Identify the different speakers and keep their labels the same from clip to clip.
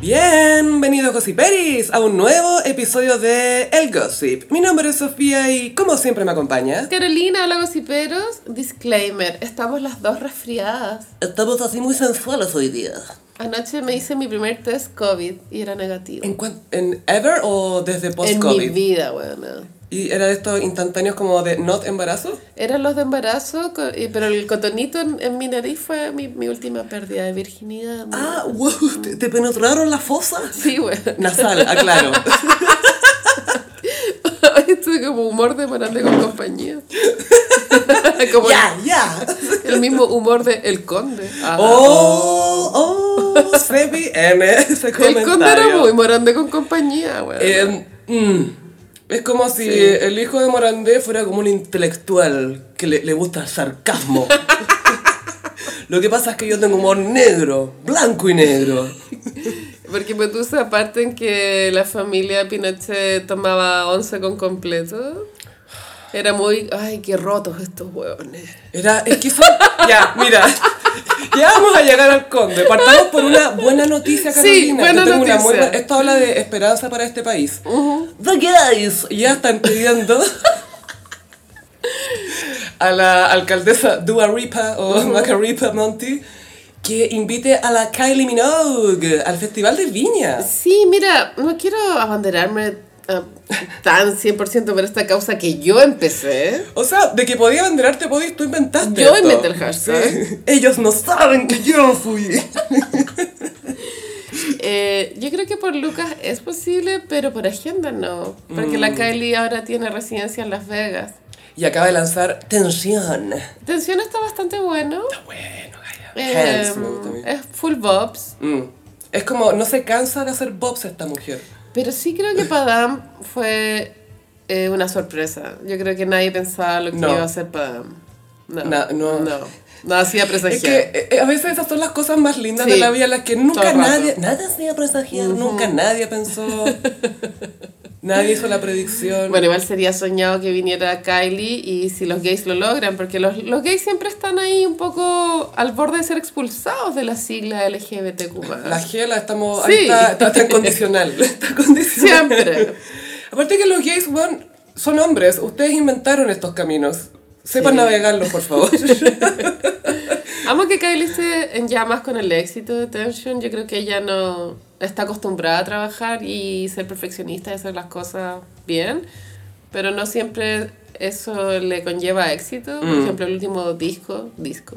Speaker 1: Bienvenidos Gossiperis a un nuevo episodio de El Gossip. Mi nombre es Sofía y como siempre me acompaña.
Speaker 2: Carolina, hola gossiperos. Disclaimer, estamos las dos resfriadas.
Speaker 1: Estamos así muy sensuales hoy día.
Speaker 2: Anoche me hice mi primer test COVID y era negativo.
Speaker 1: ¿En, cuan- en ever o desde
Speaker 2: En mi
Speaker 1: post-COVID?
Speaker 2: vida, weón.
Speaker 1: ¿Y era de estos instantáneos como de not embarazo?
Speaker 2: Eran los de embarazo, co- y- pero el cotonito en, en mi nariz fue mi, mi última pérdida de virginidad. weón.
Speaker 1: Ah. wow, ¿te, penetraron las fosas?
Speaker 2: Sí, weón.
Speaker 1: Nasal, aclaro.
Speaker 2: Esto es como humor de Morande con compañía. como
Speaker 1: Ya, ya.
Speaker 2: el, el mismo humor de El Conde. Ah.
Speaker 1: Oh, oh, Sebi N, ese comentario.
Speaker 2: el Conde era muy Morande con compañía, weón.
Speaker 1: Eh, mm, es como si el hijo de Morandé fuera como un intelectual que le, le gusta el sarcasmo. Lo que pasa es que yo tengo humor negro, blanco y negro.
Speaker 2: Porque Medusa, aparte en que la familia Pinochet tomaba once con completo, era muy, ay, qué rotos estos hueones.
Speaker 1: Era, es que son- Ya, mira. Ya vamos a llegar al conde. Partamos por una buena noticia, Carolina.
Speaker 2: Sí, buena
Speaker 1: Yo tengo una
Speaker 2: noticia.
Speaker 1: muy buena- esto habla de esperanza para este país. The gays ya están pidiendo a la alcaldesa Dua Ripa o Macaripa Monti que invite a la Kylie Minogue al Festival de Viña.
Speaker 2: Sí, mira, no quiero abanderarme ah, tan 100% por esta causa que yo empecé.
Speaker 1: O sea, de que podía abanderarte, podías, tú inventaste.
Speaker 2: Yo
Speaker 1: esto.
Speaker 2: inventé el hashtag.
Speaker 1: Sí. Ellos no saben que yo fui.
Speaker 2: Eh, yo creo que por Lucas es posible, pero por agenda no. Porque
Speaker 1: Mm.
Speaker 2: la Kylie ahora tiene residencia en Las Vegas.
Speaker 1: Y acaba de lanzar Tensión.
Speaker 2: Tensión está bastante Ah, bueno.
Speaker 1: Bueno, Gaia.
Speaker 2: Eh,
Speaker 1: Hands, me gusta a mí.
Speaker 2: es full bobs.
Speaker 1: Mm. Es como, no se cansa de hacer bobs esta mujer.
Speaker 2: Pero sí creo que Padam fue eh, una sorpresa. Yo creo que nadie pensaba lo que
Speaker 1: No.
Speaker 2: iba a hacer Padam. No,
Speaker 1: Na- no.
Speaker 2: no. No, hacía
Speaker 1: Es
Speaker 2: presagiar.
Speaker 1: que eh, a veces esas son las cosas más lindas
Speaker 2: Pues Sí.
Speaker 1: de la vida, las que nunca
Speaker 2: Todo el rato.
Speaker 1: nadie, nadie hacía presagiar, nunca nadie pensó, nadie hizo la predicción.
Speaker 2: Bueno, igual sería soñado que viniera Kylie y si los gays lo logran, porque los, los gays siempre están ahí un poco al borde de ser expulsados de la sigla LGBTQ.
Speaker 1: La gela estamos,
Speaker 2: Sí.
Speaker 1: ahí está, está, está en condicional, está condicional.
Speaker 2: Siempre.
Speaker 1: Aparte que los gays weón, son hombres, ustedes inventaron estos caminos. Sepan
Speaker 2: Sí.
Speaker 1: navegarlos, por favor.
Speaker 2: Amo que Kylie esté en llamas con el éxito de Tension. Yo creo que ella no está acostumbrada a trabajar y ser perfeccionista y hacer las cosas bien, pero no siempre eso le conlleva éxito. Por ejemplo, el último disco, disco,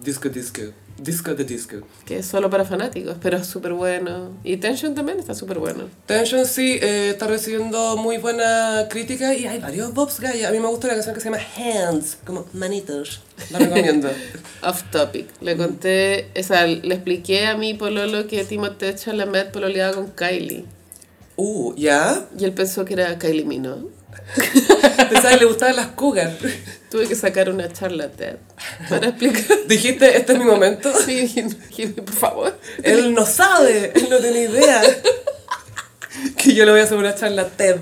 Speaker 1: disco, disco, disco de disco.
Speaker 2: que es solo para fanáticos, pero es súper bueno. Y Tension también está súper bueno.
Speaker 1: Tension sí eh, está recibiendo muy buena crítica y hay varios bobs gay. A mí me gusta una canción que se llama Hands, como manitos. La recomiendo.
Speaker 2: Off topic. Le conté, o sea, le expliqué a mi pololo que Timothée Chalamet pololeaba con Kylie.
Speaker 1: Uh, ¿ya?
Speaker 2: Y él pensó que era Kylie Minogue.
Speaker 1: Pensaba que le gustaban las cougar.
Speaker 2: Tuve que sacar una charla TED para explicar.
Speaker 1: Dijiste, este es mi momento.
Speaker 2: Sí, dije, no, dije, por favor.
Speaker 1: Él no sabe, él no tiene idea. Que yo le voy a hacer una charla TED.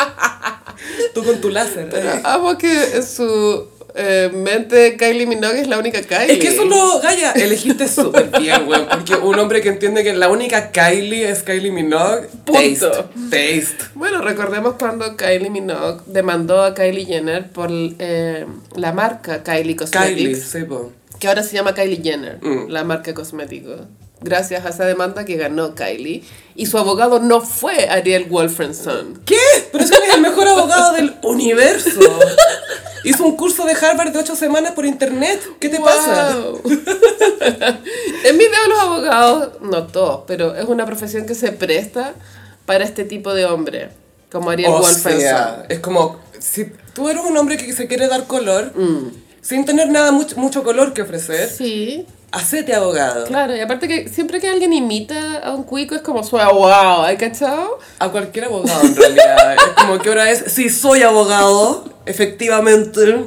Speaker 1: Tú con tu láser. eh.
Speaker 2: Amo que en su eh, mente Kylie Minogue es la única Kylie.
Speaker 1: Es que eso lo, Gaya, elegiste súper bien, güey. Porque un hombre que entiende que la única Kylie es Kylie Minogue.
Speaker 2: Punto.
Speaker 1: Taste. Taste.
Speaker 2: Bueno, recordemos cuando Kylie Minogue demandó a Kylie Jenner por eh, la marca Kylie Cosmetics.
Speaker 1: Kylie, sí, po.
Speaker 2: Que ahora se llama Kylie Jenner,
Speaker 1: Mm.
Speaker 2: la marca de cosméticos. Gracias a esa demanda que ganó Kylie. Y su abogado no fue Ariel Wolfenson.
Speaker 1: ¿Qué? Pero ese es el mejor abogado del universo. Hizo un curso de Harvard de ocho semanas por internet. ¿Qué te pasa?
Speaker 2: Wow. en mi idea los abogados, no todos, pero es una profesión que se presta para este tipo de hombre, como Ariel
Speaker 1: O
Speaker 2: Wolfenson.
Speaker 1: sea, es como, si tú eres un hombre que se quiere dar color, sin tener nada mucho, mucho color que ofrecer,
Speaker 2: Sí,
Speaker 1: hacete abogado.
Speaker 2: claro, y aparte que siempre que alguien imita a un cuico es como su "Ah, wow, ¿hay cachado?
Speaker 1: A cualquier abogado, en realidad. es como, ¿qué hora es? Sí, soy abogado, efectivamente.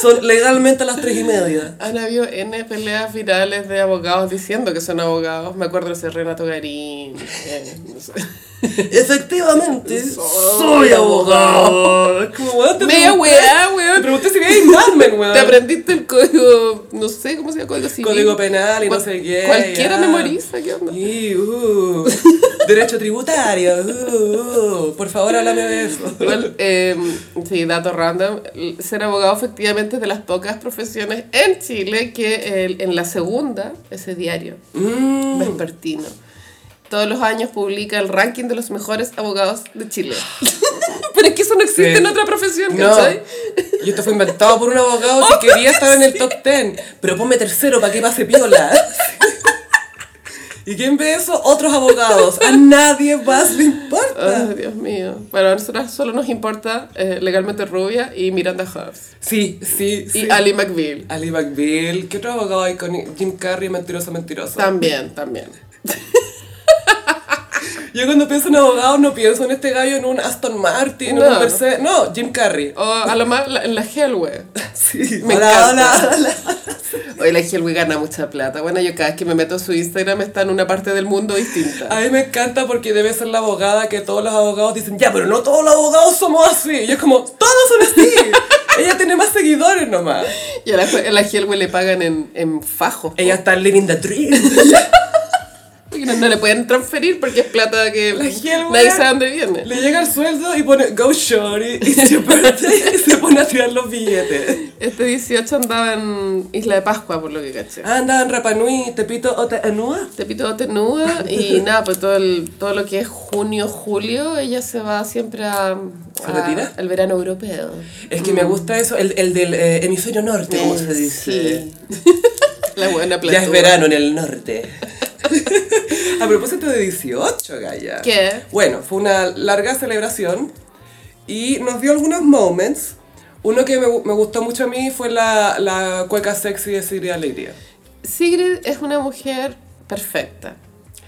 Speaker 1: Son legalmente a las tres y media.
Speaker 2: Han habido N peleas virales de abogados diciendo que son abogados. Me acuerdo de ese Renato Garín. eh, no sé.
Speaker 1: Efectivamente,
Speaker 2: Soy
Speaker 1: soy abogado. Es como, weón, te
Speaker 2: Media
Speaker 1: pregunté-
Speaker 2: weá,
Speaker 1: Te
Speaker 2: weón.
Speaker 1: pregunté si veías Mad Men, weón.
Speaker 2: Te aprendiste el código, no sé cómo se llama, código civil.
Speaker 1: Código penal y no sé qué.
Speaker 2: Cualquiera
Speaker 1: ya.
Speaker 2: memoriza, ¿qué onda?
Speaker 1: Y, uh, derecho tributario. uh, uh, por favor, háblame de eso.
Speaker 2: Igual, eh, sí, dato random. Ser abogado efectivamente es de las pocas profesiones en Chile que el- en la segunda, ese diario
Speaker 1: Mm.
Speaker 2: vespertino, todos los años publica el ranking de los mejores abogados de Chile. Pero es que eso no existe
Speaker 1: Sí.
Speaker 2: en otra profesión,
Speaker 1: No.
Speaker 2: ¿cachai?
Speaker 1: Y esto fue inventado por un abogado que quería estar en el top 10. Pero ponme tercero para que pase piola. ¿Y quién ve eso? Otros abogados. A nadie más le importa.
Speaker 2: Ay, Dios mío. Bueno, a nosotras solo nos importa eh, Legalmente Rubia y Miranda Hobbs.
Speaker 1: Sí, sí, sí.
Speaker 2: Y Ali McBeal.
Speaker 1: Ali McBeal. ¿Qué otro abogado hay con Jim Carrey? Mentiroso, mentiroso.
Speaker 2: También, también.
Speaker 1: Yo cuando pienso en abogados no pienso en este gallo en un Aston Martin, en
Speaker 2: No.
Speaker 1: un Mercedes. No, Jim Carrey.
Speaker 2: O a lo más la- en la Hellway.
Speaker 1: Sí, me
Speaker 2: me encanta. Hoy la Hellway gana mucha plata. Bueno, yo cada vez que me meto a su Instagram está en una parte del mundo distinta.
Speaker 1: A mí me encanta porque debe ser la abogada que todos los abogados dicen, ya, pero no todos los abogados somos así. Y es como, todos son así. Ella tiene más seguidores nomás.
Speaker 2: Y a la, a la Hellway le pagan en, en fajos.
Speaker 1: Ella está living the dream.
Speaker 2: Porque No, no le pueden transferir porque es plata que
Speaker 1: La Hellway-
Speaker 2: nadie sabe dónde viene.
Speaker 1: Le llega el sueldo y pone, go shorty, it's your birthday", y se pone a tirar los billetes.
Speaker 2: Este 18 andaba en Isla de Pascua, por lo que caché.
Speaker 1: Anda en Rapanui, Tepito o te anúa.
Speaker 2: Tepito Tenuda y nada, pues todo, el, todo lo que es junio, julio, ella se va siempre a,
Speaker 1: ¿Se
Speaker 2: a-
Speaker 1: retira?
Speaker 2: al verano europeo.
Speaker 1: Es que me gusta eso, el, el del eh, hemisferio norte, como se dice.
Speaker 2: Sí. La buena plata.
Speaker 1: Ya es verano en el norte. A propósito de 18, Gaya.
Speaker 2: ¿Qué?
Speaker 1: Bueno, fue una larga celebración y nos dio algunos moments. Uno que me, gu- me gustó mucho a mí fue la, la cueca sexy de Siria Alegría.
Speaker 2: Sigrid es una mujer perfecta.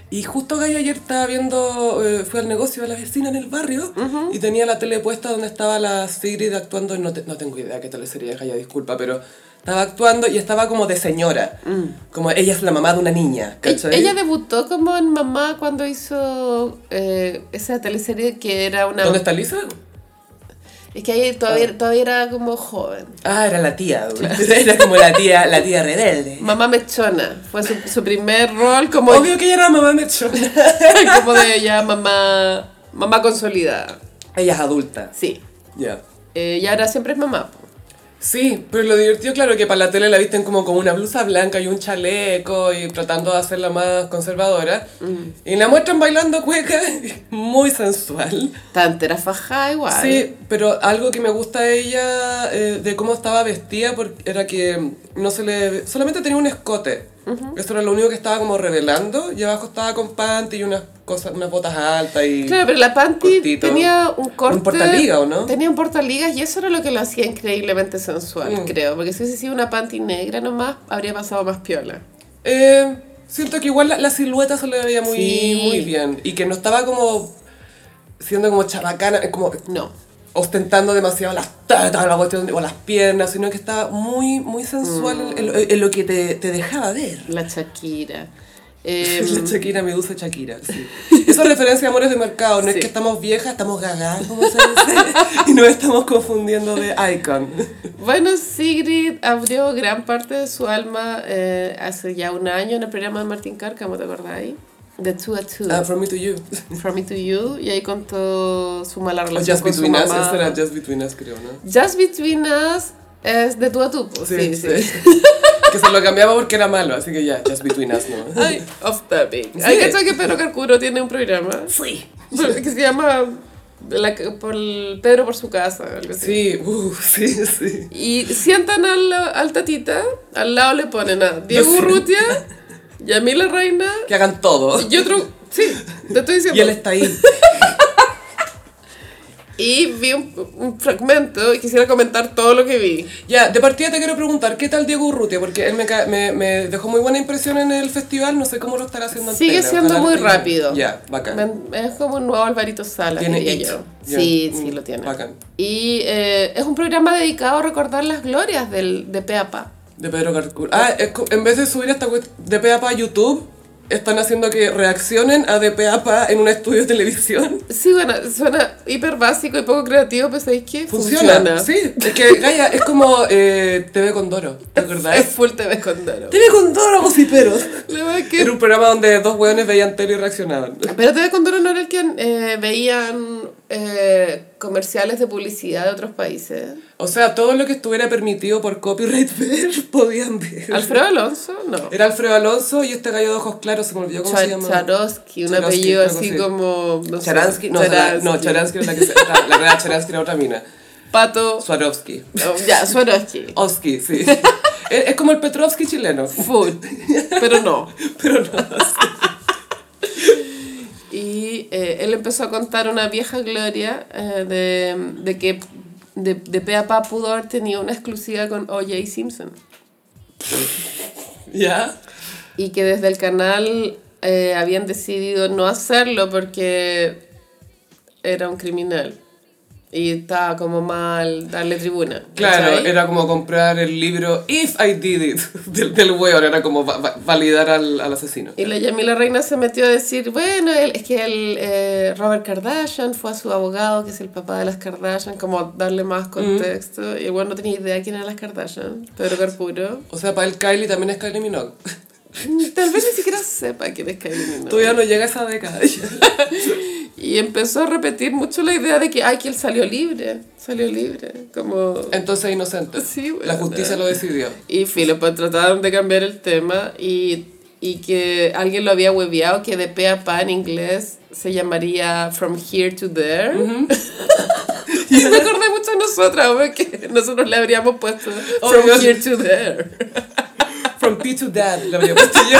Speaker 1: Y justo Gaya ayer estaba viendo, eh, fue al negocio de la vecina en el barrio y tenía la tele puesta donde estaba la Sigrid actuando, en- no, te- no tengo idea qué tal sería Gaya, disculpa, pero estaba actuando y estaba como de señora, como ella es la mamá de una niña, ¿cachai?
Speaker 2: E-, Ella debutó como en Mamá cuando hizo eh, esa teleserie que era una...
Speaker 1: ¿Dónde Ah. está Lisa?
Speaker 2: Es que ahí todavía, todavía era como joven.
Speaker 1: Ah, era la tía, güey. era como la tía, la tía rebelde.
Speaker 2: Mamá Mechona fue su, su primer rol como,
Speaker 1: Obvio que ella era mamá mechona.
Speaker 2: como de ya mamá, mamá consolidada.
Speaker 1: Ella es adulta.
Speaker 2: Sí.
Speaker 1: Ya.
Speaker 2: Eh, y ahora siempre es mamá. po.
Speaker 1: Sí, pero lo divertido, claro, que para la tele la visten como con una blusa blanca y un chaleco y tratando de hacerla más conservadora. Y la muestran bailando cueca, muy sensual.
Speaker 2: Está entera fajada igual.
Speaker 1: Sí, pero algo que me gusta de ella, eh, de cómo estaba vestida, porque era que no se le... Solamente tenía un escote. Eso era lo único que estaba como revelando. Y abajo estaba con panty y unas cosas, unas botas altas y...
Speaker 2: Claro, pero la panty
Speaker 1: Cortito.
Speaker 2: tenía un corte...
Speaker 1: Un portaliga, ¿o no?
Speaker 2: Tenía un portaligas y eso era lo que lo hacía increíblemente sensual,
Speaker 1: Mm.
Speaker 2: creo. Porque si hubiese sido una panty negra nomás, habría pasado más piola.
Speaker 1: Eh, siento que igual la, la silueta se le veía muy,
Speaker 2: Sí.
Speaker 1: muy bien. Y que no estaba como siendo como chabacana, eh, como
Speaker 2: No.
Speaker 1: ostentando demasiado las tetas la cuestión, o las piernas, sino que estaba muy, muy
Speaker 2: Mm.
Speaker 1: sensual en, lo- en lo que te, te dejaba ver.
Speaker 2: La Shakira. Em,
Speaker 1: La Shakira, mi dulce Shakira. sí. Eso es referencia a amores de mercado. No es
Speaker 2: Sí.
Speaker 1: que estamos viejas, estamos gagadas, como se dice. y nos estamos confundiendo de icon.
Speaker 2: bueno, Sigrid abrió gran parte de su alma eh, hace ya un año en el programa de Martín Cárcamo, ¿te acordás ahí? De Two a Two.
Speaker 1: Ah, from me to you.
Speaker 2: From Me to You. Y ahí contó su mala
Speaker 1: O
Speaker 2: relación
Speaker 1: Oh, Just
Speaker 2: con su
Speaker 1: Between Us.
Speaker 2: mamá.
Speaker 1: Eso era Just Between Us, creo, ¿no?
Speaker 2: Just Between Us es de tú a tú. pues, Sí, sí.
Speaker 1: que se lo cambiaba porque era malo, así que ya, just between us, ¿no?
Speaker 2: Ay, off topic. Hay que que Pedro Carcuro tiene un programa
Speaker 1: Sí.
Speaker 2: que se llama la- por el- Pedro por su casa. Algo así.
Speaker 1: Sí, uh, sí, sí.
Speaker 2: Y sientan al, al tatita, al lado le ponen a Diego
Speaker 1: Lo siento.
Speaker 2: Urrutia, Yamila Reina
Speaker 1: Que hagan todo.
Speaker 2: pues. y otro... Sí, te estoy
Speaker 1: Y él
Speaker 2: diciendo.
Speaker 1: está ahí.
Speaker 2: Y vi un, un fragmento y quisiera comentar todo lo que vi.
Speaker 1: Ya, de partida te quiero preguntar, ¿qué tal Diego Urrutia? Porque él me, ca- me, me dejó muy buena impresión en el festival, no sé cómo lo estará haciendo en
Speaker 2: Sigue
Speaker 1: tele,
Speaker 2: siendo
Speaker 1: ojalá
Speaker 2: muy
Speaker 1: lo tenga-
Speaker 2: rápido.
Speaker 1: Ya, bacán.
Speaker 2: Ven- Es como un nuevo Alvarito Sala,
Speaker 1: Tiene
Speaker 2: diría
Speaker 1: it.
Speaker 2: yo.
Speaker 1: Ya,
Speaker 2: Sí,
Speaker 1: mm,
Speaker 2: sí, lo tiene.
Speaker 1: bacán.
Speaker 2: Y eh, es un programa dedicado a recordar las glorias del, de Peapa.
Speaker 1: De Pedro Carcul. Ah, es co- en vez de subir esta cuest- de Peapa a YouTube, están haciendo que reaccionen a de Peapa en un estudio de televisión.
Speaker 2: Sí, bueno, suena hiper básico y poco creativo, pero ¿sabéis qué?
Speaker 1: Funciona. Sí, es que Gaia es como eh, TV Condoro, ¿te
Speaker 2: Es
Speaker 1: acordás?
Speaker 2: full TV Condoro.
Speaker 1: TV Condoro, gossiperos.
Speaker 2: La verdad es que-
Speaker 1: Era un programa donde dos hueones veían tele y reaccionaban.
Speaker 2: Pero TV Condoro no era el que eh, veían eh, comerciales de publicidad de otros países.
Speaker 1: O sea, todo lo que estuviera permitido por copyright ver, podían ver.
Speaker 2: Alfredo Alonso, no.
Speaker 1: Era Alfredo Alonso y este gallo de ojos claros, se me olvidó Eh, cómo se
Speaker 2: Cha-
Speaker 1: llama.
Speaker 2: Charosky, un
Speaker 1: Charosky,
Speaker 2: apellido
Speaker 1: algo
Speaker 2: así como. No sé,
Speaker 1: Charansky, no, Charansky. no, Charansky es la que se, la, la que era Charansky era otra mina.
Speaker 2: Pato.
Speaker 1: Swarovski.
Speaker 2: oh, ya, Swarovski.
Speaker 1: Oski, sí. es, es como el Petrovsky chileno.
Speaker 2: Food. Pero no.
Speaker 1: Pero no.
Speaker 2: Y eh, él empezó a contar una vieja gloria eh, de, de que de, de pe a pa pudo haber tenido una exclusiva con O.J. Simpson.
Speaker 1: ¿Ya?
Speaker 2: Y que desde el canal eh, habían decidido no hacerlo porque era un criminal. Y estaba como mal darle tribuna.
Speaker 1: Claro,
Speaker 2: ¿cachai?
Speaker 1: era como comprar el libro If I Did It del, del weón, era como va- va- validar al, al asesino.
Speaker 2: Y la Yamila Reina se metió a decir, bueno, él- es que el eh, Robert Kardashian fue a su abogado, que es el papá de las Kardashian, como darle más
Speaker 1: Mm.
Speaker 2: contexto. Y bueno, no tenía idea quién eran las Kardashian, Pedro Carpuro.
Speaker 1: O sea, para él Kylie también es Kylie Minogue.
Speaker 2: Tal vez ni siquiera sepa quién es Kylie Minogue.
Speaker 1: Todavía no llega a esa década.
Speaker 2: Y empezó a repetir mucho la idea de que, ay, que él salió libre, salió libre, como...
Speaker 1: Entonces inocente.
Speaker 2: Sí, bueno.
Speaker 1: La justicia lo decidió.
Speaker 2: Y filo, pues trataron de cambiar el tema y, y que alguien lo había hueveado que de pe a pa en inglés se llamaría From Here to There. y me acordé mucho de nosotras, porque nosotros le habríamos puesto From
Speaker 1: Obvio.
Speaker 2: Here to There.
Speaker 1: From P to Dad le habría puesto yo.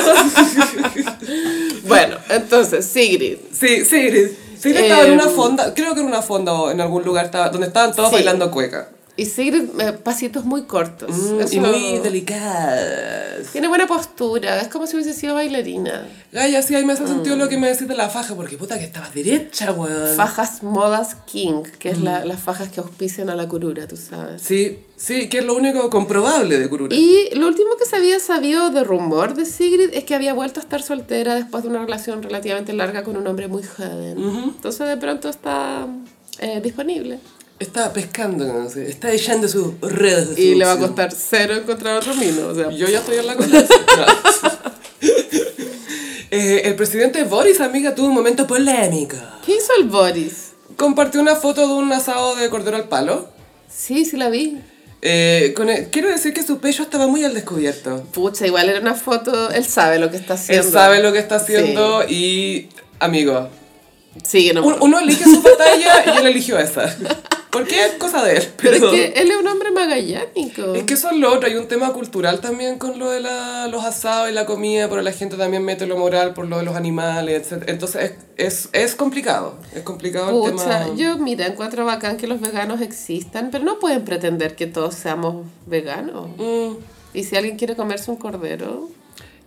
Speaker 2: Bueno, entonces, Sigrid.
Speaker 1: Sí, Sigrid. Sigrid estaba en
Speaker 2: Eh,
Speaker 1: una fonda, creo que en una fonda o en algún lugar estaba- donde estaban todos
Speaker 2: Sí.
Speaker 1: bailando cueca.
Speaker 2: Y Sigrid, eh, pasitos muy cortos.
Speaker 1: Mm, y
Speaker 2: Eso-
Speaker 1: muy delicadas.
Speaker 2: Tiene buena postura, es como si hubiese sido bailarina.
Speaker 1: Gaya, sí, ahí me hace sentido lo que me decís de la faja, porque puta que estabas derecha, weón.
Speaker 2: Fajas Modas King, que es
Speaker 1: Mm.
Speaker 2: la- las fajas que auspician a la curura, tú sabes.
Speaker 1: Sí, sí, que es lo único comprobable de Kurura.
Speaker 2: Y lo último que se había sabido de rumor de Sigrid es que había vuelto a estar soltera después de una relación relativamente larga con un hombre muy joven. Entonces de pronto está eh, disponible.
Speaker 1: Está pescando, no sé, está echando sus redes. de
Speaker 2: Y le va a
Speaker 1: seducción.
Speaker 2: costar cero encontrar otro mino. O sea,
Speaker 1: Yo ya estoy en la cola. Eh, el presidente Boris, amiga, tuvo un momento polémico.
Speaker 2: ¿Qué hizo el Boris?
Speaker 1: Compartió una foto de un asado de cordero al palo.
Speaker 2: Sí, sí la vi.
Speaker 1: Eh, con el- quiero decir que su pecho estaba muy al descubierto.
Speaker 2: Pucha, igual era una foto. Él sabe lo que está haciendo.
Speaker 1: Él sabe lo que está haciendo y, amigo,
Speaker 2: Sí, sigue nomás.
Speaker 1: Un- Uno elige su batalla y él eligió esa. Porque es cosa de él.
Speaker 2: Pero es
Speaker 1: pero-
Speaker 2: que él es un hombre magallánico.
Speaker 1: es que eso es lo otro. Hay un tema cultural también con lo de la- los asados y la comida, pero la gente también mete lo moral por lo de los animales, etc. Entonces es, es, es complicado. Es complicado el
Speaker 2: Pucha,
Speaker 1: tema.
Speaker 2: yo mira, encuentro bacán que los veganos existan, pero no pueden pretender que todos seamos veganos.
Speaker 1: Mm,
Speaker 2: Y si alguien quiere comerse un cordero,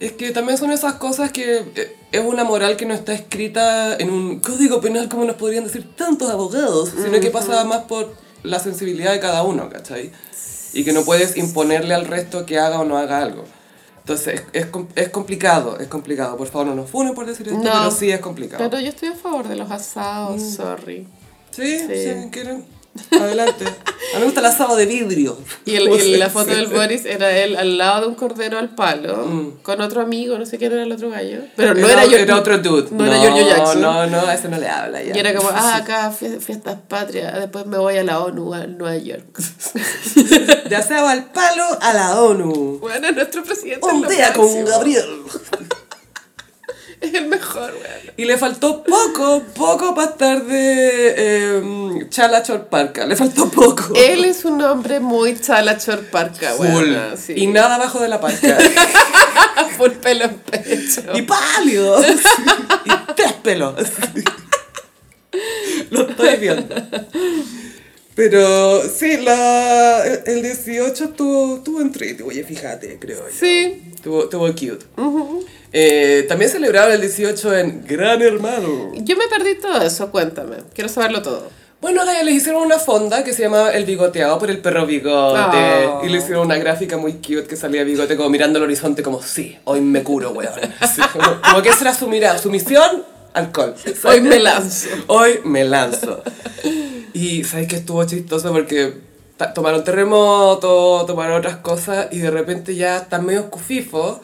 Speaker 1: es que también son esas cosas que eh, es una moral que no está escrita en un código penal como nos podrían decir tantos abogados, sino que pasa más por la sensibilidad de cada uno, ¿cachai? Y que no puedes imponerle al resto que haga o no haga algo. Entonces, es, es, com- es complicado, es complicado. Por favor, no nos funen por decir esto,
Speaker 2: No.
Speaker 1: pero sí es complicado.
Speaker 2: pero yo estoy a favor de los asados, sorry.
Speaker 1: Sí, sí,
Speaker 2: Sí.
Speaker 1: quieren. Adelante. A mí me gusta el asado de vidrio.
Speaker 2: Y, el-
Speaker 1: Como
Speaker 2: y
Speaker 1: se
Speaker 2: la foto
Speaker 1: dice.
Speaker 2: del Boris era él al lado de un cordero al palo, con otro amigo, no sé quién era el otro gallo. Pero no Mm. era, yo.
Speaker 1: Era otro dude.
Speaker 2: No, era Giorgio Jackson.
Speaker 1: No, no, a ese no le habla ya.
Speaker 2: Y era como, ah, acá fie- fiestas patrias, después me voy a la ONU, a Nueva York.
Speaker 1: De asado al palo a la ONU.
Speaker 2: bueno, nuestro presidente.
Speaker 1: Un
Speaker 2: es lo
Speaker 1: día con
Speaker 2: máximo.
Speaker 1: Gabriel.
Speaker 2: Es el mejor, weón.
Speaker 1: Y le faltó poco, poco para estar de eh, Chala Chorparca. Le faltó poco.
Speaker 2: Él es un hombre muy chalachor parca,
Speaker 1: Full.
Speaker 2: weón. Sí.
Speaker 1: Y nada abajo de la parca.
Speaker 2: Full pelo en pecho.
Speaker 1: y pálido. y tres pelos. Lo estoy viendo. Pero sí, la, el- el 18 estuvo, estuvo entrete, oye, fíjate, creo yo.
Speaker 2: Sí.
Speaker 1: Estuvo, estuvo cute. Eh, también celebraron el 18 en Gran Hermano.
Speaker 2: Yo me perdí todo eso, cuéntame. Quiero saberlo todo.
Speaker 1: Bueno, a les hicieron una fonda que se llamaba El Bigoteado por el perro bigote.
Speaker 2: Oh.
Speaker 1: Y le hicieron una gráfica muy cute que salía bigote como mirando al horizonte como, sí, hoy me curo, weón. Sí, como, como que esa era su mirada, su misión, alcohol.
Speaker 2: Hoy me lanzo.
Speaker 1: Hoy me lanzo. Y sabes que estuvo chistoso porque ta- tomaron terremoto, tomaron otras cosas y de repente ya están medio escufifos.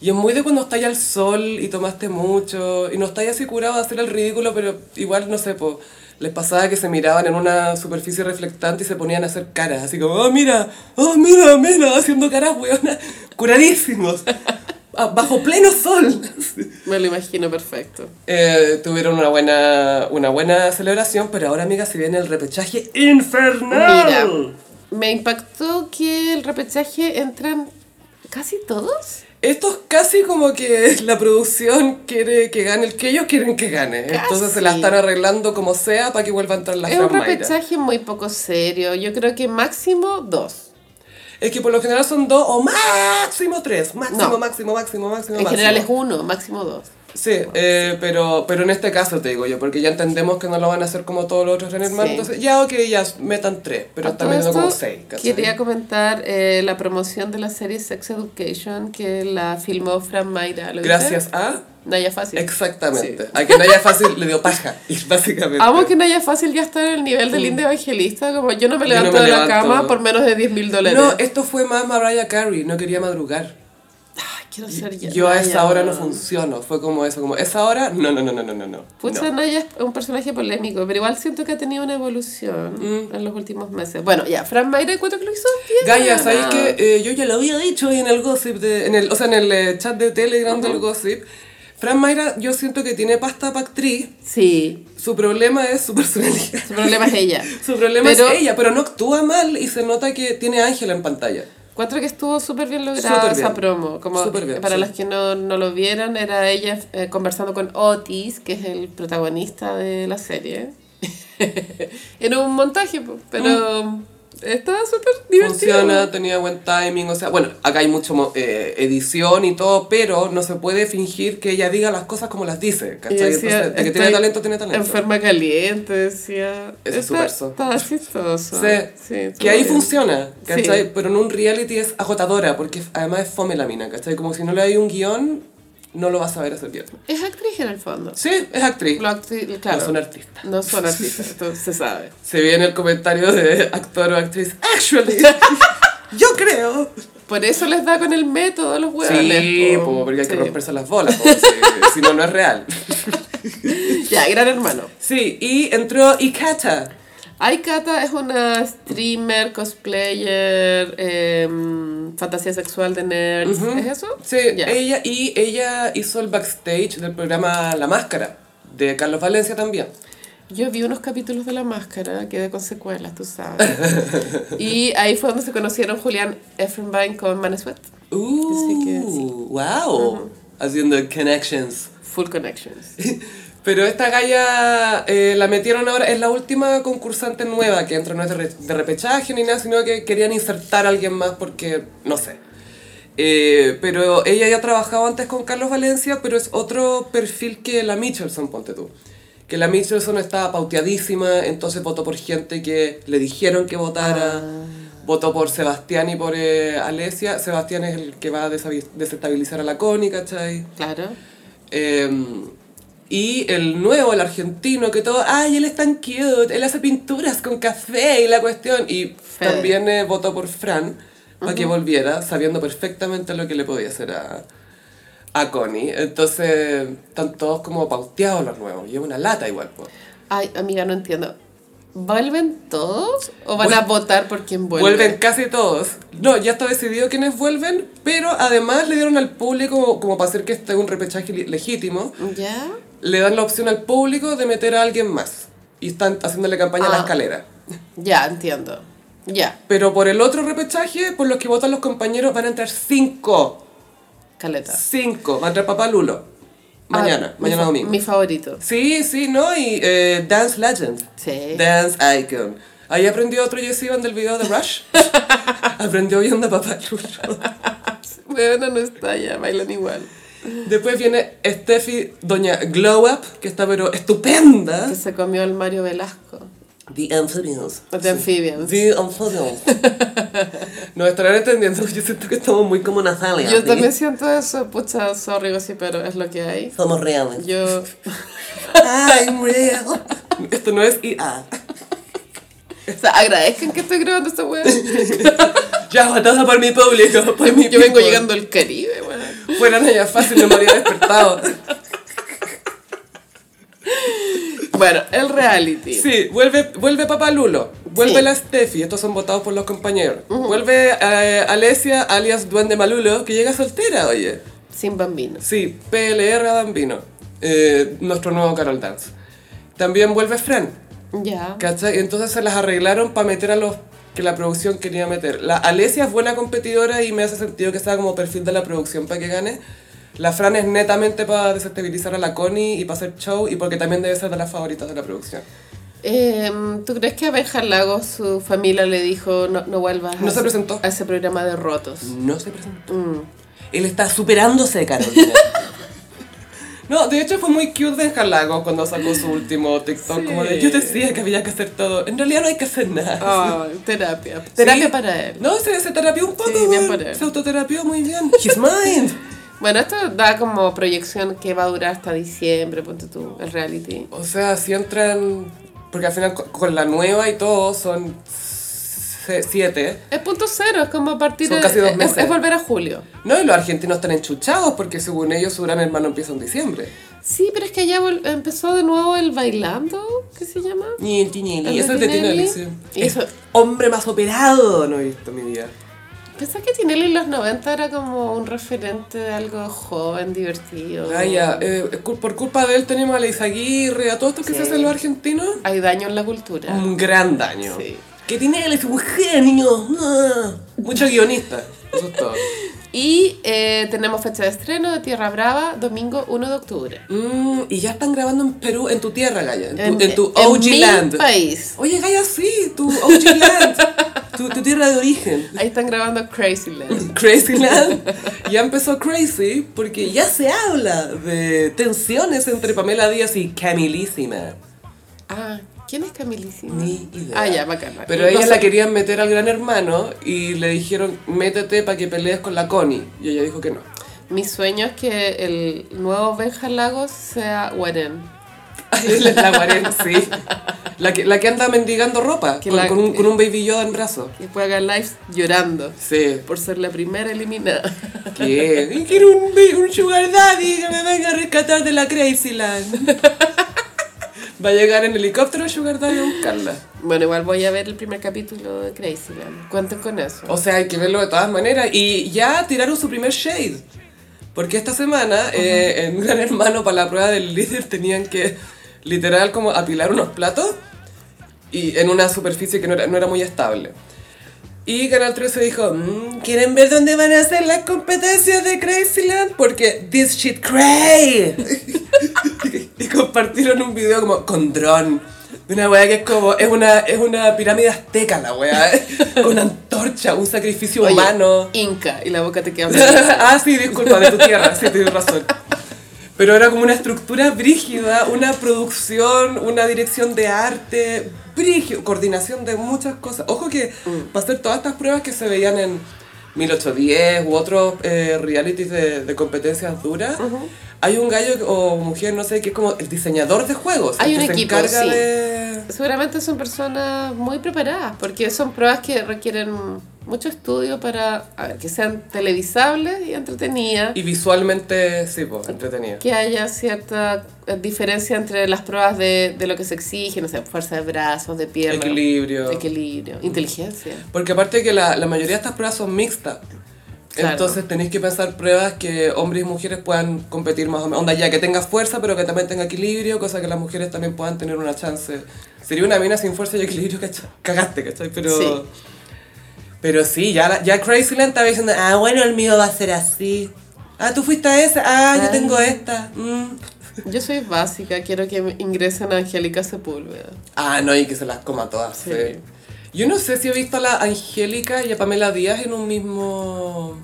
Speaker 1: Y es muy de cuando estáis al sol y tomaste mucho y no estáis así curado de hacer el ridículo, pero igual no sé, pues les pasaba que se miraban en una superficie reflectante y se ponían a hacer caras, así como, oh mira, oh mira, mira, haciendo caras, weona, curadísimos, ah, bajo pleno sol.
Speaker 2: Me lo imagino perfecto.
Speaker 1: Eh, tuvieron una buena, una buena celebración, pero ahora, amiga, se viene el repechaje
Speaker 2: Mira,
Speaker 1: infernal.
Speaker 2: me impactó que el repechaje entran casi todos.
Speaker 1: Esto es casi como que la producción quiere que gane el que ellos quieren que gane. Entonces se la están arreglando como sea para que vuelva a entrar la
Speaker 2: es un
Speaker 1: Fran Mayra.
Speaker 2: repechaje muy poco serio. Yo creo que máximo dos.
Speaker 1: Es que por lo general son dos o máximo tres. Máximo,
Speaker 2: No.
Speaker 1: máximo, máximo, máximo.
Speaker 2: En general es
Speaker 1: máximo.
Speaker 2: uno, máximo dos.
Speaker 1: Sí, eh, pero, pero en este caso te digo yo, porque ya entendemos que no lo van a hacer como todos los otros Gran Hermano.
Speaker 2: Sí.
Speaker 1: Entonces, ya, ok, ya metan tres, pero
Speaker 2: A
Speaker 1: están
Speaker 2: todo
Speaker 1: metiendo como
Speaker 2: esto,
Speaker 1: seis. ¿cachai?
Speaker 2: Quería comentar eh, la promoción de la serie Sex Education que la filmó Fran Mayra. ¿lo viste?
Speaker 1: Gracias a.
Speaker 2: Naya Fácil.
Speaker 1: Exactamente. A que Naya Fácil le dio paja, y básicamente.
Speaker 2: Amo que Naya Fácil ya está en el nivel de Linda Evangelista, como yo no me
Speaker 1: Mm. Yo no
Speaker 2: levanto
Speaker 1: me
Speaker 2: de la
Speaker 1: levanto.
Speaker 2: cama por menos de 10 mil dólares.
Speaker 1: No, esto fue más Mariah Carey, no quería madrugar.
Speaker 2: Ay, quiero ser ya-
Speaker 1: eh, Yo a esa
Speaker 2: Naya,
Speaker 1: hora no
Speaker 2: weón.
Speaker 1: funciono, fue como eso, como esa hora, no, no, no, no, no, no, no.
Speaker 2: Pucha,
Speaker 1: no.
Speaker 2: Naya es un personaje polémico, pero igual siento que ha tenido una evolución
Speaker 1: Mm.
Speaker 2: en los últimos meses. Bueno, ya, Fran Mayra encuentro que lo hizo bien.
Speaker 1: Gaya,
Speaker 2: weón.
Speaker 1: ¿sabes qué? Eh, yo ya lo había dicho en el gossip, de- en el, o sea, en el eh, chat de Telegram del gossip. Fran Mayra, yo siento que tiene pasta para actriz,
Speaker 2: Sí,
Speaker 1: su problema es su personalidad.
Speaker 2: su problema es ella.
Speaker 1: Su problema
Speaker 2: Pero-
Speaker 1: es ella, pero no actúa mal y se nota que tiene a Ángela en pantalla.
Speaker 2: Cuatro que estuvo súper bien lograda
Speaker 1: Súper
Speaker 2: esa
Speaker 1: bien.
Speaker 2: promo. Como
Speaker 1: Súper bien,
Speaker 2: para
Speaker 1: sí.
Speaker 2: los que no, no lo vieron, era ella eh, conversando con Otis, que es el protagonista de la serie. era un montaje, po, pero estaba súper divertido.
Speaker 1: Mm. funciona, tenía buen timing, o sea, bueno, acá hay mucho mo- eh, edición y todo, pero no se puede fingir que ella diga las cosas como las dice,
Speaker 2: Y
Speaker 1: ¿cachai?
Speaker 2: decía,
Speaker 1: Entonces, de que tiene
Speaker 2: "Estoy
Speaker 1: talento, tiene talento.
Speaker 2: Enferma caliente, decía.
Speaker 1: Ese es su
Speaker 2: Está-
Speaker 1: verso.
Speaker 2: Estaba chistoso.
Speaker 1: Sí,
Speaker 2: estuvo
Speaker 1: que ahí
Speaker 2: bien.
Speaker 1: funciona, ¿cachai?
Speaker 2: Sí.
Speaker 1: Pero en un reality es agotadora, porque f- además es fome la mina, ¿cachai? Como si no le hay un guión, no lo vas a ver hacer bien.
Speaker 2: Es actriz en el fondo.
Speaker 1: Sí, es actriz.
Speaker 2: Lo actri- claro.
Speaker 1: No son artistas.
Speaker 2: No son artistas, esto se sabe.
Speaker 1: Se viene el comentario de actor o actriz, actually, yo creo.
Speaker 2: Por eso les da con el método a los huevones.
Speaker 1: Sí,
Speaker 2: po.
Speaker 1: po, porque hay que
Speaker 2: Sí.
Speaker 1: romperse las bolas, po, si- si no, no es real.
Speaker 2: Ya, gran hermano.
Speaker 1: Sí, y entró Ikata.
Speaker 2: Aikata es una streamer, cosplayer, em, fantasía sexual de nerds. ¿Es eso?
Speaker 1: Sí,
Speaker 2: Ya.
Speaker 1: ella y ella hizo el backstage del programa La Máscara de Carlos Valencia también.
Speaker 2: Yo vi unos capítulos de La Máscara, quedé con secuelas, tú sabes. y ahí fue donde se conocieron Julián Effenbein con Manesweat.
Speaker 1: Uh,
Speaker 2: Así que sí.
Speaker 1: wow, haciendo connections.
Speaker 2: Full Connections.
Speaker 1: Pero esta galla eh, la metieron ahora, es la última concursante nueva que entra, no es de, re- de repechaje ni nada, sino que querían insertar a alguien más porque, no sé. Eh, pero ella ya trabajaba antes con Carlos Valencia, pero es otro perfil que la Michelson, ponte tú. Que la Michelson estaba pauteadísima, entonces votó por gente que le dijeron que votara. Votó por Sebastián y por eh, Alesia. Sebastián es el que va a desabi- desestabilizar a la Connie, ¿cachai?
Speaker 2: Claro.
Speaker 1: Eh, y el nuevo, el argentino, que todo, ay, él es tan cute, él hace pinturas con café y la cuestión. Y
Speaker 2: Fede.
Speaker 1: también eh, votó por Fran para que volviera, sabiendo perfectamente lo que le podía hacer a, a Connie. Entonces, están todos como pauteados los nuevos. Y es una lata igual, pues.
Speaker 2: Ay, amiga, no entiendo. ¿Vuelven todos o van a votar por quien vuelve?
Speaker 1: Vuelven casi todos. No, ya está decidido quiénes vuelven, pero además le dieron al público, como, como para hacer que este un repechaje li- legítimo,
Speaker 2: ¿Ya?
Speaker 1: le dan la opción al público de meter a alguien más. Y están haciéndole campaña a la
Speaker 2: Ah.
Speaker 1: escalera.
Speaker 2: Ya, entiendo. Ya,
Speaker 1: Pero por el otro repechaje, por los que votan los compañeros, van a entrar cinco.
Speaker 2: caleta.
Speaker 1: Cinco. Va a entrar Papá Lulo. Mañana,
Speaker 2: Ah, mi
Speaker 1: mañana
Speaker 2: fa-
Speaker 1: domingo.
Speaker 2: Mi favorito.
Speaker 1: Sí, sí, ¿no? Y eh, Dance Legend.
Speaker 2: Sí.
Speaker 1: Dance Icon. Ahí aprendió otro Jesse Van del video de Rush. aprendió viendo a Papá Chucho.
Speaker 2: Bueno, no está ya, bailan igual.
Speaker 1: Después viene Steffi, Doña Glow Up, que está pero estupenda.
Speaker 2: Que se comió el Mario Velasco.
Speaker 1: The Amphibians.
Speaker 2: The Amphibians.
Speaker 1: The Amphibians. Nos estarán entendiendo, yo siento que estamos muy como Natalia.
Speaker 2: Yo
Speaker 1: ¿sí?
Speaker 2: también siento eso, pucha, sorry, sí, pero es lo que hay.
Speaker 1: Somos reales.
Speaker 2: Yo,
Speaker 1: I'm real. Esto no es IA.
Speaker 2: o sea, agradezcan que estoy grabando esta weá.
Speaker 1: Ya, batalla por mi público, por mi
Speaker 2: Yo vengo
Speaker 1: people.
Speaker 2: llegando al Caribe, weón.
Speaker 1: Fueran allá fácil, no me habría despertado.
Speaker 2: Bueno, el reality.
Speaker 1: Sí, vuelve, vuelve Papá Lulo, vuelve
Speaker 2: Sí.
Speaker 1: la Steffi, estos son votados por los compañeros. Vuelve eh, Alesia, alias Duende Malulo, que llega soltera, oye.
Speaker 2: Sin bambinos.
Speaker 1: Sí, PLR a Bambino, eh, nuestro nuevo Carol Dance. También vuelve Fran,
Speaker 2: Ya.
Speaker 1: ¿cachai? Entonces se las arreglaron para meter a los que la producción quería meter. La Alesia es buena competidora y me hace sentido que sea como perfil de la producción para que gane. La Fran es netamente para desestabilizar a la Connie y para hacer show y porque también debe ser de las favoritas de la producción.
Speaker 2: Em, ¿Tú crees que a Benja Lago su familia le dijo no, no vuelvas
Speaker 1: No
Speaker 2: a
Speaker 1: se
Speaker 2: ese-
Speaker 1: presentó.
Speaker 2: a ese programa de rotos?
Speaker 1: No se presentó. Él está superándose, Carolina. no, de hecho fue muy cute Benja Lago cuando sacó su último TikTok.
Speaker 2: Sí.
Speaker 1: Como de, yo decía que había que hacer todo. En realidad no hay que hacer nada.
Speaker 2: Ay, terapia. Terapia
Speaker 1: Sí.
Speaker 2: para él.
Speaker 1: No, se, se terapió un poco,
Speaker 2: Sí, bien
Speaker 1: weón.
Speaker 2: por él.
Speaker 1: Se autoterapió muy bien. His mind.
Speaker 2: Bueno, esto da como proyección que va a durar hasta diciembre, ponte tú, el reality.
Speaker 1: O sea, si entran... Porque al final co- con la nueva y todo son se- siete.
Speaker 2: Es punto cero, es como a partir
Speaker 1: Son
Speaker 2: de...
Speaker 1: casi dos
Speaker 2: es-
Speaker 1: meses.
Speaker 2: es volver a julio.
Speaker 1: No, y los argentinos están enchuchados porque según ellos su gran hermano empieza en diciembre.
Speaker 2: Sí, pero es que allá vol- empezó de nuevo el bailando, ¿qué se llama?
Speaker 1: Ni el Tinelli.
Speaker 2: ¿El
Speaker 1: Eso es de
Speaker 2: de Tinelli?
Speaker 1: Tinelli, sí.
Speaker 2: Y eso-
Speaker 1: hombre más operado no he visto en mi vida.
Speaker 2: Pensaba que Tinelli en los 90 era como un referente de algo joven, divertido.
Speaker 1: Gaya, eh, cul- por culpa de él tenemos a la Izaguirre, a todos estos que
Speaker 2: Sí.
Speaker 1: se hacen los argentinos.
Speaker 2: Hay daño en la cultura.
Speaker 1: Un gran daño.
Speaker 2: Sí.
Speaker 1: Que Tinelli es un genio. Ah, Mucho guionista. Eso es todo.
Speaker 2: Y eh, tenemos fecha de estreno de Tierra Brava, domingo 1 de octubre.
Speaker 1: Mm, y ya están grabando en Perú, en tu tierra, Gaya. En tu,
Speaker 2: En-
Speaker 1: en tu
Speaker 2: en
Speaker 1: OG
Speaker 2: mi
Speaker 1: Land.
Speaker 2: país.
Speaker 1: Oye, Gaya, sí, tu OG Land. tu, tu tierra de origen.
Speaker 2: Ahí están grabando Crazy Land.
Speaker 1: Crazy Land ya empezó Crazy porque ya se habla de tensiones entre Pamela Díaz y Camilísima.
Speaker 2: Ah, ¿quién es Camilísima?
Speaker 1: Ni idea.
Speaker 2: Ah, ya, bacana.
Speaker 1: Pero a ella
Speaker 2: No
Speaker 1: la
Speaker 2: sé.
Speaker 1: querían meter al gran hermano y le dijeron, métete para que pelees con la Connie. Y ella dijo que no.
Speaker 2: Mi sueño es que el nuevo Benja Lagos sea Warren.
Speaker 1: la la Guarén, sí. La que, la que anda mendigando ropa
Speaker 2: Que
Speaker 1: con,
Speaker 2: la-
Speaker 1: con un, con un baby Yoda en brazo.
Speaker 2: Que pueda haga lives llorando
Speaker 1: Sí.
Speaker 2: por ser la primera eliminada.
Speaker 1: ¿Qué? Quiero un, bi- un sugar daddy que me venga a rescatar de la Crazyland. Va a llegar en helicóptero sugar daddy a buscarla.
Speaker 2: Bueno, igual voy a ver el primer capítulo de Crazyland. Cuenten con eso.
Speaker 1: O sea, hay que verlo de todas maneras. Y ya tiraron su primer shade. Porque esta semana eh, en Gran Hermano para la prueba del líder tenían que literal como apilar unos platos y en una superficie que no era, no era muy estable. Y Canal 13 dijo, "Mm, ¿quieren ver dónde van a ser las competencias de Crazyland? Porque this shit cray. y compartieron un video como con dron. De una weá que es como, es una, es una pirámide azteca la weá, con antorcha, un sacrificio
Speaker 2: Oye,
Speaker 1: humano.
Speaker 2: Inca, y la boca te queda blanca.
Speaker 1: ah, sí, disculpa, de tu tierra, sí, tienes razón. Pero era como una estructura brígida, una producción, una dirección de arte, brígido, coordinación de muchas cosas. Ojo que
Speaker 2: Mm.
Speaker 1: para hacer todas estas pruebas que se veían en 1810 u otros eh, realities de, de competencias duras, hay un gallo que- o mujer, no sé, que es como el diseñador de juegos. el
Speaker 2: Hay
Speaker 1: que
Speaker 2: un
Speaker 1: se
Speaker 2: equipo,
Speaker 1: encarga
Speaker 2: sí.
Speaker 1: de...
Speaker 2: Seguramente son personas muy preparadas, porque son pruebas que requieren mucho estudio para a ver, que sean televisables y entretenidas.
Speaker 1: Y visualmente, sí, pues, entretenido.
Speaker 2: que haya cierta eh, diferencia entre las pruebas de, de lo que se exige, no sé, fuerza de brazos, de piernas.
Speaker 1: Equilibrio.
Speaker 2: Equilibrio, inteligencia.
Speaker 1: Porque aparte que la, la mayoría de estas pruebas son mixtas.
Speaker 2: Claro.
Speaker 1: Entonces tenéis que pensar pruebas que hombres y mujeres puedan competir más o menos. Onda, ya que tenga fuerza, pero que también tenga equilibrio, cosa que las mujeres también puedan tener una chance. Sería una mina sin fuerza y equilibrio, ¿cachai? Cagaste, ¿cachai? Pero
Speaker 2: Sí.
Speaker 1: sí, pero sí ya, la- ya Crazyland estaba diciendo, ah, bueno, el mío va a ser así. Ah, tú fuiste a esa. Ah, yo tengo esta. Mm.
Speaker 2: Yo soy básica, quiero que me ingresen a Angélica Sepúlveda.
Speaker 1: Ah, no, y que se las coma todas.
Speaker 2: Sí.
Speaker 1: Sí. Yo no sé si he visto a la Angélica y a Pamela Díaz en un mismo...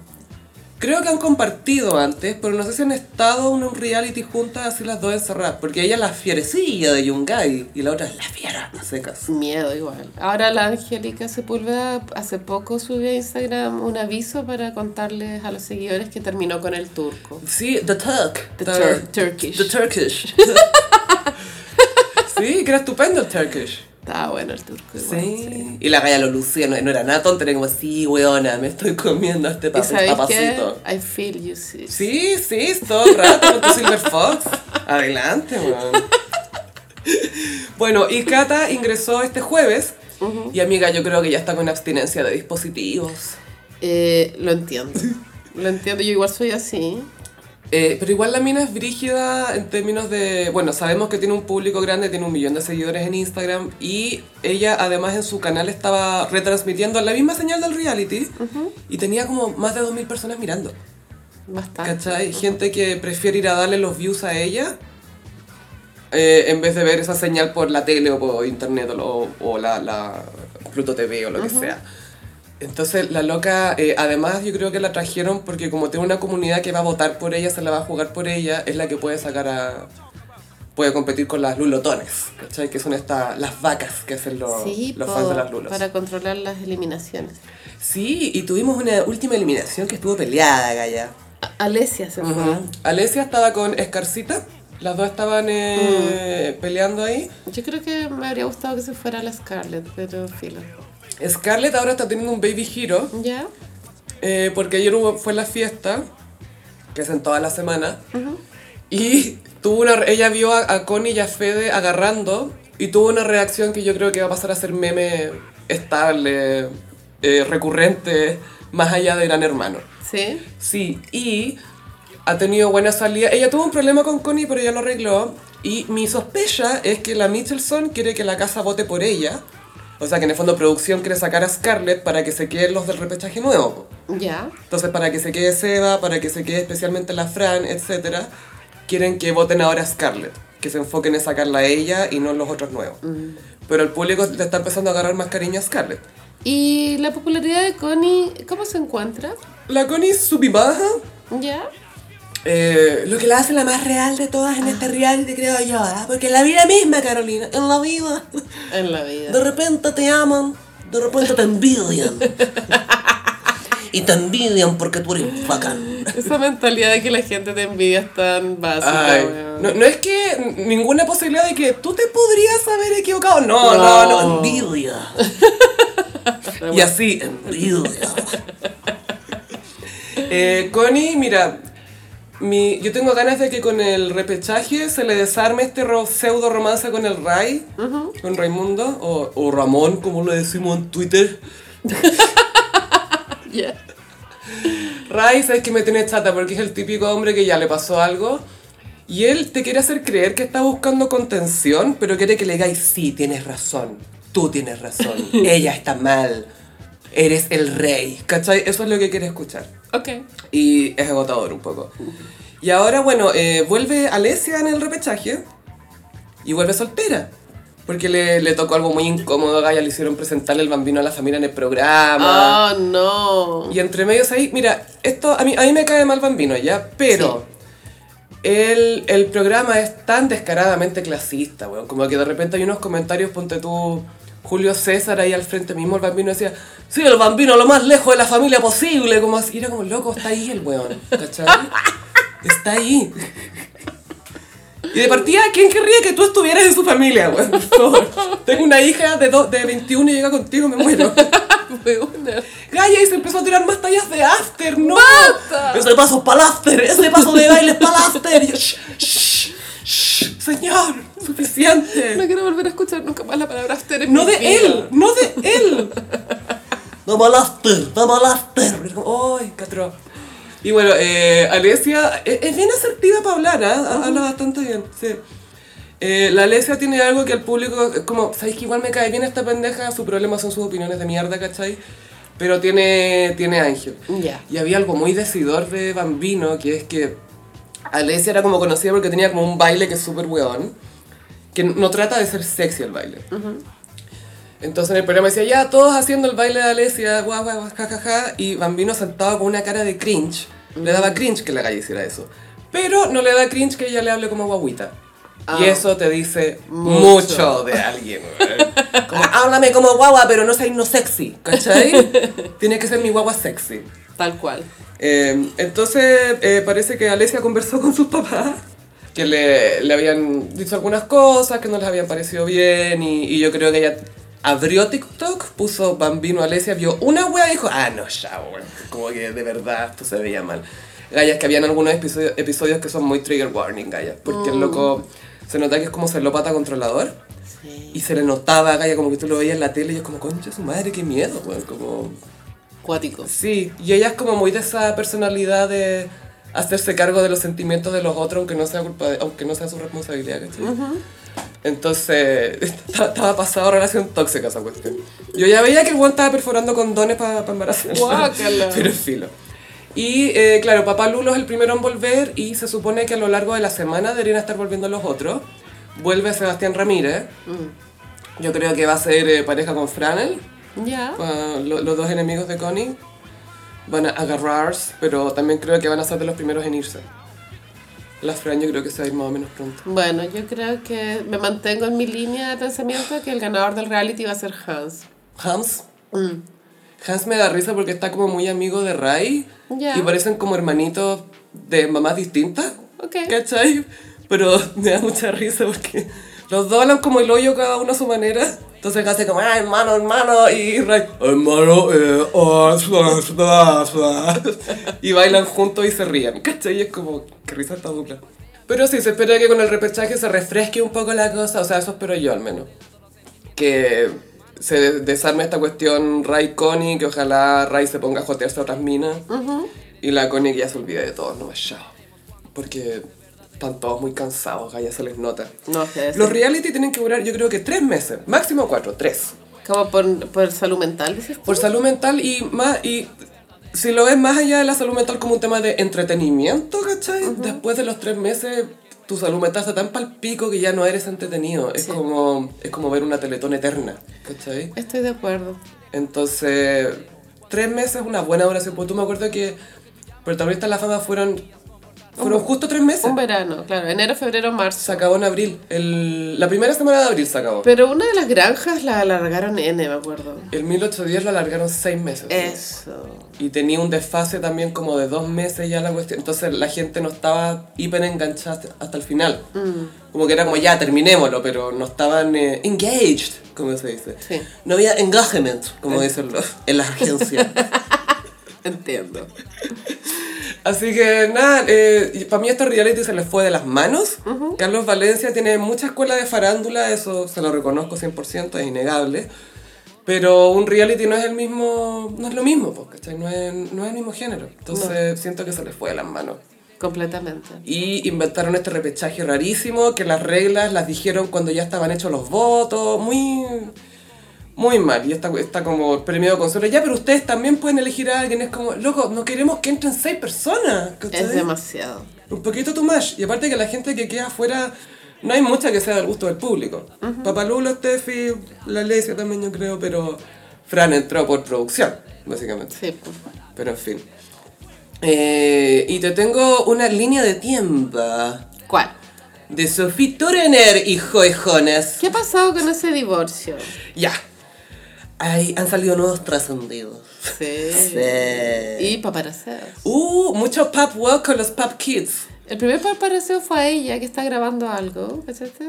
Speaker 1: Creo que han compartido antes, pero no sé si han estado en un reality juntas así las dos encerradas. Porque ella es la fierecilla de Yungay y la otra es la fiera a secas.
Speaker 2: Miedo igual. Ahora la Angélica Sepúlveda hace poco subió a Instagram un aviso para contarles a los seguidores que terminó con el turco.
Speaker 1: Sí, The Turk.
Speaker 2: The Tur- Turkish.
Speaker 1: The Turkish. sí, que era estupendo el Turkish.
Speaker 2: Estaba bueno el turco igual. sí.
Speaker 1: Sí. Y la galla lo lucía, no, no era nada tonta, era como, sí, weona, me estoy comiendo a este
Speaker 2: ¿Y
Speaker 1: pap-
Speaker 2: sabéis qué?
Speaker 1: papacito.
Speaker 2: I feel you, sis.
Speaker 1: Sí, sí, todo el rato con tu Silver Fox. Adelante, weón. Bueno, y Cata ingresó este jueves. Y amiga, yo creo que ya está con abstinencia de dispositivos.
Speaker 2: Eh, lo entiendo. Lo entiendo, yo igual soy así.
Speaker 1: Eh, pero igual la mina es brígida en términos de, bueno, sabemos que tiene un público grande, tiene un millón de seguidores en Instagram y ella además en su canal estaba retransmitiendo la misma señal del reality y tenía como más de 2.000 personas mirando.
Speaker 2: Bastante.
Speaker 1: ¿Cachai? Gente que prefiere ir a darle los views a ella eh, en vez de ver esa señal por la tele o por internet o, lo- o la, la Pluto TV o lo que sea. Entonces la loca, eh, además yo creo que la trajeron porque como tiene una comunidad que va a votar por ella, se la va a jugar por ella, es la que puede sacar a... Puede competir con las lulotones, ¿cachai? Que son estas, las vacas que hacen los,
Speaker 2: Sí,
Speaker 1: los
Speaker 2: po,
Speaker 1: fans de las lulos.
Speaker 2: para controlar las eliminaciones.
Speaker 1: Sí, y tuvimos una última eliminación que estuvo peleada, Gaya.
Speaker 2: A- Alesia se fue.
Speaker 1: Ujú. Alesia estaba con Escarcita. Las dos estaban eh, peleando ahí.
Speaker 2: Yo creo que me habría gustado que se fuera la Scarlett, pero filo.
Speaker 1: Scarlett ahora está teniendo un baby hero.
Speaker 2: ¿Ya?
Speaker 1: eh, porque ayer hubo- fue la fiesta. Que hacen toda la semana. Y tuvo una, ella vio a, a Connie y a Fede agarrando. Y tuvo una reacción que yo creo que va a pasar a ser meme estable, eh, recurrente, más allá de Gran Hermano.
Speaker 2: ¿Sí?
Speaker 1: Sí, y ha tenido buena salida. Ella tuvo un problema con Connie, pero ya lo arregló. Y mi sospecha es que la Michelson quiere que la casa vote por ella. O sea, que en el fondo producción quiere sacar a Scarlett para que se queden los del repechaje nuevo.
Speaker 2: ¿Ya?
Speaker 1: Entonces, para que se quede Seba, para que se quede especialmente la Fran, etc. Quieren que voten ahora a Scarlett. Que se enfoquen en sacarla a ella y no en los otros nuevos. Pero el público le está empezando a agarrar más cariño a Scarlett.
Speaker 2: ¿Y la popularidad de Connie, cómo se encuentra?
Speaker 1: La Connie subibaja.
Speaker 2: ¿Ya?
Speaker 1: Eh, lo que la hace la más real de todas en este reality, creo yo, ¿ah? porque en la vida misma, Carolina, en la vida,
Speaker 2: En la
Speaker 1: de
Speaker 2: vida.
Speaker 1: repente te aman, de repente te envidian. y te envidian porque tú eres bacán.
Speaker 2: Esa mentalidad de que la gente te envidia es tan básica, weón.
Speaker 1: no, no es que n- ninguna posibilidad de que tú te podrías haber equivocado. No, no, no,
Speaker 2: No.
Speaker 1: envidia. y así, envidia. Eh, Connie, mira, mi- yo tengo ganas de que con el repechaje se le desarme este ro- pseudo romance con el Ray, con Raimundo, o, o Ramón, como lo decimos en Twitter.
Speaker 2: Ya.
Speaker 1: Ray, sabes que me tiene chata porque es el típico hombre que ya le pasó algo. Y él te quiere hacer creer que está buscando contención, pero quiere que le digáis, sí, tienes razón, tú tienes razón, ella está mal, eres el rey, ¿cachai? Eso es lo que quiere escuchar.
Speaker 2: Ok.
Speaker 1: Y es agotador un poco. Y ahora, bueno, eh, vuelve Alesia en el repechaje y vuelve soltera. Porque le, le tocó algo muy incómodo a Gaia, le hicieron presentarle el bambino a la familia en el programa.
Speaker 2: Oh, no.
Speaker 1: Y entre medios ahí, mira, esto a mí, a mí me cae mal Bambino ya, pero el, el programa es tan descaradamente clasista, weón. Como que de repente hay unos comentarios, ponte tú, Julio César ahí al frente mismo, el Bambino decía, sí, el Bambino lo más lejos de la familia posible, como así. Y era como, loco, está ahí el weón, ¿cachai? Está ahí. Y de partida, ¿quién querría que tú estuvieras en su familia, weón? Por favor. Tengo una hija de, do- de 21 y llega contigo, me muero.
Speaker 2: Weona.
Speaker 1: Gaya y se empezó a tirar más tallas de after, no. Ese paso es para after, ese paso de baile es para after. Y yo, "Shh, shh, shh, señor,
Speaker 2: No
Speaker 1: suficiente.
Speaker 2: quiero volver a escuchar nunca más la palabra after en
Speaker 1: No
Speaker 2: mi
Speaker 1: de
Speaker 2: vida.
Speaker 1: él, no de él. Vamos al after, vamos al after. Y como, Ay, catro. Y bueno, eh, Alesia es, es bien asertiva para hablar, ¿ah? habla bastante bien. Sí. Eh, la Alesia tiene algo que al público es como, ¿sabéis que igual me cae bien esta pendeja? Su problema son sus opiniones de mierda, ¿cachai? pero tiene, tiene ángel.
Speaker 2: Ya.
Speaker 1: Y había algo muy decidor de Bambino, que es que Alesia era como conocida porque tenía como un baile que es súper weón, que no trata de ser sexy el baile. Entonces en el programa decía, ya, todos haciendo el baile de Alesia, guau, guau, guau, ja, ja, ja, y Bambino sentado con una cara de cringe. Le daba cringe que la calle hiciera eso. Pero no le da cringe que ella le hable como guaguita.
Speaker 2: Ah.
Speaker 1: Y eso te dice
Speaker 2: Mucho.
Speaker 1: mucho, de alguien. weón. Como, háblame como guagua, pero no seas no sexy, ¿cachai? Tienes que ser mi guagua sexy.
Speaker 2: Tal cual.
Speaker 1: Eh, entonces eh, parece que Alesia conversó con sus papás, que le, le habían dicho algunas cosas que no les habían parecido bien y, y yo creo que ella abrió TikTok, puso Bambino Alesia, vio una wea y dijo, ah, no, ya, weón, como que de verdad esto se veía mal. Gallas que habían algunos episodio- episodios que son muy trigger warning, gallas, porque el loco se nota que es como celópata controlador. Y se le notaba, Gaya, como que tú lo veías en la tele y es como, concha su madre, qué miedo, weón, como...
Speaker 2: Cuático.
Speaker 1: Sí, y ella es como muy de esa personalidad de hacerse cargo de los sentimientos de los otros, aunque no sea, culpa de- aunque no sea su responsabilidad, ¿cachai? Entonces, estaba, estaba pasado relación tóxica esa cuestión. Yo ya veía que el weón estaba perforando condones para embarazarse.
Speaker 2: Guácala.
Speaker 1: Pero filo. Y eh, claro, papá Lulo es el primero en volver y se supone que a lo largo de la semana deberían estar volviendo los otros. Vuelve Sebastián Ramírez. Yo creo que va a ser eh, pareja con Franel.
Speaker 2: Ya.
Speaker 1: Pa- lo- los dos enemigos de Connie van a agarrarse, pero también creo que van a ser de los primeros en irse. La Fran yo creo que se va a ir más o menos pronto.
Speaker 2: Bueno, yo creo que me mantengo en mi línea de pensamiento que el ganador del reality va a ser Hans.
Speaker 1: Hans.
Speaker 2: Mm.
Speaker 1: Hans me da risa porque está como muy amigo de Ray
Speaker 2: Ya.
Speaker 1: y parecen como hermanitos de mamás distintas.
Speaker 2: Ok.
Speaker 1: ¿Cachai? Pero me da mucha risa porque los dos hablan como el hoyo cada uno a su manera. Entonces hace como, ah, hermano, hermano, y Ray, hermano, eh, ah, sua, sua, sua". Y bailan juntos y se rían, ¿cachai? Y es como, qué risa esta dupla. Pero sí, se espera que con el repechaje se refresque un poco la cosa, o sea, eso espero yo al menos que se desarme esta cuestión Ray Connie, que ojalá Ray se ponga a jotearse a otras minas. Y la Connie que ya se olvide de todo, no ya. Porque están todos muy cansados, ya se les nota.
Speaker 2: No sé.
Speaker 1: Los
Speaker 2: sí.
Speaker 1: reality tienen que durar, yo creo que tres meses, máximo cuatro, tres.
Speaker 2: Como por, por salud mental, dices.
Speaker 1: Por salud mental y más. Y si lo ves más allá de la salud mental como un tema de entretenimiento, ¿cachai? Después de los tres meses, tu salud mental está tan palpico que ya no eres entretenido. Es,
Speaker 2: Sí.
Speaker 1: como, es como ver una teletón eterna, ¿cachai?
Speaker 2: Estoy de acuerdo.
Speaker 1: Entonces, tres meses es una buena duración. Porque tú me acuerdo que protagonistas de la fama fueron, fueron justo tres meses.
Speaker 2: Un verano, claro. Enero, febrero, marzo.
Speaker 1: Se acabó en abril. El- la primera semana de abril se acabó.
Speaker 2: Pero una de las granjas la alargaron N, me acuerdo.
Speaker 1: El 1810 lo alargaron seis meses.
Speaker 2: Eso.
Speaker 1: Y tenía un desfase también como de dos meses ya la cuestión. Entonces la gente no estaba hiper enganchada hasta- hasta el final.
Speaker 2: Mm.
Speaker 1: Como que era como ya, terminémoslo, pero no estaban eh, engaged, como se dice.
Speaker 2: Sí. Eh.
Speaker 1: No había engagement, como dicen los, en las agencias.
Speaker 2: Entiendo.
Speaker 1: Así que nada, para mí este reality se les fue de las manos. Carlos Valencia tiene mucha escuela de farándula, eso se lo reconozco 100%, es innegable. Pero un reality no es el mismo, no es lo mismo, po, ¿cachai? No es, no es el mismo género. Entonces siento que se les fue de las manos.
Speaker 2: Completamente.
Speaker 1: Y inventaron este repechaje rarísimo, que las reglas las dijeron cuando ya estaban hechos los votos, muy... Muy mal, y está, está como premiado con solo ya, pero ustedes también pueden elegir a alguien, es como, loco, no queremos que entren seis personas. ¿cachai?
Speaker 2: Es demasiado.
Speaker 1: Un poquito too much. Y aparte que la gente que queda afuera, no hay mucha que sea del gusto del público. Papalulo, Steffi, la Lesia también yo creo, pero Fran entró por producción, básicamente.
Speaker 2: Sí. pues.
Speaker 1: Pero en fin. Eh, y te tengo una línea de tiempo
Speaker 2: ¿Cuál?
Speaker 1: de Sophie Turener y Joy Jonas.
Speaker 2: ¿Qué ha pasado con ese divorcio?
Speaker 1: Ya. Ay, han salido nuevos trascendidos.
Speaker 2: Sí.
Speaker 1: Sí.
Speaker 2: Y paparaseos.
Speaker 1: Uh, muchos pop walk con los pop kids.
Speaker 2: El primer paparaseo fue a ella que está grabando algo, ¿cachaste?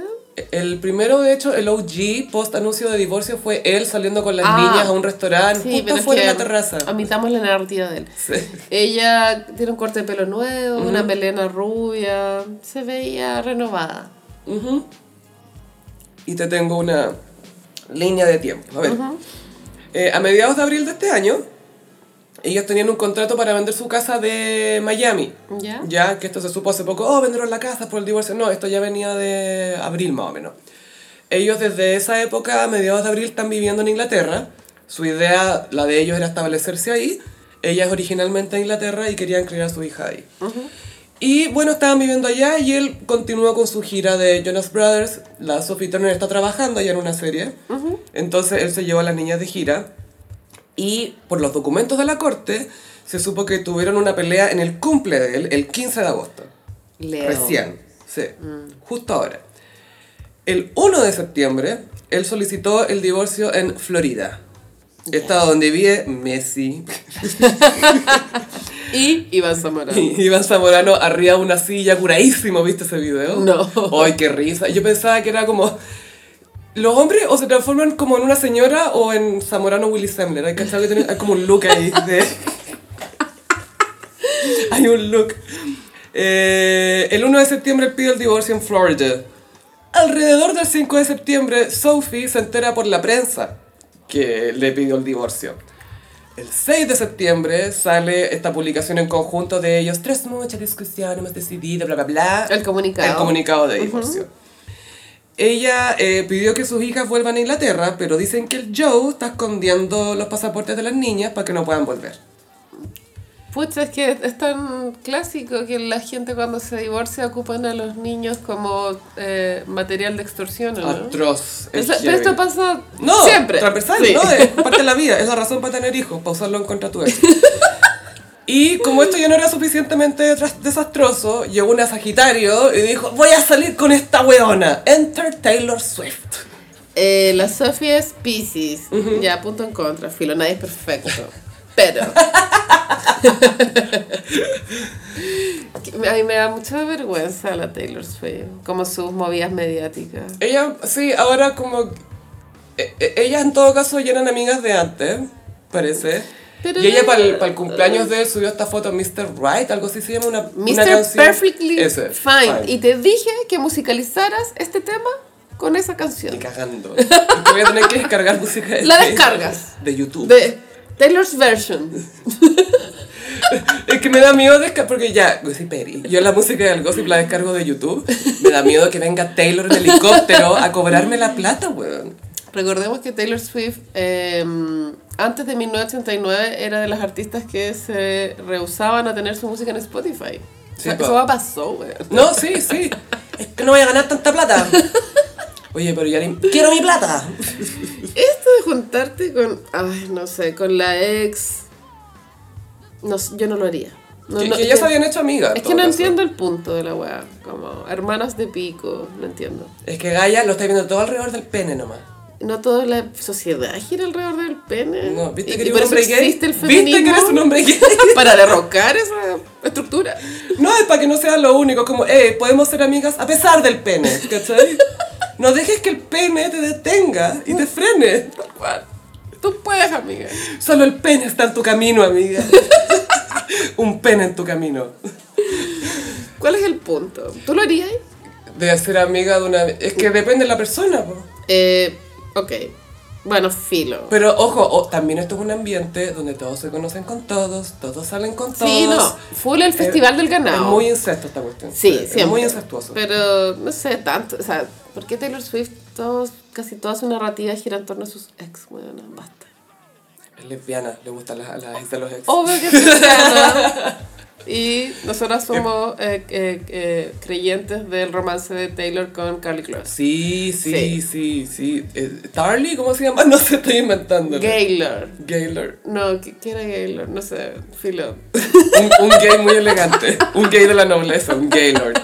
Speaker 1: El primero, de hecho, el OG post anuncio de divorcio fue él saliendo con las
Speaker 2: Ah.
Speaker 1: niñas a un restaurante justo
Speaker 2: es
Speaker 1: fuera de
Speaker 2: que
Speaker 1: la terraza.
Speaker 2: Omitamos la narrativa de él.
Speaker 1: Sí.
Speaker 2: Ella tiene un corte de pelo nuevo, una melena rubia, se veía renovada.
Speaker 1: Ujú. Y te tengo una línea de tiempo. A ver. Eh, a mediados de abril de este año, ellos tenían un contrato para vender su casa de Miami.
Speaker 2: ¿Ya?
Speaker 1: Ya, que esto se supo hace poco, oh, vendieron la casa por el divorcio. No, esto ya venía de abril más o menos. Ellos desde esa época, a mediados de abril, están viviendo en Inglaterra. Su idea, la de ellos, era establecerse ahí. Ella es originalmente de Inglaterra y querían criar a su hija ahí. Y bueno, estaban viviendo allá y él continuó con su gira de Jonas Brothers. La Sophie Turner está trabajando allá en una serie. Entonces él se llevó a las niñas de gira. Y por los documentos de la corte, se supo que tuvieron una pelea en el cumple de él, el 15 de agosto.
Speaker 2: Leo.
Speaker 1: Recién, sí. Justo ahora. El 1 de septiembre, él solicitó el divorcio en Florida. Estado donde vive Messi.
Speaker 2: Y Iván Zamorano.
Speaker 1: Y Iván Zamorano arriba de una silla curadísimo, ¿viste ese video?
Speaker 2: No.
Speaker 1: Ay, qué risa. Yo pensaba que era como... Los hombres o se transforman como en una señora o en Zamorano Willy Sembler. Hay que saber que tiene- hay como un look ahí de... Hay un look. Eh, el 1 de septiembre él pide el divorcio en Florida. Alrededor del 5 de septiembre, Sophie se entera por la prensa que le pidió el divorcio. El 6 de septiembre sale esta publicación en conjunto de ellos. Tras mucha discusión, hemos decidido, bla, bla, bla.
Speaker 2: El comunicado.
Speaker 1: El comunicado de divorcio. Ella eh, pidió que sus hijas vuelvan a Inglaterra, pero dicen que el Joe está escondiendo los pasaportes de las niñas para que no puedan volver.
Speaker 2: Pucha, es que es tan clásico que la gente cuando se divorcia ocupan a los niños como eh, material de extorsión, ¿o ¿no?
Speaker 1: Atroz. es
Speaker 2: Eso- pero
Speaker 1: heavy.
Speaker 2: esto pasa
Speaker 1: No,
Speaker 2: siempre.
Speaker 1: transversal,
Speaker 2: Sí.
Speaker 1: no, es parte de la vida, es la razón para tener hijos, para usarlo en contra tu ex. Y como esto ya no era suficientemente tras- desastroso, llegó una Sagitario y dijo, voy a salir con esta weona, Enter Taylor Swift.
Speaker 2: Eh, la Sofía es Pisces. Ya, punto en contra. Filo, nadie es perfecto. Pero. Que me- A mí me da mucha vergüenza la Taylor Swift. Como sus movidas mediáticas.
Speaker 1: Ella, sí, ahora como... e- e- Ellas en todo caso ya eran amigas de antes, parece.
Speaker 2: Pero
Speaker 1: y ella
Speaker 2: no-
Speaker 1: para el, para el cumpleaños de él subió esta foto Mr. Right, algo así se llama una, una
Speaker 2: Mr.
Speaker 1: canción.
Speaker 2: Perfectly
Speaker 1: Ese,
Speaker 2: fine. Y te dije que musicalizaras este tema con esa
Speaker 1: Ni
Speaker 2: canción.
Speaker 1: cagando. Porque voy a tener que descargar música de
Speaker 2: La descargas.
Speaker 1: De YouTube.
Speaker 2: De Taylor's version.
Speaker 1: Es que me da miedo descargar. Porque ya, Gossip Perry. Yo la música del Gossip la descargo de YouTube. Me da miedo que venga Taylor en helicóptero a cobrarme la plata, weón.
Speaker 2: Recordemos que Taylor Swift, eh, antes de 1989, era de las artistas que se rehusaban a tener su música en Spotify. O sea,
Speaker 1: Sí, po.
Speaker 2: eso va pasó, güey.
Speaker 1: No, sí, sí. Es que no voy a ganar tanta plata. Oye, pero ya ni- ¡Quiero mi plata!
Speaker 2: Esto de juntarte con, ay, no sé, con la ex, no, sé, yo no lo haría. No,
Speaker 1: que,
Speaker 2: no,
Speaker 1: que
Speaker 2: es
Speaker 1: ya
Speaker 2: que-
Speaker 1: se habían hecho amigas. en
Speaker 2: Es que
Speaker 1: todo
Speaker 2: no
Speaker 1: caso.
Speaker 2: entiendo el punto de la weá, como hermanas de pico, no entiendo.
Speaker 1: Es que Gaia lo está viendo todo alrededor del pene nomás.
Speaker 2: No toda la sociedad gira alrededor del pene.
Speaker 1: No, ¿viste
Speaker 2: Eh, Y-
Speaker 1: que
Speaker 2: y
Speaker 1: eres
Speaker 2: por
Speaker 1: un
Speaker 2: eso
Speaker 1: hombre gay?
Speaker 2: existe el
Speaker 1: ¿Viste que
Speaker 2: feminismo
Speaker 1: eres un hombre gay?
Speaker 2: Para derrocar esa estructura.
Speaker 1: No es para que no sea lo único, como, eh, podemos ser amigas a pesar del pene, ¿cachai? No dejes que el pene te detenga y te frene. Tal cual.
Speaker 2: Tú puedes, amiga.
Speaker 1: Solo el pene está en tu camino, amiga. Un pene en tu camino.
Speaker 2: ¿Cuál es el punto? ¿Tú lo harías?
Speaker 1: De ser amiga de una... Es que depende de la persona, po.
Speaker 2: Eh, ok. Bueno, filo.
Speaker 1: Pero ojo, o- también esto es un ambiente donde todos se conocen con todos, todos salen con todos.
Speaker 2: Sí, no. Full el Festival del Ganado.
Speaker 1: Es muy incesto esta cuestión.
Speaker 2: sí,
Speaker 1: es
Speaker 2: siempre.
Speaker 1: muy incestuoso.
Speaker 2: Pero no sé tanto. O sea, ¿por qué Taylor Swift todos, casi toda su narrativa gira en torno a sus ex? Bueno, basta.
Speaker 1: Es lesbiana, le gustan las, las ex de los ex.
Speaker 2: Obvio que es lesbiana. Y nosotras somos eh, eh, eh, creyentes del romance de Taylor con Carly Close.
Speaker 1: Sí, sí, sí, sí. Eh, ¿Tarly? ¿Cómo se llama? No se estoy inventando.
Speaker 2: Gaylor.
Speaker 1: Gaylor.
Speaker 2: No, ¿qué qué era Gaylor? No sé, filo.
Speaker 1: Un, un gay muy elegante. Un gay de la nobleza, un Gaylord.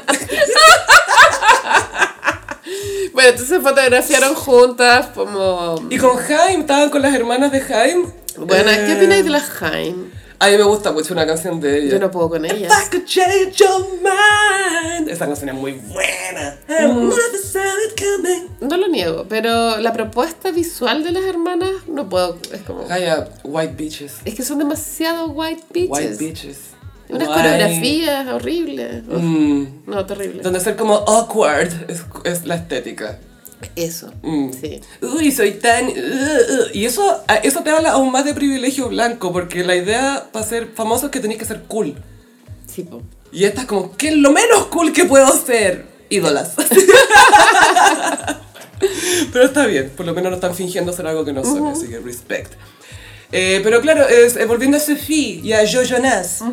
Speaker 2: Bueno, entonces fotografiaron juntas como...
Speaker 1: Y con Haim, estaban con las hermanas de Haim.
Speaker 2: Bueno,
Speaker 1: Eh,
Speaker 2: ¿qué opináis de la Jaime?
Speaker 1: A mí me gusta mucho una canción de ella.
Speaker 2: Yo no puedo con
Speaker 1: If
Speaker 2: ella.
Speaker 1: I could change your mind. Esa canción es muy buena. I
Speaker 2: Mm.
Speaker 1: never saw it coming.
Speaker 2: No lo niego, pero la propuesta visual de las hermanas no puedo. Es como...
Speaker 1: Gaia, White Beaches.
Speaker 2: Es que son demasiado white bitches.
Speaker 1: White Beaches.
Speaker 2: Unas
Speaker 1: White-
Speaker 2: coreografías horribles. Uf,
Speaker 1: Mm,
Speaker 2: No, terrible.
Speaker 1: donde ser como awkward es- es la estética.
Speaker 2: Eso.
Speaker 1: mm.
Speaker 2: Sí.
Speaker 1: Uy, soy tan... uh, uh. Y eso, a- eso te habla aún más de privilegio blanco, porque la idea para ser famoso es que tenés que ser cool.
Speaker 2: Sí, po.
Speaker 1: Y esta es como, ¿qué es lo menos cool que puedo ser? Ídolas. Pero está bien, por lo menos no están fingiendo hacer algo que no son, así que respect. Eh, pero claro, es, eh, volviendo a Sophie y a Jonas,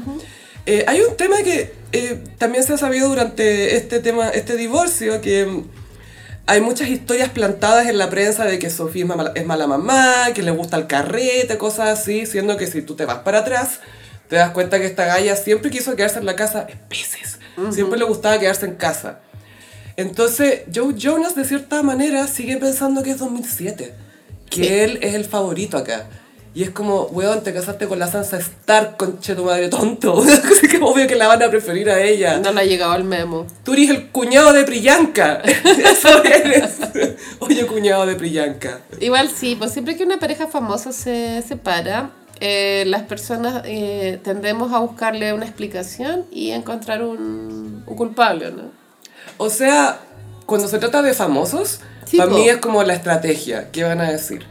Speaker 1: eh, hay un tema que eh, también se ha sabido durante este tema, este divorcio, que mm, hay muchas historias plantadas en la prensa de que Sophie es mala, es mala mamá, que le gusta el carrete, cosas así, siendo que si tú te vas para atrás, te das cuenta que esta galla siempre quiso quedarse en la casa, especies, siempre le gustaba quedarse en casa. Entonces, Joe Jonas, de cierta manera, sigue pensando que es 2007. Que él es el favorito acá. Y es como, weón, te casaste con la Sansa Stark, conche tu madre tonto. Así que obvio que la van a preferir a ella.
Speaker 2: No le ha llegado el memo.
Speaker 1: Tú eres el cuñado de Priyanka. Eso eres. Oye, cuñado de Priyanka.
Speaker 2: Igual sí, pues siempre que una pareja famosa se separa, eh, las personas eh, tendemos a buscarle una explicación y encontrar un, un culpable, ¿no?
Speaker 1: O sea, cuando se trata de famosos,
Speaker 2: Sí,
Speaker 1: para
Speaker 2: po.
Speaker 1: mí es como la estrategia. ¿Qué van a decir?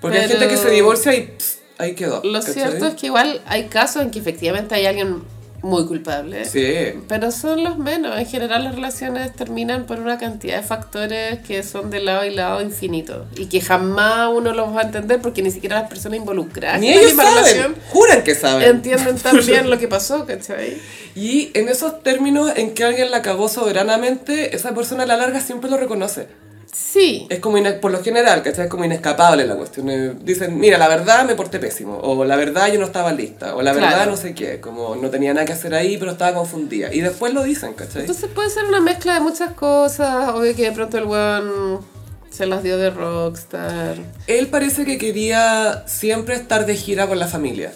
Speaker 1: Porque hay
Speaker 2: Pero-
Speaker 1: gente que se divorcia y pss, ahí quedó.
Speaker 2: Lo
Speaker 1: ¿cachai?
Speaker 2: cierto es que igual hay casos en que efectivamente hay alguien muy culpable.
Speaker 1: Sí.
Speaker 2: Pero son los menos. En general las relaciones terminan por una cantidad de factores que son de lado y lado infinito. Y que jamás uno los va a entender porque ni siquiera las personas involucradas
Speaker 1: Ni
Speaker 2: en la
Speaker 1: ellos
Speaker 2: misma
Speaker 1: saben,
Speaker 2: relación
Speaker 1: juran que saben.
Speaker 2: entienden tan bien lo que pasó, ¿cachai?
Speaker 1: Y en esos términos en que alguien la cagó soberanamente, esa persona a la larga siempre lo reconoce.
Speaker 2: Sí.
Speaker 1: Es como, ina- por lo general, ¿cachai? Es como inescapable la cuestión. Eh, Dicen, mira, la verdad me porté pésimo, o la verdad yo no estaba lista, o la verdad
Speaker 2: Claro.
Speaker 1: no sé qué, como no tenía nada que hacer ahí, pero estaba confundida. Y después lo dicen, ¿cachai?
Speaker 2: Entonces puede ser una mezcla de muchas cosas. Obvio que de pronto el weón se las dio de rockstar.
Speaker 1: Él parece que quería siempre estar de gira con la familia.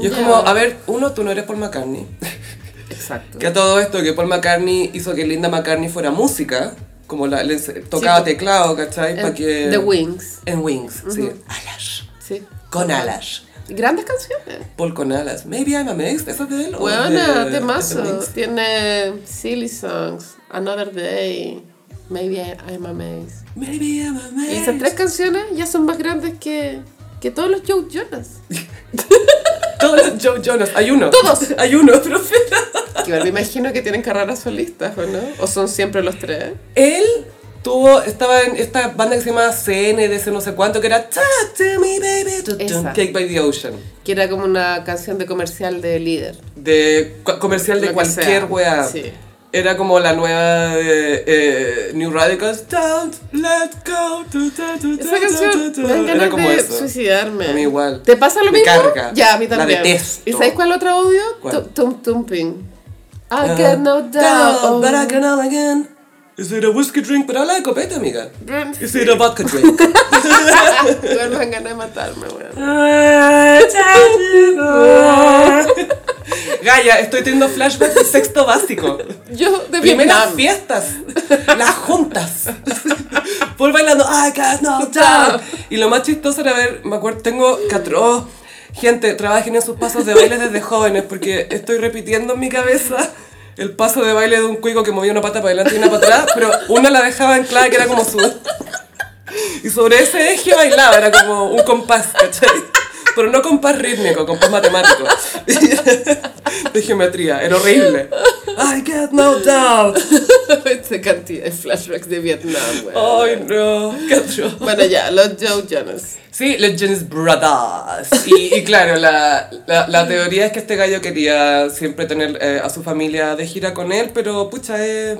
Speaker 1: Y es
Speaker 2: Ya.
Speaker 1: como, a ver, uno, tú no eres Paul McCartney.
Speaker 2: Exacto.
Speaker 1: Que a todo esto, que Paul McCartney hizo que Linda McCartney fuera música, como la, le ense- tocaba
Speaker 2: po.
Speaker 1: teclado, ¿cachai? Para que...
Speaker 2: Eh, The Wings.
Speaker 1: En Wings, sí. Alas.
Speaker 2: Sí.
Speaker 1: Con alas.
Speaker 2: Grandes canciones.
Speaker 1: Paul con alas. Maybe I'm a mix. ¿Esa es de él? o
Speaker 2: Buena,
Speaker 1: de- de
Speaker 2: temazo.
Speaker 1: Wings?
Speaker 2: Tiene Silly Songs, Another Day, Maybe I- I'm Amazed.
Speaker 1: Maybe I'm a
Speaker 2: Y
Speaker 1: mix.
Speaker 2: esas tres canciones ya son más grandes que, que todos los Joe Jonas.
Speaker 1: Todos los Joe Jonas. Hay uno.
Speaker 2: Todos.
Speaker 1: Hay uno, profe.
Speaker 2: Que igual me imagino que tienen carreras solistas, ¿o no? ¿O son siempre los tres?
Speaker 1: Él tuvo, estaba en esta banda que se llama CNDC no sé cuánto, que era Talk to me baby, tu- tu-
Speaker 2: Esa.
Speaker 1: Cake by the Ocean.
Speaker 2: Que era como una canción de comercial de líder.
Speaker 1: De cu- comercial de
Speaker 2: Lo que
Speaker 1: cualquier
Speaker 2: sea,
Speaker 1: wea.
Speaker 2: sí.
Speaker 1: Era como la nueva de eh, New Radicals. Don't let go. tu, tu, tu, tu,
Speaker 2: Esa
Speaker 1: tu,
Speaker 2: canción
Speaker 1: tu, tu.
Speaker 2: me dan
Speaker 1: Era
Speaker 2: ganas
Speaker 1: como
Speaker 2: de
Speaker 1: eso.
Speaker 2: suicidarme.
Speaker 1: A mí igual.
Speaker 2: ¿Te pasa lo
Speaker 1: Me
Speaker 2: mismo?
Speaker 1: carga.
Speaker 2: Ya, a mí
Speaker 1: La
Speaker 2: también.
Speaker 1: detesto.
Speaker 2: ¿Y sabes cuál otra odio?
Speaker 1: ¿Cuál?
Speaker 2: Tum Tumping. I
Speaker 1: Ah,
Speaker 2: get no doubt.
Speaker 1: down, but I
Speaker 2: oh.
Speaker 1: get all again. Is it a whiskey drink? Pero habla de copete, amiga.
Speaker 2: Run.
Speaker 1: Is it a vodka drink?
Speaker 2: Igual me dan ganas de matarme, weón.
Speaker 1: Gaya, estoy teniendo flashbacks de sexto básico.
Speaker 2: Yo de
Speaker 1: Primeras
Speaker 2: Vietnam.
Speaker 1: fiestas, las juntas. Por bailando, I got no time. Y lo más chistoso era ver, me acuerdo, tengo catro. Gente, trabajen en sus pasos de baile desde jóvenes porque estoy repitiendo en mi cabeza el paso de baile de un cuico que movía una pata para adelante y una para atrás, pero una la dejaba anclada que era como su... Y sobre ese eje bailaba, era como un compás, ¿cachai? Pero no compás rítmico, compás matemático. De geometría, era horrible. I get no doubt.
Speaker 2: Esta cantidad de flashbacks de Vietnam, weón.
Speaker 1: Ay, no, qué atroz.
Speaker 2: Bueno, ya, los Joe Jonas.
Speaker 1: Sí, los Jonas Brothers. Y, y claro, la, la, la teoría es que este gallo quería siempre tener eh, a su familia de gira con él, pero pucha, es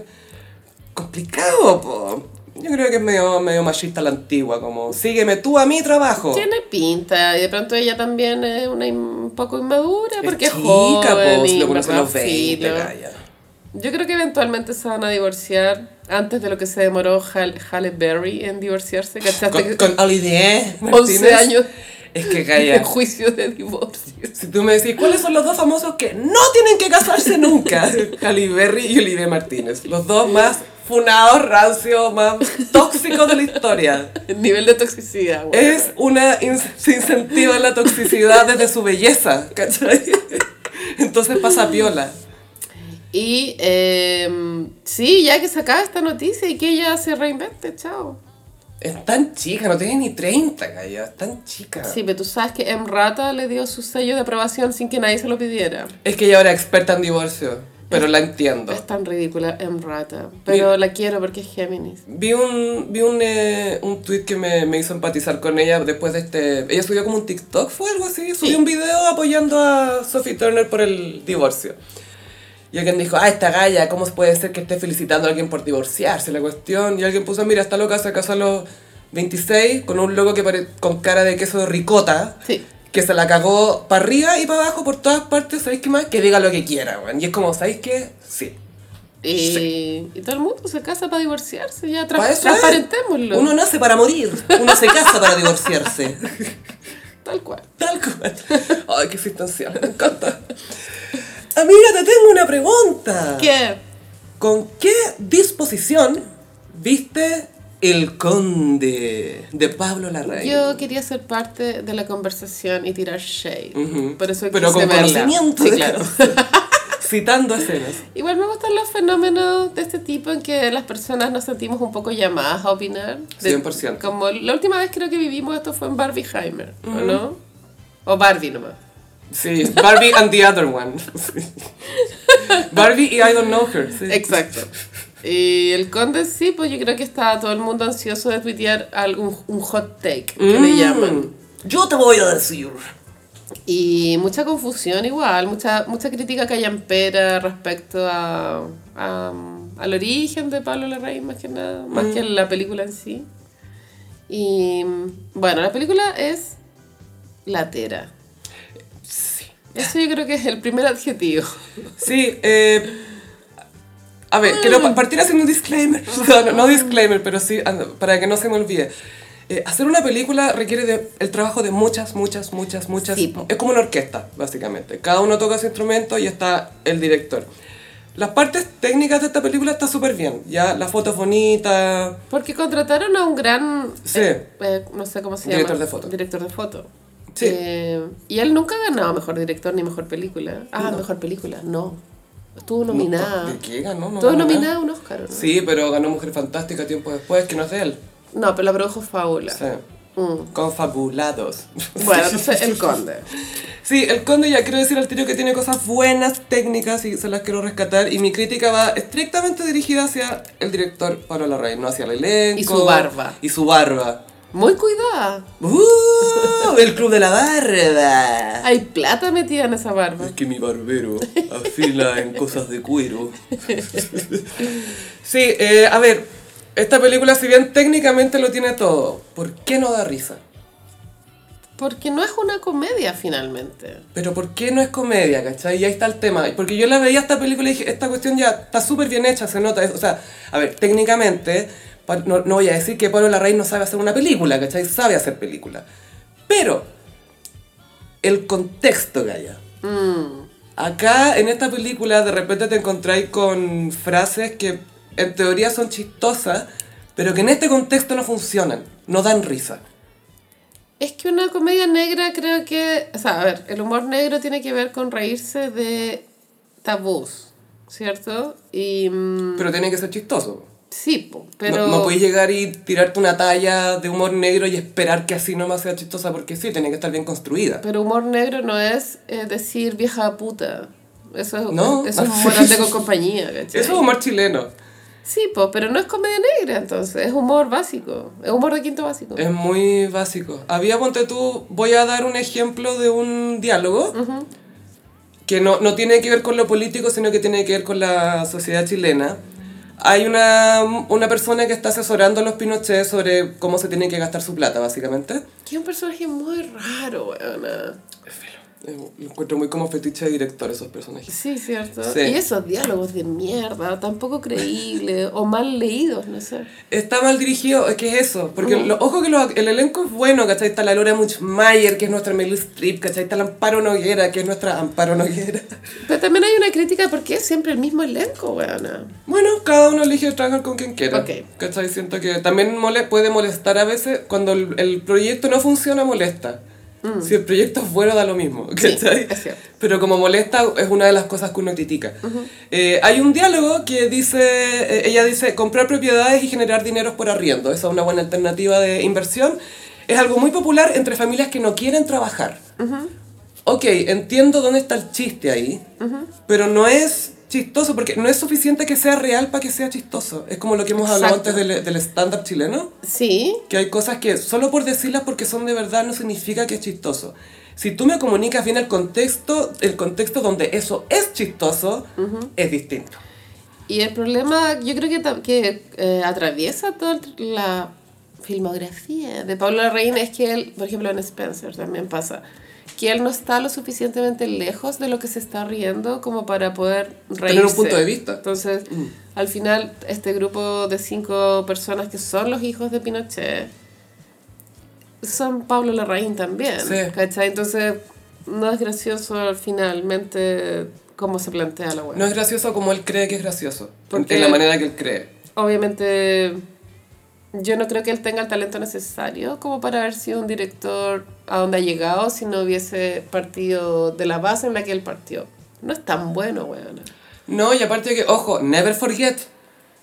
Speaker 1: complicado, po. Yo creo que es medio, medio machista la antigua, como, sígueme tú a mi trabajo.
Speaker 2: Tiene pinta, y de pronto ella también es una im- un poco inmadura, porque es
Speaker 1: chica,
Speaker 2: joven
Speaker 1: po, si
Speaker 2: y
Speaker 1: lo conoce a los
Speaker 2: papá
Speaker 1: 20,
Speaker 2: filo.
Speaker 1: calla.
Speaker 2: Yo creo que eventualmente se van a divorciar antes de lo que se demoró Hal- Halle Berry en divorciarse, ¿cachaste?
Speaker 1: Con,
Speaker 2: que
Speaker 1: con Olivia
Speaker 2: 11 años
Speaker 1: Es que
Speaker 2: de
Speaker 1: calla.
Speaker 2: juicio de divorcio.
Speaker 1: Si tú me decís, ¿cuáles son los dos famosos que no tienen que casarse nunca? Halle Berry y Olivia Martínez. Los dos más funados, rancios, más tóxicos de la historia.
Speaker 2: El nivel de toxicidad, weón.
Speaker 1: Es una... in- se incentiva la toxicidad desde su belleza, ¿cachai? Entonces pasa piola.
Speaker 2: Y eh, sí, ya que se acaba esta noticia y que ella se reinvente, chao.
Speaker 1: Es tan chica, no tiene ni 30, calla. Es tan chica.
Speaker 2: Sí, pero tú sabes que M. Rata le dio su sello de aprobación sin que nadie se lo pidiera.
Speaker 1: Es que ella ahora es experta en divorcio. pero la entiendo.
Speaker 2: Es tan ridícula, en rata. Pero la quiero porque es Géminis.
Speaker 1: Vi un, vi un, eh, un tweet que me, me hizo empatizar con ella después de este... Ella subió como un TikTok, fue algo así. Subió un video apoyando a Sophie Turner por el divorcio. Y alguien dijo, ah, esta galla, ¿cómo puede ser que esté felicitando a alguien por divorciarse? La cuestión. Y alguien puso, mira, esta loca se casó a los 26 con un loco que pare- con cara de queso de ricota.
Speaker 2: Sí.
Speaker 1: Que se la cagó para arriba y para abajo por todas partes, ¿sabéis qué más? Que diga lo que quiera, weón. Y es como, ¿sabéis qué? Sí.
Speaker 2: Y, y todo el mundo se casa para divorciarse, ya
Speaker 1: Pa'
Speaker 2: tra-
Speaker 1: eso es.
Speaker 2: transparentémoslo.
Speaker 1: Uno nace para morir. Uno se casa para divorciarse.
Speaker 2: Tal cual.
Speaker 1: Tal cual. Ay, qué existencial. Me encanta. Amiga, te tengo una pregunta.
Speaker 2: ¿Qué?
Speaker 1: ¿Con qué disposición viste El Conde de Pablo Larraín?
Speaker 2: Yo quería ser parte de la conversación y tirar shade.
Speaker 1: Ujú.
Speaker 2: Por eso
Speaker 1: Pero
Speaker 2: quise
Speaker 1: con
Speaker 2: verla.
Speaker 1: conocimiento
Speaker 2: Sí,
Speaker 1: de
Speaker 2: claro.
Speaker 1: Citando escenas.
Speaker 2: Igual me gustan los fenómenos de este tipo en que las personas nos sentimos un poco llamadas a opinar. De-
Speaker 1: 100%.
Speaker 2: Como la última vez creo que vivimos esto fue en Barbieheimer, ¿o no? O Barbie nomás.
Speaker 1: Sí, Barbie and the other one. Barbie y I don't know her. sí.
Speaker 2: Exacto. Y el conde sí, pues yo creo que estaba todo el mundo ansioso de tuitear algún un hot take, que
Speaker 1: Mm.
Speaker 2: le llaman.
Speaker 1: Yo te voy a decir.
Speaker 2: Y mucha confusión igual, mucha, mucha crítica callampera respecto a, a- al origen de Pablo Larraín, más que nada, más que
Speaker 1: Mm.
Speaker 2: la película en sí. Y bueno, la película es latera. Eso yo creo que es el primer adjetivo.
Speaker 1: Sí, eh, a ver, quiero
Speaker 2: Mm.
Speaker 1: pa- partir haciendo un disclaimer, no, no, no disclaimer, pero sí, anda, para que no se me olvide. Eh, hacer una película requiere de- el trabajo de muchas, muchas, muchas, muchas...
Speaker 2: Sí, po.
Speaker 1: Es como una orquesta, básicamente. Cada uno toca su instrumento y está el director. Las partes técnicas de esta película está súper bien. Ya la foto es bonita.
Speaker 2: Porque contrataron a un gran...
Speaker 1: Sí.
Speaker 2: eh, eh, no sé cómo se
Speaker 1: Director
Speaker 2: llama.
Speaker 1: de foto.
Speaker 2: Director de foto.
Speaker 1: Sí.
Speaker 2: Eh, y él nunca ha ganado mejor director ni mejor película. Ah, mejor película, no. Estuvo nominada.
Speaker 1: ¿De qué ganó? No
Speaker 2: Todo
Speaker 1: ganó nada.
Speaker 2: nominado a un Oscar, ¿o ¿no?
Speaker 1: Sí, pero ganó Mujer Fantástica tiempo después, que no es de él.
Speaker 2: No, pero la produjo Fábula.
Speaker 1: Sí.
Speaker 2: Mm.
Speaker 1: Confabulados.
Speaker 2: Bueno, entonces el conde.
Speaker 1: Sí, el conde ya quiero decir al tiro que tiene cosas buenas técnicas y se las quiero rescatar. Y mi crítica va estrictamente dirigida hacia el director Pablo Larraín, no hacia el elenco.
Speaker 2: Y su barba.
Speaker 1: Y su barba.
Speaker 2: Muy cuidada.
Speaker 1: ¡Uh! ¡El club de la barba!
Speaker 2: Hay plata metida en esa barba.
Speaker 1: Es que mi barbero afila en cosas de cuero. Sí, eh, a ver, esta película, si bien técnicamente lo tiene todo, ¿por qué no da risa?
Speaker 2: Porque no es una comedia finalmente.
Speaker 1: Pero ¿por qué no es comedia, cachai? Y ahí está el tema. Porque yo la veía esta película y dije, esta cuestión ya está súper bien hecha, se nota. Es- O sea, a ver, técnicamente, pa- no, no voy a decir que Pablo Larraín no sabe hacer una película, cachai, sabe hacer película. Pero, el contexto, Gaya. Acá, en esta película, de repente te encontráis con frases que en teoría son chistosas, pero que en este contexto no funcionan, no dan risa.
Speaker 2: Es que una comedia negra creo que... O sea, a ver, el humor negro tiene que ver con reírse de tabús, ¿cierto? Y... mm,
Speaker 1: Pero tiene que ser chistoso.
Speaker 2: sí, po,
Speaker 1: No,
Speaker 2: pero...
Speaker 1: no podéis llegar y tirarte una talla de humor negro y esperar que así nomás sea chistosa, porque sí, tiene que estar bien construida.
Speaker 2: Pero humor negro no es eh, decir vieja puta. Eso es,
Speaker 1: No.
Speaker 2: eso es humor de con compañía, ¿cachai?
Speaker 1: Eso es humor chileno.
Speaker 2: Sí, po, pero no es comedia negra entonces, es humor básico, es humor de quinto básico.
Speaker 1: Es muy básico. Había, ponte tú, voy a dar un ejemplo de un diálogo que no, no tiene que ver con lo político, sino que tiene que ver con la sociedad chilena. Hay una, una persona que está asesorando a los Pinochet sobre cómo se tiene que gastar su plata, básicamente.
Speaker 2: Que es un personaje muy raro, weona.
Speaker 1: Eh, Lo encuentro muy como fetiche de director esos personajes.
Speaker 2: Sí, cierto.
Speaker 1: Sí.
Speaker 2: Y esos diálogos de mierda, tampoco creíbles o mal leídos, no sé.
Speaker 1: Está mal dirigido, es que es eso. Porque, lo- ojo que los- el elenco es bueno, ¿cachai? Está la Laura Muchmayer, que es nuestra Meryl Streep, ¿cachai? Está la Amparo Noguera, que es nuestra Amparo Noguera.
Speaker 2: Pero también hay una crítica porque es siempre el mismo elenco, weona.
Speaker 1: Bueno, cada uno elige trabajar con quien quiera.
Speaker 2: Ok.
Speaker 1: ¿Cachai? Siento que también mole- puede molestar a veces cuando el, el proyecto no funciona, molesta. Si el proyecto es bueno, da lo mismo.
Speaker 2: Mm. Sí,
Speaker 1: ¿Cachai?
Speaker 2: es cierto.
Speaker 1: Pero como molesta, es una de las cosas que uno critica. Eh, hay un diálogo que dice, eh, ella dice, comprar propiedades y generar dineros por arriendo. Esa es una buena alternativa de inversión. Es algo muy popular entre familias que no quieren trabajar. ok, entiendo dónde está el chiste ahí, pero no es chistoso, porque no es suficiente que sea real para que sea chistoso. Es como lo que hemos hablado
Speaker 2: Exacto.
Speaker 1: antes del, del stand-up chileno,
Speaker 2: Sí,
Speaker 1: que hay cosas que solo por decirlas porque son de verdad no significa que es chistoso. Si tú me comunicas bien el contexto, el contexto donde eso es chistoso, es distinto.
Speaker 2: y el problema yo creo que, ta- que eh, atraviesa toda la filmografía de Pablo Larraín es que él, por ejemplo en Spencer también pasa, que él no está lo suficientemente lejos de lo que se está riendo como para poder reírse.
Speaker 1: un punto de vista. Mm.
Speaker 2: Entonces, al final, este grupo de cinco personas que son los hijos de Pinochet son Pablo Larraín también,
Speaker 1: Sí.
Speaker 2: ¿cachai? Entonces, no es gracioso finalmente cómo se plantea la web.
Speaker 1: No es gracioso como él cree que es gracioso,
Speaker 2: Porque-
Speaker 1: en la manera que él cree.
Speaker 2: Obviamente, yo no creo que él tenga el talento necesario como para haber sido un director a donde ha llegado si no hubiese partido de la base en la que él partió. No es tan bueno, weón.
Speaker 1: No, y aparte que, ojo, never forget.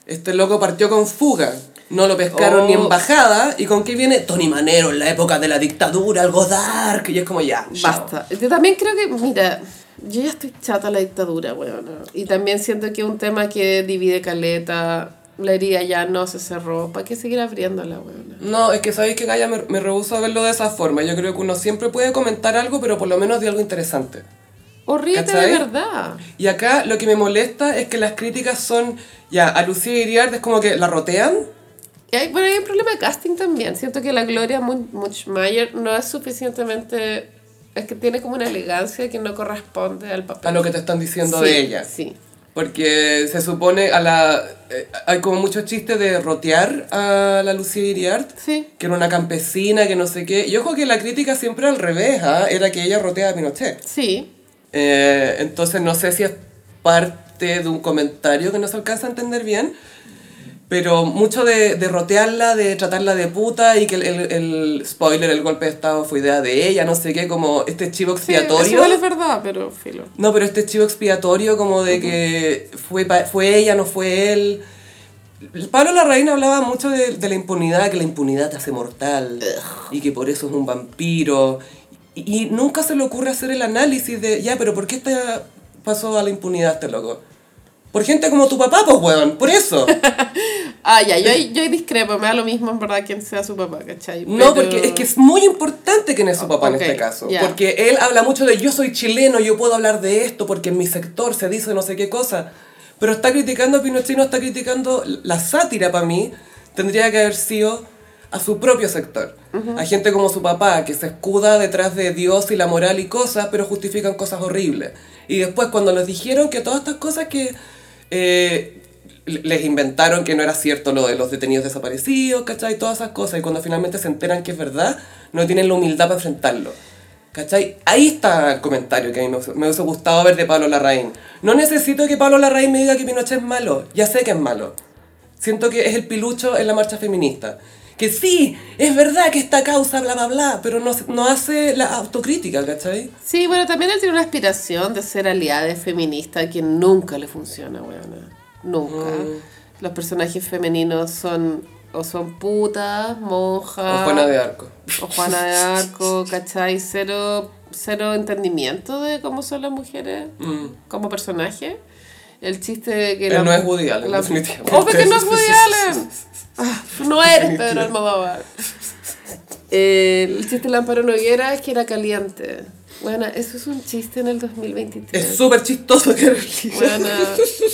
Speaker 1: Este loco partió con fuga. No lo pescaron
Speaker 2: Oh.
Speaker 1: ni embajada. ¿Y con qué viene? Tony Manero en la época de la dictadura, algo dark. Y es como ya, chao.
Speaker 2: Basta. Yo también creo que, mira, yo ya estoy chata de la dictadura, weón. Y también siento que un tema que divide caleta, la herida ya no se cerró. ¿Para qué seguir abriéndola, weón?
Speaker 1: No, es que sabéis que Gaia me, me rehúso a verlo de esa forma. Yo creo que uno siempre puede comentar algo, pero por lo menos de algo interesante.
Speaker 2: O ríete
Speaker 1: ¿Cachai?
Speaker 2: de verdad.
Speaker 1: Y acá lo que me molesta es que las críticas son, ya, a Lucía Iriarte es como que la rotean.
Speaker 2: Y hay, bueno, hay un problema de casting también. Siento que la Gloria Mu- Muchmeyer no es suficientemente... Es que tiene como una elegancia que no corresponde al papel.
Speaker 1: A lo que te están diciendo
Speaker 2: Sí,
Speaker 1: de ella.
Speaker 2: Sí.
Speaker 1: Porque se supone a la... eh, hay como muchos chistes de rotear a la Lucía Iriart.
Speaker 2: Sí.
Speaker 1: Que era una campesina, que no sé qué. Y ojo que la crítica siempre al revés, ¿ah? Era que ella rotea a Pinochet.
Speaker 2: Sí.
Speaker 1: Eh, entonces no sé si es parte de un comentario que no se alcanza a entender bien. Pero mucho de, de rotearla, de tratarla de puta y que el, el- el- spoiler, el golpe de estado fue idea de ella, no sé qué, como este chivo
Speaker 2: Sí, eso
Speaker 1: expiatorio.
Speaker 2: igual es verdad, pero filo.
Speaker 1: No, pero este chivo expiatorio como de que fue, pa- fue ella, no fue él. Pablo Larraín hablaba mucho de, de la impunidad, que la impunidad te hace mortal y que por eso es un vampiro. Y, y nunca se le ocurre hacer el análisis de, ya, pero ¿por qué esta pasó a la impunidad este loco? Por gente como tu papá, pues, weón, por eso.
Speaker 2: Ah, ya, yo, ahí- yo ahí discrepo. Me da lo mismo, en verdad, quién sea su papá, ¿cachai?
Speaker 1: No,
Speaker 2: Pero-
Speaker 1: porque es que es muy importante quién es su papá
Speaker 2: ok,
Speaker 1: en este caso.
Speaker 2: ya.
Speaker 1: Porque él habla mucho de yo soy chileno, yo puedo hablar de esto, porque en mi sector se dice no sé qué cosa. Pero está criticando a Pinochet, no está criticando la sátira para mí. Tendría que haber sido a su propio sector. A gente como su papá, que se escuda detrás de Dios y la moral y cosas, pero justifican cosas horribles. Y después cuando les dijeron que todas estas cosas que... eh, les inventaron que no era cierto lo de los detenidos desaparecidos, ¿cachai? Todas esas cosas. Y cuando finalmente se enteran que es verdad, no tienen la humildad para enfrentarlo. ¿Cachai? Ahí está el comentario que a mí me, me hubiese gustado ver de Pablo Larraín. No necesito que Pablo Larraín me diga que Pinochet es malo. Ya sé que es malo. Siento que es el pilucho en la marcha feminista. Que sí, es verdad que esta causa, bla, bla, bla, pero no, no hace la autocrítica, ¿cachai?
Speaker 2: Sí, bueno, también él tiene una aspiración de ser aliada de feminista que nunca le funciona, weona. Nunca.
Speaker 1: Mm.
Speaker 2: Los personajes femeninos son o son putas, monjas.
Speaker 1: O Juana de Arco.
Speaker 2: o Juana de Arco, ¿cachai? Cero, cero entendimiento de cómo son las mujeres como personaje. El chiste de que...
Speaker 1: Mm. Él no es Woody Allen,
Speaker 2: la-
Speaker 1: definitivamente.
Speaker 2: ¡Obvio que no es Woody Allen! Ah, tú no eres Pedro Almodóvar. Eh, el chiste de Lamparo Noguera es que era caliente. Bueno, eso es un chiste en el 2023.
Speaker 1: Es súper chistoso que
Speaker 2: Bueno,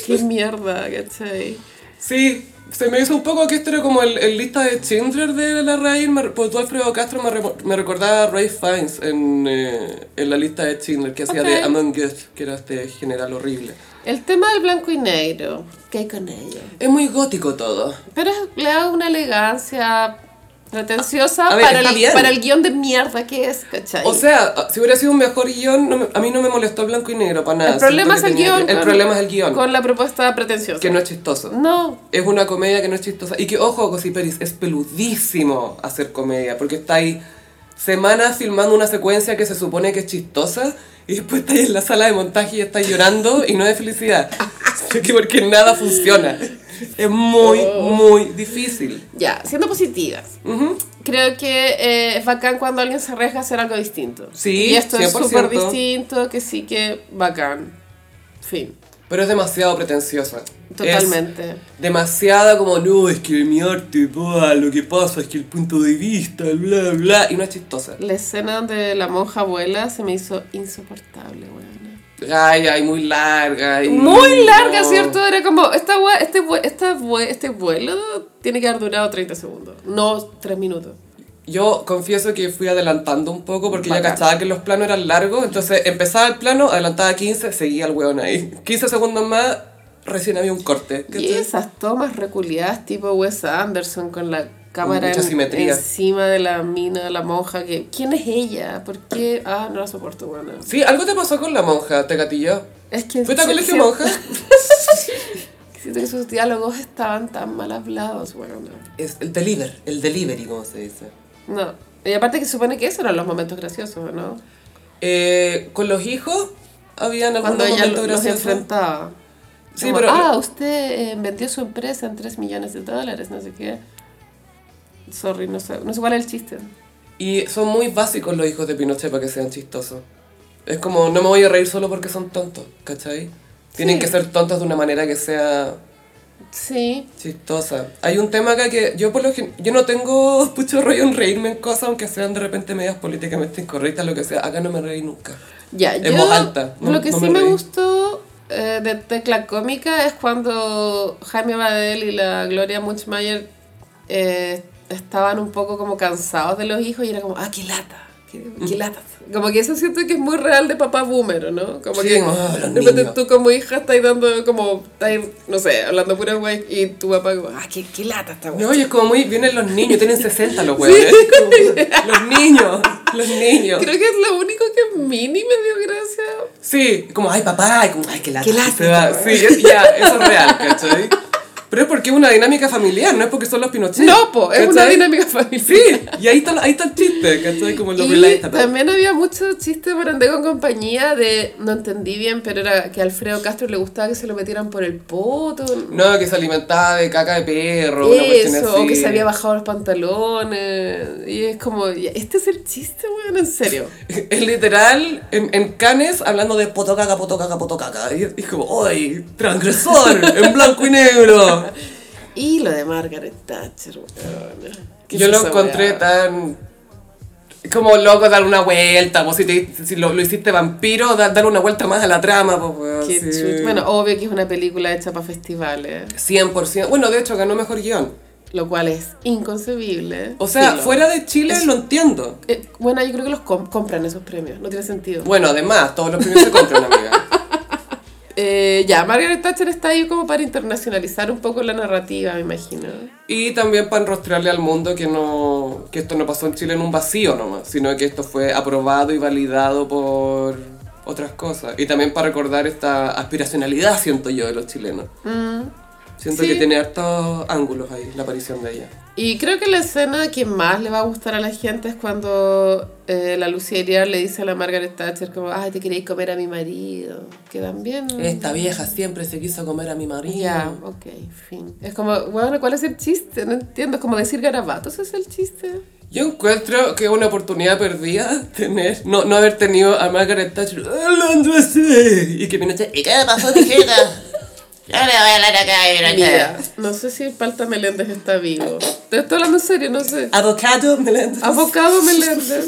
Speaker 2: qué mierda, ¿cachai?
Speaker 1: Sí, se me hizo un poco que esto era como el, el lista de Schindler de la raíz. Por tu pues, Alfredo Castro me, re- me recordaba a Ray Fiennes en, eh, en la lista de Schindler que hacía de
Speaker 2: Ok.
Speaker 1: Among Us, que era este general horrible.
Speaker 2: El tema del blanco y negro. ¿Qué hay con ello?
Speaker 1: Es muy gótico todo.
Speaker 2: Pero es- le da una elegancia pretenciosa
Speaker 1: A ver,
Speaker 2: para,
Speaker 1: está
Speaker 2: el,
Speaker 1: bien.
Speaker 2: para el guión de mierda que es, ¿cachai?
Speaker 1: O sea, ah, si hubiera sido un mejor guión, no me- a mí no me molestó el blanco y negro para nada.
Speaker 2: el problema es
Speaker 1: Siento
Speaker 2: el
Speaker 1: que tenía
Speaker 2: guión.
Speaker 1: que- El
Speaker 2: con-
Speaker 1: problema es el guión,
Speaker 2: Con la propuesta pretenciosa.
Speaker 1: que no es chistoso.
Speaker 2: No,
Speaker 1: Es una comedia que no es chistosa. Y que, ojo, Gossiperis, es peludísimo hacer comedia, porque está ahí semanas filmando una secuencia que se supone que es chistosa, y después está ahí en la sala de montaje y está llorando, y no es felicidad. Porque- porque nada funciona. Es muy,
Speaker 2: Oh.
Speaker 1: muy difícil.
Speaker 2: Ya, siendo positivas.
Speaker 1: Ujú.
Speaker 2: Creo que eh, es bacán cuando alguien se arriesga a hacer algo distinto.
Speaker 1: Sí,
Speaker 2: Y esto es
Speaker 1: 100%.
Speaker 2: súper distinto, que sí que bacán. Fin.
Speaker 1: Pero es demasiado pretenciosa.
Speaker 2: Totalmente.
Speaker 1: Es demasiada como, no, es que mi arte, buah, lo que pasa es que el punto de vista, bla, bla. Y no es chistosa.
Speaker 2: La escena donde la monja abuela se me hizo insoportable, weona.
Speaker 1: Ay, ay, muy larga. ay,
Speaker 2: Muy larga,
Speaker 1: no.
Speaker 2: ¿cierto? Era como, esta, gua- este, vue- esta vue- este vuelo tiene que haber durado 30 segundos, no 3 minutos.
Speaker 1: Yo confieso que fui adelantando un poco porque ya
Speaker 2: Bacán.
Speaker 1: cachaba que los planos eran largos, entonces empezaba el plano, adelantaba 15, seguía el weón ahí. 15 segundos más, recién había un corte. ¿cachai?
Speaker 2: Y esas tomas reculiadas tipo Wes Anderson con la cámara
Speaker 1: Mucha
Speaker 2: en-
Speaker 1: simetría.
Speaker 2: encima de la mina, de la monja, que ¿quién es ella? ¿Por qué? Ah, no la soporto, bueno.
Speaker 1: Sí, algo te pasó con la monja, te gatilló.
Speaker 2: Es que
Speaker 1: ¿Fuiste a
Speaker 2: si-
Speaker 1: colegio
Speaker 2: si-
Speaker 1: monja?
Speaker 2: Siento que sus diálogos estaban tan mal hablados, bueno.
Speaker 1: Es el deliver, el delivery, como se dice.
Speaker 2: No. Y aparte que supone que esos eran los momentos graciosos, ¿no?
Speaker 1: Eh, con los hijos, habían algún
Speaker 2: Cuando ella
Speaker 1: momento
Speaker 2: lo- los
Speaker 1: gracioso.
Speaker 2: enfrentaba.
Speaker 1: Sí,
Speaker 2: Como,
Speaker 1: pero-
Speaker 2: Ah, usted eh, vendió su empresa en 3 millones de dólares, no sé qué. Sorry, no sé, no sé cuál es el chiste.
Speaker 1: Y son muy básicos los hijos de Pinochet para que sean chistosos. Es como, no me voy a reír solo porque son tontos, ¿cachai? Tienen
Speaker 2: Sí.
Speaker 1: que ser tontos de una manera que sea
Speaker 2: Sí,
Speaker 1: Chistosa. Hay un tema acá que yo por lo gen- yo no tengo mucho rollo en reírme en cosas, aunque sean de repente medias políticamente incorrectas, lo que sea. Acá no me reí nunca.
Speaker 2: Ya,
Speaker 1: En
Speaker 2: yo,
Speaker 1: voz alta, no-
Speaker 2: lo que
Speaker 1: no
Speaker 2: sí
Speaker 1: me
Speaker 2: me,
Speaker 1: reí.
Speaker 2: gustó eh, de Tecla Cómica es cuando Jaime Badel y la Gloria Muchmayer eh, estaban un poco como cansados de los hijos y era como, ah, qué lata. Qué,
Speaker 1: Mm.
Speaker 2: qué lata. Como que eso siento que es muy real de papá boomer, ¿no? Como
Speaker 1: Sí,
Speaker 2: que
Speaker 1: como, "Ah, los
Speaker 2: de repente
Speaker 1: niños".
Speaker 2: tú como hija estás dando como, estás, no sé, hablando pura güey y tu papá como, ah, qué, qué lata esta güey.
Speaker 1: No, y es como muy. Vienen los niños, tienen 60 los huevos. Los niños, los niños.
Speaker 2: Creo que es lo único que mini me dio gracia,
Speaker 1: Sí, como, ay papá, y como, ay, qué lata.
Speaker 2: Qué lata,
Speaker 1: Se va.
Speaker 2: papá.
Speaker 1: Sí, es- ya, eso es real, ¿cachai? Pero es porque es una dinámica familiar, no es porque son los Pinochet.
Speaker 2: No, po, es una
Speaker 1: ¿cachai?
Speaker 2: dinámica familiar.
Speaker 1: Sí, y ahí está, ahí está el chiste, ¿cachai? Como lo
Speaker 2: Y
Speaker 1: relata.
Speaker 2: también había mucho chiste para andar con compañía de, no entendí bien, pero era que a Alfredo Castro le gustaba que se lo metieran por el poto.
Speaker 1: No, que se alimentaba de caca de perro, una cuestión
Speaker 2: Eso,
Speaker 1: así.
Speaker 2: o que se había bajado los pantalones. Y es como, ya, este es el chiste, weón, en serio.
Speaker 1: Es literal, en, en Canes, hablando de potocaca, potocaca, potocaca. Y es como, ¡ay! ¡Transgresor! ¡En blanco y negro!
Speaker 2: Y lo de Margaret Thatcher, weón. ¿Qué
Speaker 1: Yo
Speaker 2: es
Speaker 1: lo
Speaker 2: esa
Speaker 1: encontré
Speaker 2: weá?
Speaker 1: tan. Como loco dar una vuelta, pues si, te- si lo, lo hiciste vampiro, da- dar una vuelta más a la trama, pues weón,
Speaker 2: Qué
Speaker 1: sí.
Speaker 2: chut- Bueno, obvio que es una película hecha para festivales,
Speaker 1: 100%. Bueno, de hecho ganó mejor guión.
Speaker 2: lo cual es inconcebible.
Speaker 1: O sea,
Speaker 2: Filo.
Speaker 1: fuera de Chile lo entiendo.
Speaker 2: Eh, bueno, yo creo que los com- compran esos premios, no tiene sentido.
Speaker 1: Bueno, además, todos los premios se compran, amiga.
Speaker 2: Eh, ya, Margaret Thatcher está ahí como para internacionalizar un poco la narrativa, me imagino.
Speaker 1: Y también para enrostrarle al mundo que, no, que esto no pasó en Chile en un vacío nomás, sino que esto fue aprobado y validado por otras cosas. Y también para recordar esta aspiracionalidad, siento yo, de los chilenos. Siento
Speaker 2: Mm. Sí.
Speaker 1: que tiene hartos ángulos ahí, la aparición de ella.
Speaker 2: Y creo que la escena que más le va a gustar a la gente es cuando eh, la Lucía Iriar le dice a la Margaret Thatcher como, ay, te queréis comer a mi marido. Quedan bien.
Speaker 1: Esta vieja siempre se quiso comer a mi marido.
Speaker 2: Mm. Ya, ok, fin. Es como, bueno, ¿cuál es el chiste? No entiendo, es como decir garabatos es el chiste.
Speaker 1: Yo encuentro que es una oportunidad perdida tener, no, no haber tenido a Margaret Thatcher "Alonso", y que Pinochet, ¿y qué pasó, tijera? Yo le voy a hablar acá,
Speaker 2: Mira, no sé si Palta Meléndez está vivo. Te estoy hablando en serio, no sé.
Speaker 1: Avocado, Meléndez.
Speaker 2: Avocado Meléndez.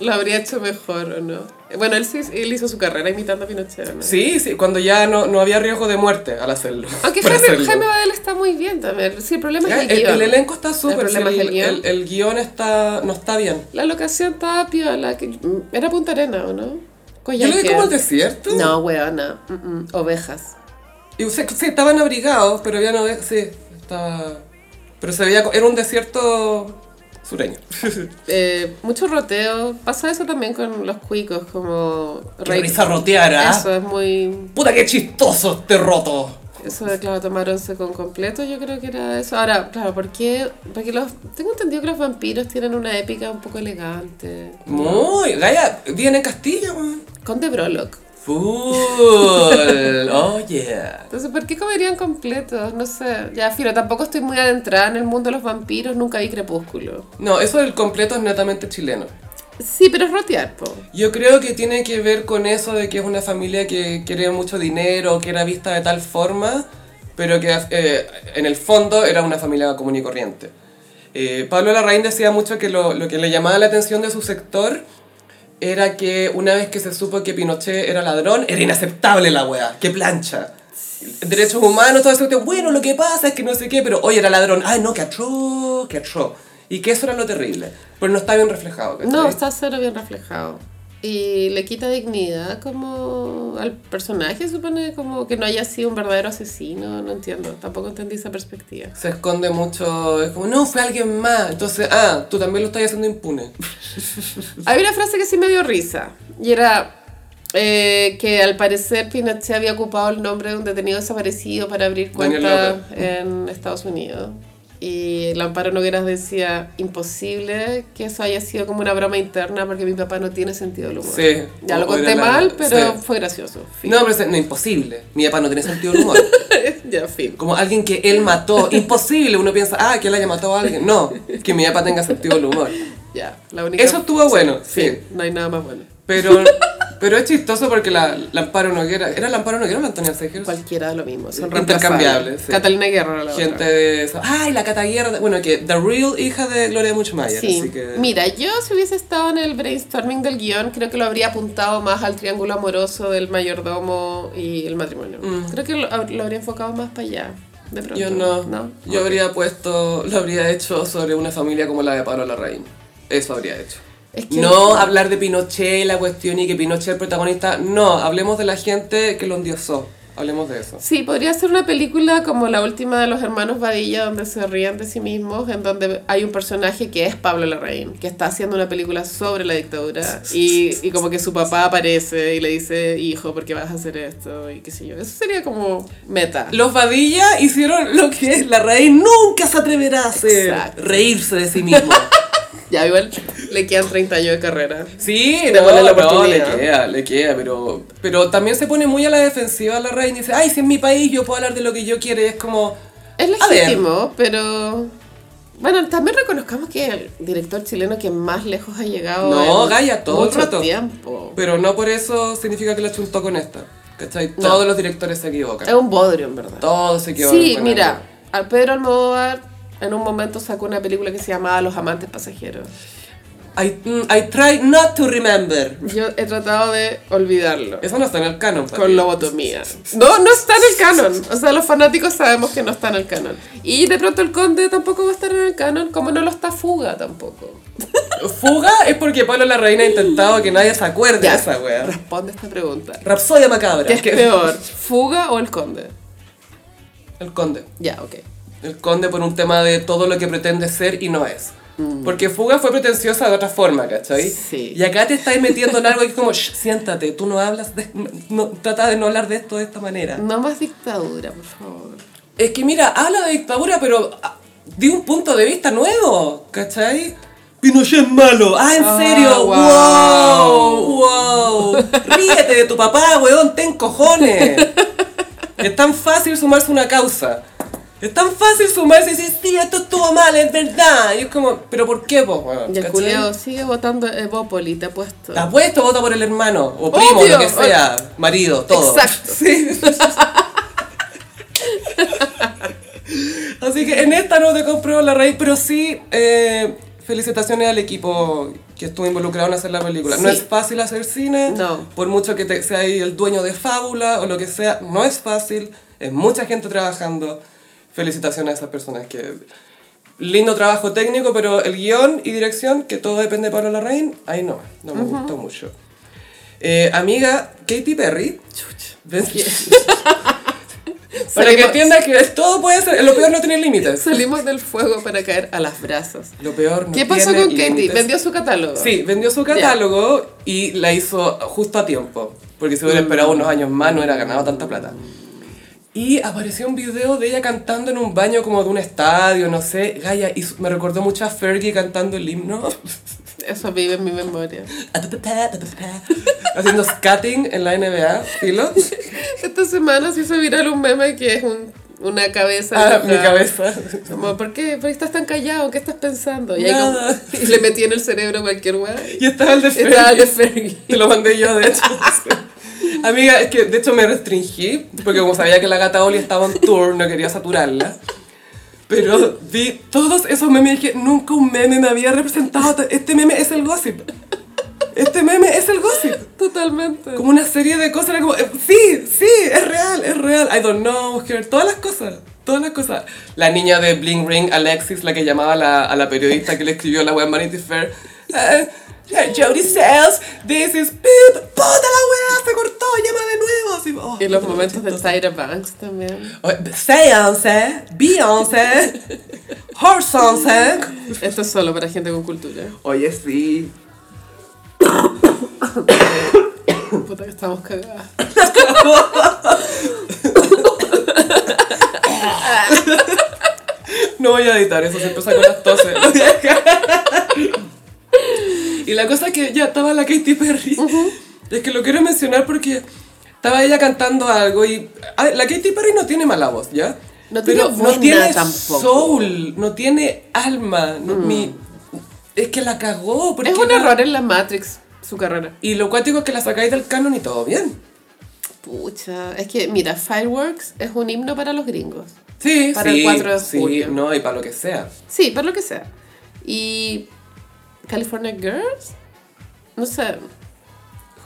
Speaker 2: Lo habría hecho mejor, ¿o no? Bueno, él, sí, él hizo su carrera imitando a Pinochet, ¿no?
Speaker 1: Sí, sí, cuando ya no, no había riesgo de muerte al hacerlo.
Speaker 2: Aunque
Speaker 1: Para
Speaker 2: Jaime,
Speaker 1: hacerlo.
Speaker 2: Jaime Badel está muy bien también. Sí, el problema
Speaker 1: Ya, el,
Speaker 2: es el guión.
Speaker 1: el elenco está súper, sí,
Speaker 2: problema
Speaker 1: el,
Speaker 2: es el guión.
Speaker 1: el- el guión está, no está bien.
Speaker 2: La locación estaba piola. que- mm, Era Punta Arena, ¿o no?
Speaker 1: Yo lo vi como el
Speaker 2: Coyhaique.
Speaker 1: desierto.
Speaker 2: No, weona. mm, mm, Ovejas.
Speaker 1: Y, se- sí, estaban abrigados, pero ya no ve- sí, estaba... Pero se veía, co- era un desierto sureño.
Speaker 2: Eh, mucho roteo. Pasa eso también con los cuicos, como...
Speaker 1: Que
Speaker 2: rey-
Speaker 1: roteara. ¿ah?
Speaker 2: Eso es muy...
Speaker 1: Puta, qué chistoso este roto.
Speaker 2: Eso de, claro, tomar once con completo, yo creo que era eso. Ahora, claro, ¿por qué? Porque los, tengo entendido que los vampiros tienen una épica un poco elegante.
Speaker 1: Muy, Gaia, viene en Castilla, weón.
Speaker 2: Conde Brolock.
Speaker 1: Full. Oh yeah.
Speaker 2: Entonces, ¿por qué comerían completos? No sé. Ya, Firo, tampoco estoy muy adentrada en el mundo de los vampiros, nunca vi Crepúsculo.
Speaker 1: No, eso del completo es netamente chileno.
Speaker 2: Sí, pero es rotear, po.
Speaker 1: Yo creo que tiene que ver con eso de que es una familia que quiere mucho dinero, que era vista de tal forma, pero que eh, en el fondo era una familia común y corriente. Eh, Pablo Larraín decía mucho que lo, lo que le llamaba la atención de su sector era que una vez que se supo que Pinochet era ladrón, era inaceptable la weá, qué plancha. Derechos humanos, todo eso. Bueno, lo que pasa es que no sé qué, pero hoy era ladrón. Ay, no, que atroz, que atroz. Y que eso era lo terrible. Pero no está bien reflejado. ¿cachai?
Speaker 2: No, está cero bien reflejado. Y le quita dignidad como al personaje, supone, como que no haya sido un verdadero asesino, no entiendo, tampoco entendí esa perspectiva.
Speaker 1: Se esconde mucho. Es como, no, fue alguien más. Entonces, ah, tú también lo estás haciendo impune.
Speaker 2: Había una frase que sí me dio risa, y era eh, que al parecer Pinochet había ocupado el nombre de un detenido desaparecido para abrir
Speaker 1: Daniel
Speaker 2: cuentas en Estados Unidos. Y el Amparo Nogueras decía, imposible que eso haya sido como una broma interna porque mi papá no tiene sentido del humor.
Speaker 1: Sí.
Speaker 2: Ya lo
Speaker 1: O era
Speaker 2: conté
Speaker 1: la-
Speaker 2: mal, pero
Speaker 1: sí.
Speaker 2: fue gracioso. Fin.
Speaker 1: No, pero es no, imposible. Mi papá no tiene sentido del humor.
Speaker 2: ya, fin.
Speaker 1: Como alguien que él mató. Imposible. Uno piensa, ah, que él haya matado a alguien. No, que mi papá tenga sentido del humor.
Speaker 2: Ya, la única...
Speaker 1: Eso estuvo bueno,
Speaker 2: Sí,
Speaker 1: sí.
Speaker 2: no hay nada más bueno.
Speaker 1: Pero, pero es chistoso porque la, la Amparo Noguera. ¿Era la Amparo Noguera o la Antonia Sejeros?
Speaker 2: Cualquiera de lo mismo, son
Speaker 1: Intercambiables,
Speaker 2: reemplazables.
Speaker 1: sí.
Speaker 2: Catalina Guerrero era la otra.
Speaker 1: Gente de esa- ¡Ay, la Cata Guerra! Bueno, que The Real hija de Gloria Muchmayer.
Speaker 2: Sí.
Speaker 1: Así que.
Speaker 2: Mira, yo si hubiese estado en el brainstorming del guión, creo que lo habría apuntado más al triángulo amoroso del mayordomo y el matrimonio. Creo que lo, lo habría enfocado más para allá. De pronto.
Speaker 1: Mm. Yo no. Yo habría puesto. Lo habría hecho sobre una familia como la de Pablo Larraín. Eso habría hecho.
Speaker 2: Es que-
Speaker 1: No hablar de Pinochet, la cuestión y que Pinochet es el protagonista. No, hablemos de la gente que lo endiosó. Hablemos de eso.
Speaker 2: Sí, podría ser una película como la última de los hermanos Badilla, donde se ríen de sí mismos, en donde hay un personaje que es Pablo Larraín, que está haciendo una película sobre la dictadura y, y como que su papá aparece y le dice, hijo, ¿por qué vas a hacer esto? Y qué sé yo. Eso sería como meta.
Speaker 1: Los Badilla hicieron lo que Larraín nunca se atreverá a hacer.
Speaker 2: Exacto.
Speaker 1: Reírse de sí mismo.
Speaker 2: Ya, igual le quedan 30 años de carrera.
Speaker 1: Sí,
Speaker 2: Te
Speaker 1: no,
Speaker 2: vuelan la
Speaker 1: no, le
Speaker 2: oportunidad.
Speaker 1: queda, le queda, pero, pero también se pone muy a la defensiva la reina y dice, ay, si es mi país yo puedo hablar de lo que yo quiera, y es como,
Speaker 2: Es
Speaker 1: A ver.
Speaker 2: legítimo, pero... Bueno, también reconozcamos que el director chileno que más lejos ha llegado
Speaker 1: No,
Speaker 2: en
Speaker 1: Gaya, todo el
Speaker 2: mucho
Speaker 1: rato.
Speaker 2: tiempo.
Speaker 1: pero no por eso significa que la chuntó con esta, ¿cachai? Todos los directores se equivocan,
Speaker 2: Es un bodrio, en verdad.
Speaker 1: todos se equivocan.
Speaker 2: Sí,
Speaker 1: con
Speaker 2: mira,
Speaker 1: algo.
Speaker 2: al Pedro Almodóvar en un momento sacó una película que se llamaba Los amantes pasajeros.
Speaker 1: I, mm, I try not to remember.
Speaker 2: Yo he tratado de olvidarlo.
Speaker 1: Eso no está en el canon. Pati.
Speaker 2: Con lobotomía. No, no está en el canon. O sea, los fanáticos sabemos que no está en el canon. Y de pronto el conde tampoco va a estar en el canon, como no lo está fuga tampoco.
Speaker 1: Fuga es porque Pablo la reina ha intentado que nadie se acuerde de esa wea.
Speaker 2: Responde esta pregunta.
Speaker 1: Rapsodia macabra.
Speaker 2: ¿Qué es
Speaker 1: que-
Speaker 2: peor, fuga o el conde?
Speaker 1: El conde.
Speaker 2: Ya, ok.
Speaker 1: El conde por un tema de todo lo que pretende ser y no es. Porque Fuga fue pretenciosa de otra forma, ¿cachai?
Speaker 2: Mm. Sí.
Speaker 1: Y acá te estáis metiendo en algo que es como, "Shh, siéntate, tú no hablas, de- no, trata de no hablar de esto de esta manera.
Speaker 2: No más dictadura, por favor.
Speaker 1: Es que mira, habla de dictadura, pero ah, de un punto de vista nuevo, ¿cachai? Pinochet es malo, ah, en
Speaker 2: Ah,
Speaker 1: serio, wow, wow. Ríete de tu papá, weón, ten cojones. Es tan fácil sumarse a una causa. Es tan fácil sumarse y decir, sí, esto estuvo mal, es verdad. Y es como, pero ¿por qué, po, weón?
Speaker 2: Y el
Speaker 1: ¿Cachai? Ah.
Speaker 2: culiao sigue votando Evópoli, te apuesto.
Speaker 1: Te apuesto, vota por el hermano, o primo, lo
Speaker 2: Obvio.
Speaker 1: que sea, marido, todo.
Speaker 2: Exacto.
Speaker 1: Sí. Así que en esta no te compro la raíz, pero sí, eh, felicitaciones al equipo que estuvo involucrado en hacer la película. No
Speaker 2: Sí.
Speaker 1: es fácil hacer cine,
Speaker 2: No.
Speaker 1: por mucho que te- sea ahí el dueño de fábula o lo que sea, no es fácil, es mucha gente trabajando. Felicitaciones a esas personas que... Lindo trabajo técnico, pero el guión y dirección, que todo depende de Pablo Larraín, ahí no, no me gustó mucho. Eh, amiga, Katy Perry. Ven- Para que
Speaker 2: Salimos-
Speaker 1: entiendas que todo puede ser, lo peor no tiene límites.
Speaker 2: Salimos del fuego para caer a las brasas.
Speaker 1: Lo peor no
Speaker 2: ¿Qué pasó
Speaker 1: tiene
Speaker 2: con Katy?
Speaker 1: límites.
Speaker 2: Vendió su catálogo.
Speaker 1: Sí, vendió su catálogo y la hizo justo a tiempo. Porque si hubiera esperado unos años más no hubiera ganado tanta plata. Y apareció un video de ella cantando en un baño como de un estadio, no sé. Gaia, y su- me recordó mucho a Fergie cantando el himno.
Speaker 2: Eso vive en mi memoria.
Speaker 1: haciendo scatting en la NBA, filo.
Speaker 2: Esta semana se hizo viral un meme que es un- una cabeza.
Speaker 1: Ah,
Speaker 2: enojada.
Speaker 1: mi cabeza.
Speaker 2: Como, ¿por qué? ¿Por qué estás tan callado? ¿Qué estás pensando? Y, ahí
Speaker 1: Nada.
Speaker 2: como- y le metí en el cerebro cualquier weá.
Speaker 1: Y estaba el de Fergie.
Speaker 2: Estaba el de Fergie.
Speaker 1: Te lo mandé yo, de hecho. Amiga, es que de hecho me restringí, porque como sabía que la gata Oli estaba en tour, no quería saturarla. Pero vi todos esos memes y dije, nunca un meme me había representado. ta- Este meme es el gossip. Este meme es el gossip.
Speaker 2: Totalmente.
Speaker 1: Como una serie de cosas, era como, eh, sí, sí, es real, es real. I don't know, her, todas las cosas, todas las cosas. La niña de Bling Ring, Alexis, la que llamaba a la, a la periodista que le escribió la web Vanity Fair. eh, eh, Jody Sales, this is beep, puta la wea, se cortó, llama de nuevo. Así, oh,
Speaker 2: Y los
Speaker 1: puta,
Speaker 2: momentos de
Speaker 1: chistoso.
Speaker 2: Tyra Banks también.
Speaker 1: Oh, Beyoncé, Beyoncé, Horse
Speaker 2: Esto es solo para gente con cultura.
Speaker 1: Oye, sí.
Speaker 2: Puta que estamos cagadas.
Speaker 1: No voy a editar eso, siempre saco las toses. y la cosa es que ya estaba la Katy Perry. Es que lo quiero mencionar porque estaba ella cantando algo y... a ver, la Katy Perry no tiene mala voz, ¿ya?
Speaker 2: No tiene buena tampoco. Mm.
Speaker 1: soul, no tiene alma. no- mi- es que la cagó. porque
Speaker 2: Es un error en la Matrix su carrera.
Speaker 1: Y lo cuático es que la sacáis del canon y todo bien.
Speaker 2: Pucha, es que mira, Fireworks es un himno para los gringos.
Speaker 1: Sí,
Speaker 2: Para
Speaker 1: sí,
Speaker 2: el 4 de
Speaker 1: sí,
Speaker 2: julio.
Speaker 1: no, y para lo que sea.
Speaker 2: Sí, para lo que sea. Y California Girls, no sé.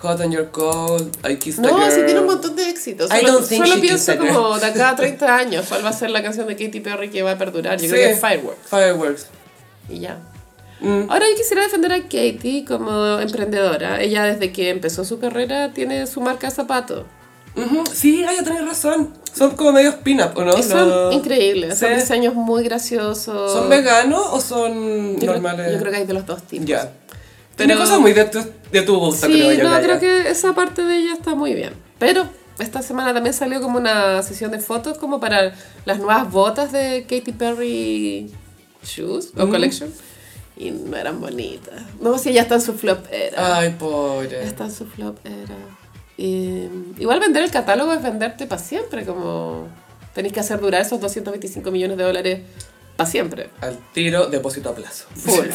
Speaker 1: Hot on your cold, I kissed a
Speaker 2: No,
Speaker 1: girl.
Speaker 2: sí tiene un montón de éxitos.
Speaker 1: I
Speaker 2: Solo,
Speaker 1: don't think
Speaker 2: solo
Speaker 1: she
Speaker 2: pienso
Speaker 1: kissed a
Speaker 2: como de acá a 30 años, ¿cuál va a ser la canción de Katy Perry que va a perdurar? Yo
Speaker 1: Sí.
Speaker 2: creo que es Fireworks.
Speaker 1: Fireworks.
Speaker 2: Y ya.
Speaker 1: Mm.
Speaker 2: Ahora yo quisiera defender a Katy como emprendedora. Ella desde que empezó su carrera tiene su marca de zapatos.
Speaker 1: Ujú, Sí, Gaya, tenés razón. Son como medios pin-up, ¿o no?
Speaker 2: Y son
Speaker 1: Los-
Speaker 2: increíbles, son
Speaker 1: Sí.
Speaker 2: diseños muy graciosos.
Speaker 1: ¿Son veganos o son
Speaker 2: Yo creo-
Speaker 1: normales?
Speaker 2: Yo creo que hay de los dos tipos.
Speaker 1: Ya. Tiene
Speaker 2: Pero-
Speaker 1: cosas muy de tu, de tu gusto,
Speaker 2: Sí,
Speaker 1: creo yo,
Speaker 2: no,
Speaker 1: Gaya.
Speaker 2: creo que esa parte de ella está muy bien. Pero esta semana también salió como una sesión de fotos como para las nuevas botas de Katy Perry Shoes o
Speaker 1: Mm.
Speaker 2: Collection. Y no eran bonitas. No, si ya está en su flop era.
Speaker 1: Ay, pobre.
Speaker 2: Está en su flop era. Y, igual vender el catálogo es venderte para siempre, como tenéis que hacer durar esos 225 millones de dólares para siempre.
Speaker 1: Al tiro, depósito a plazo.
Speaker 2: Full.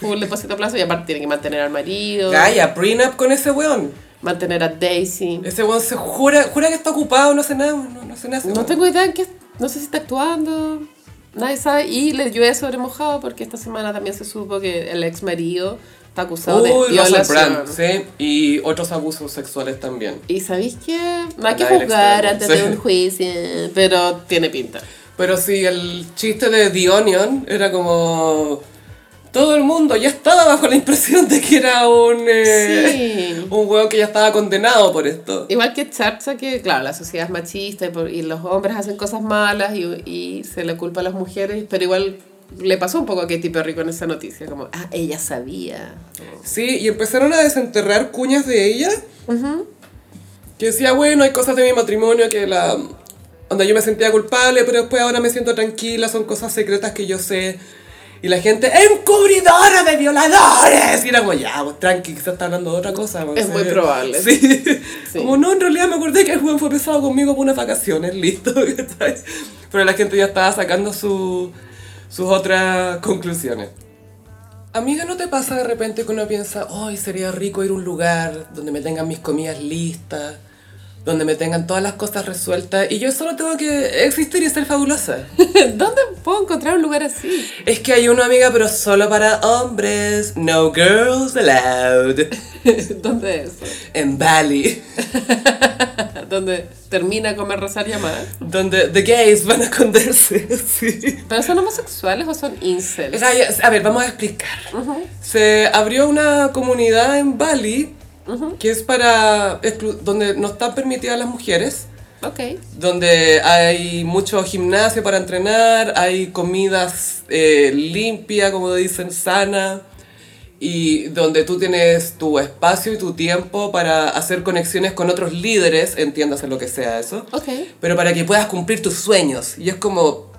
Speaker 2: Full depósito a plazo y aparte tiene que mantener al marido,
Speaker 1: Gaya, prenup con ese weón.
Speaker 2: mantener a Daisy.
Speaker 1: Ese weón se jura, jura que está ocupado, no hace nada, no, no hace nada. ese
Speaker 2: No
Speaker 1: weón.
Speaker 2: tengo idea en qué. No sé si está actuando. Nadie sabe. Y le llueve sobre mojado porque esta semana también se supo que el ex marido está acusado
Speaker 1: Uy,
Speaker 2: de
Speaker 1: Russell
Speaker 2: violación.
Speaker 1: Brand, sí. Y otros abusos sexuales también.
Speaker 2: Y sabéis que no hay que
Speaker 1: Nadie le
Speaker 2: juzgar
Speaker 1: extraña,
Speaker 2: antes
Speaker 1: sí.
Speaker 2: de un juicio, pero tiene pinta.
Speaker 1: Pero sí, el chiste de The Onion era como... Todo el mundo ya estaba bajo la impresión de que era un... eh,
Speaker 2: Sí.
Speaker 1: Un huevo que ya estaba condenado por esto.
Speaker 2: Igual que Charcha, que claro, la sociedad es machista y, por- y los hombres hacen cosas malas y, y se le culpa a las mujeres, pero igual le pasó un poco a Katy Perry con esa noticia, como, ah, ella sabía.
Speaker 1: Sí, y empezaron a desenterrar cuñas de ella. Que decía, bueno, hay cosas de mi matrimonio que la... Onda, yo me sentía culpable, pero después ahora me siento tranquila, son cosas secretas que yo sé. Y la gente, ¡encubridora de violadores! Y era como, ya, pues, tranqui, quizás está hablando de otra cosa. no
Speaker 2: Es muy probable.
Speaker 1: Sí.
Speaker 2: Sí.
Speaker 1: Como, no, en realidad me acordé que el Juan fue pesado conmigo por unas vacaciones, listo. ¿cachai? pero la gente ya estaba sacando su- sus otras conclusiones. Amiga, ¿no te pasa de repente que uno piensa, hoy sería rico ir a un lugar donde me tengan mis comidas listas, donde me tengan todas las cosas resueltas y yo solo tengo que existir y ser fabulosa?
Speaker 2: ¿Dónde puedo encontrar un lugar así?
Speaker 1: es que hay una amiga, pero solo para hombres, no girls allowed,
Speaker 2: ¿Dónde es?
Speaker 1: en Bali,
Speaker 2: donde termina comer, rezar y amar.
Speaker 1: donde the gays van a esconderse. sí.
Speaker 2: ¿Pero son homosexuales o son incels?
Speaker 1: Esa- A ver, vamos a explicar.
Speaker 2: Ujú.
Speaker 1: Se abrió una comunidad en Bali que es para exclu- donde no están permitidas las mujeres,
Speaker 2: Ok.
Speaker 1: donde hay mucho gimnasio para entrenar, hay comidas eh, limpia, como dicen, sana, y donde tú tienes tu espacio y tu tiempo para hacer conexiones con otros líderes, entiéndase lo que sea eso
Speaker 2: Ok.
Speaker 1: pero para que puedas cumplir tus sueños. Y es como,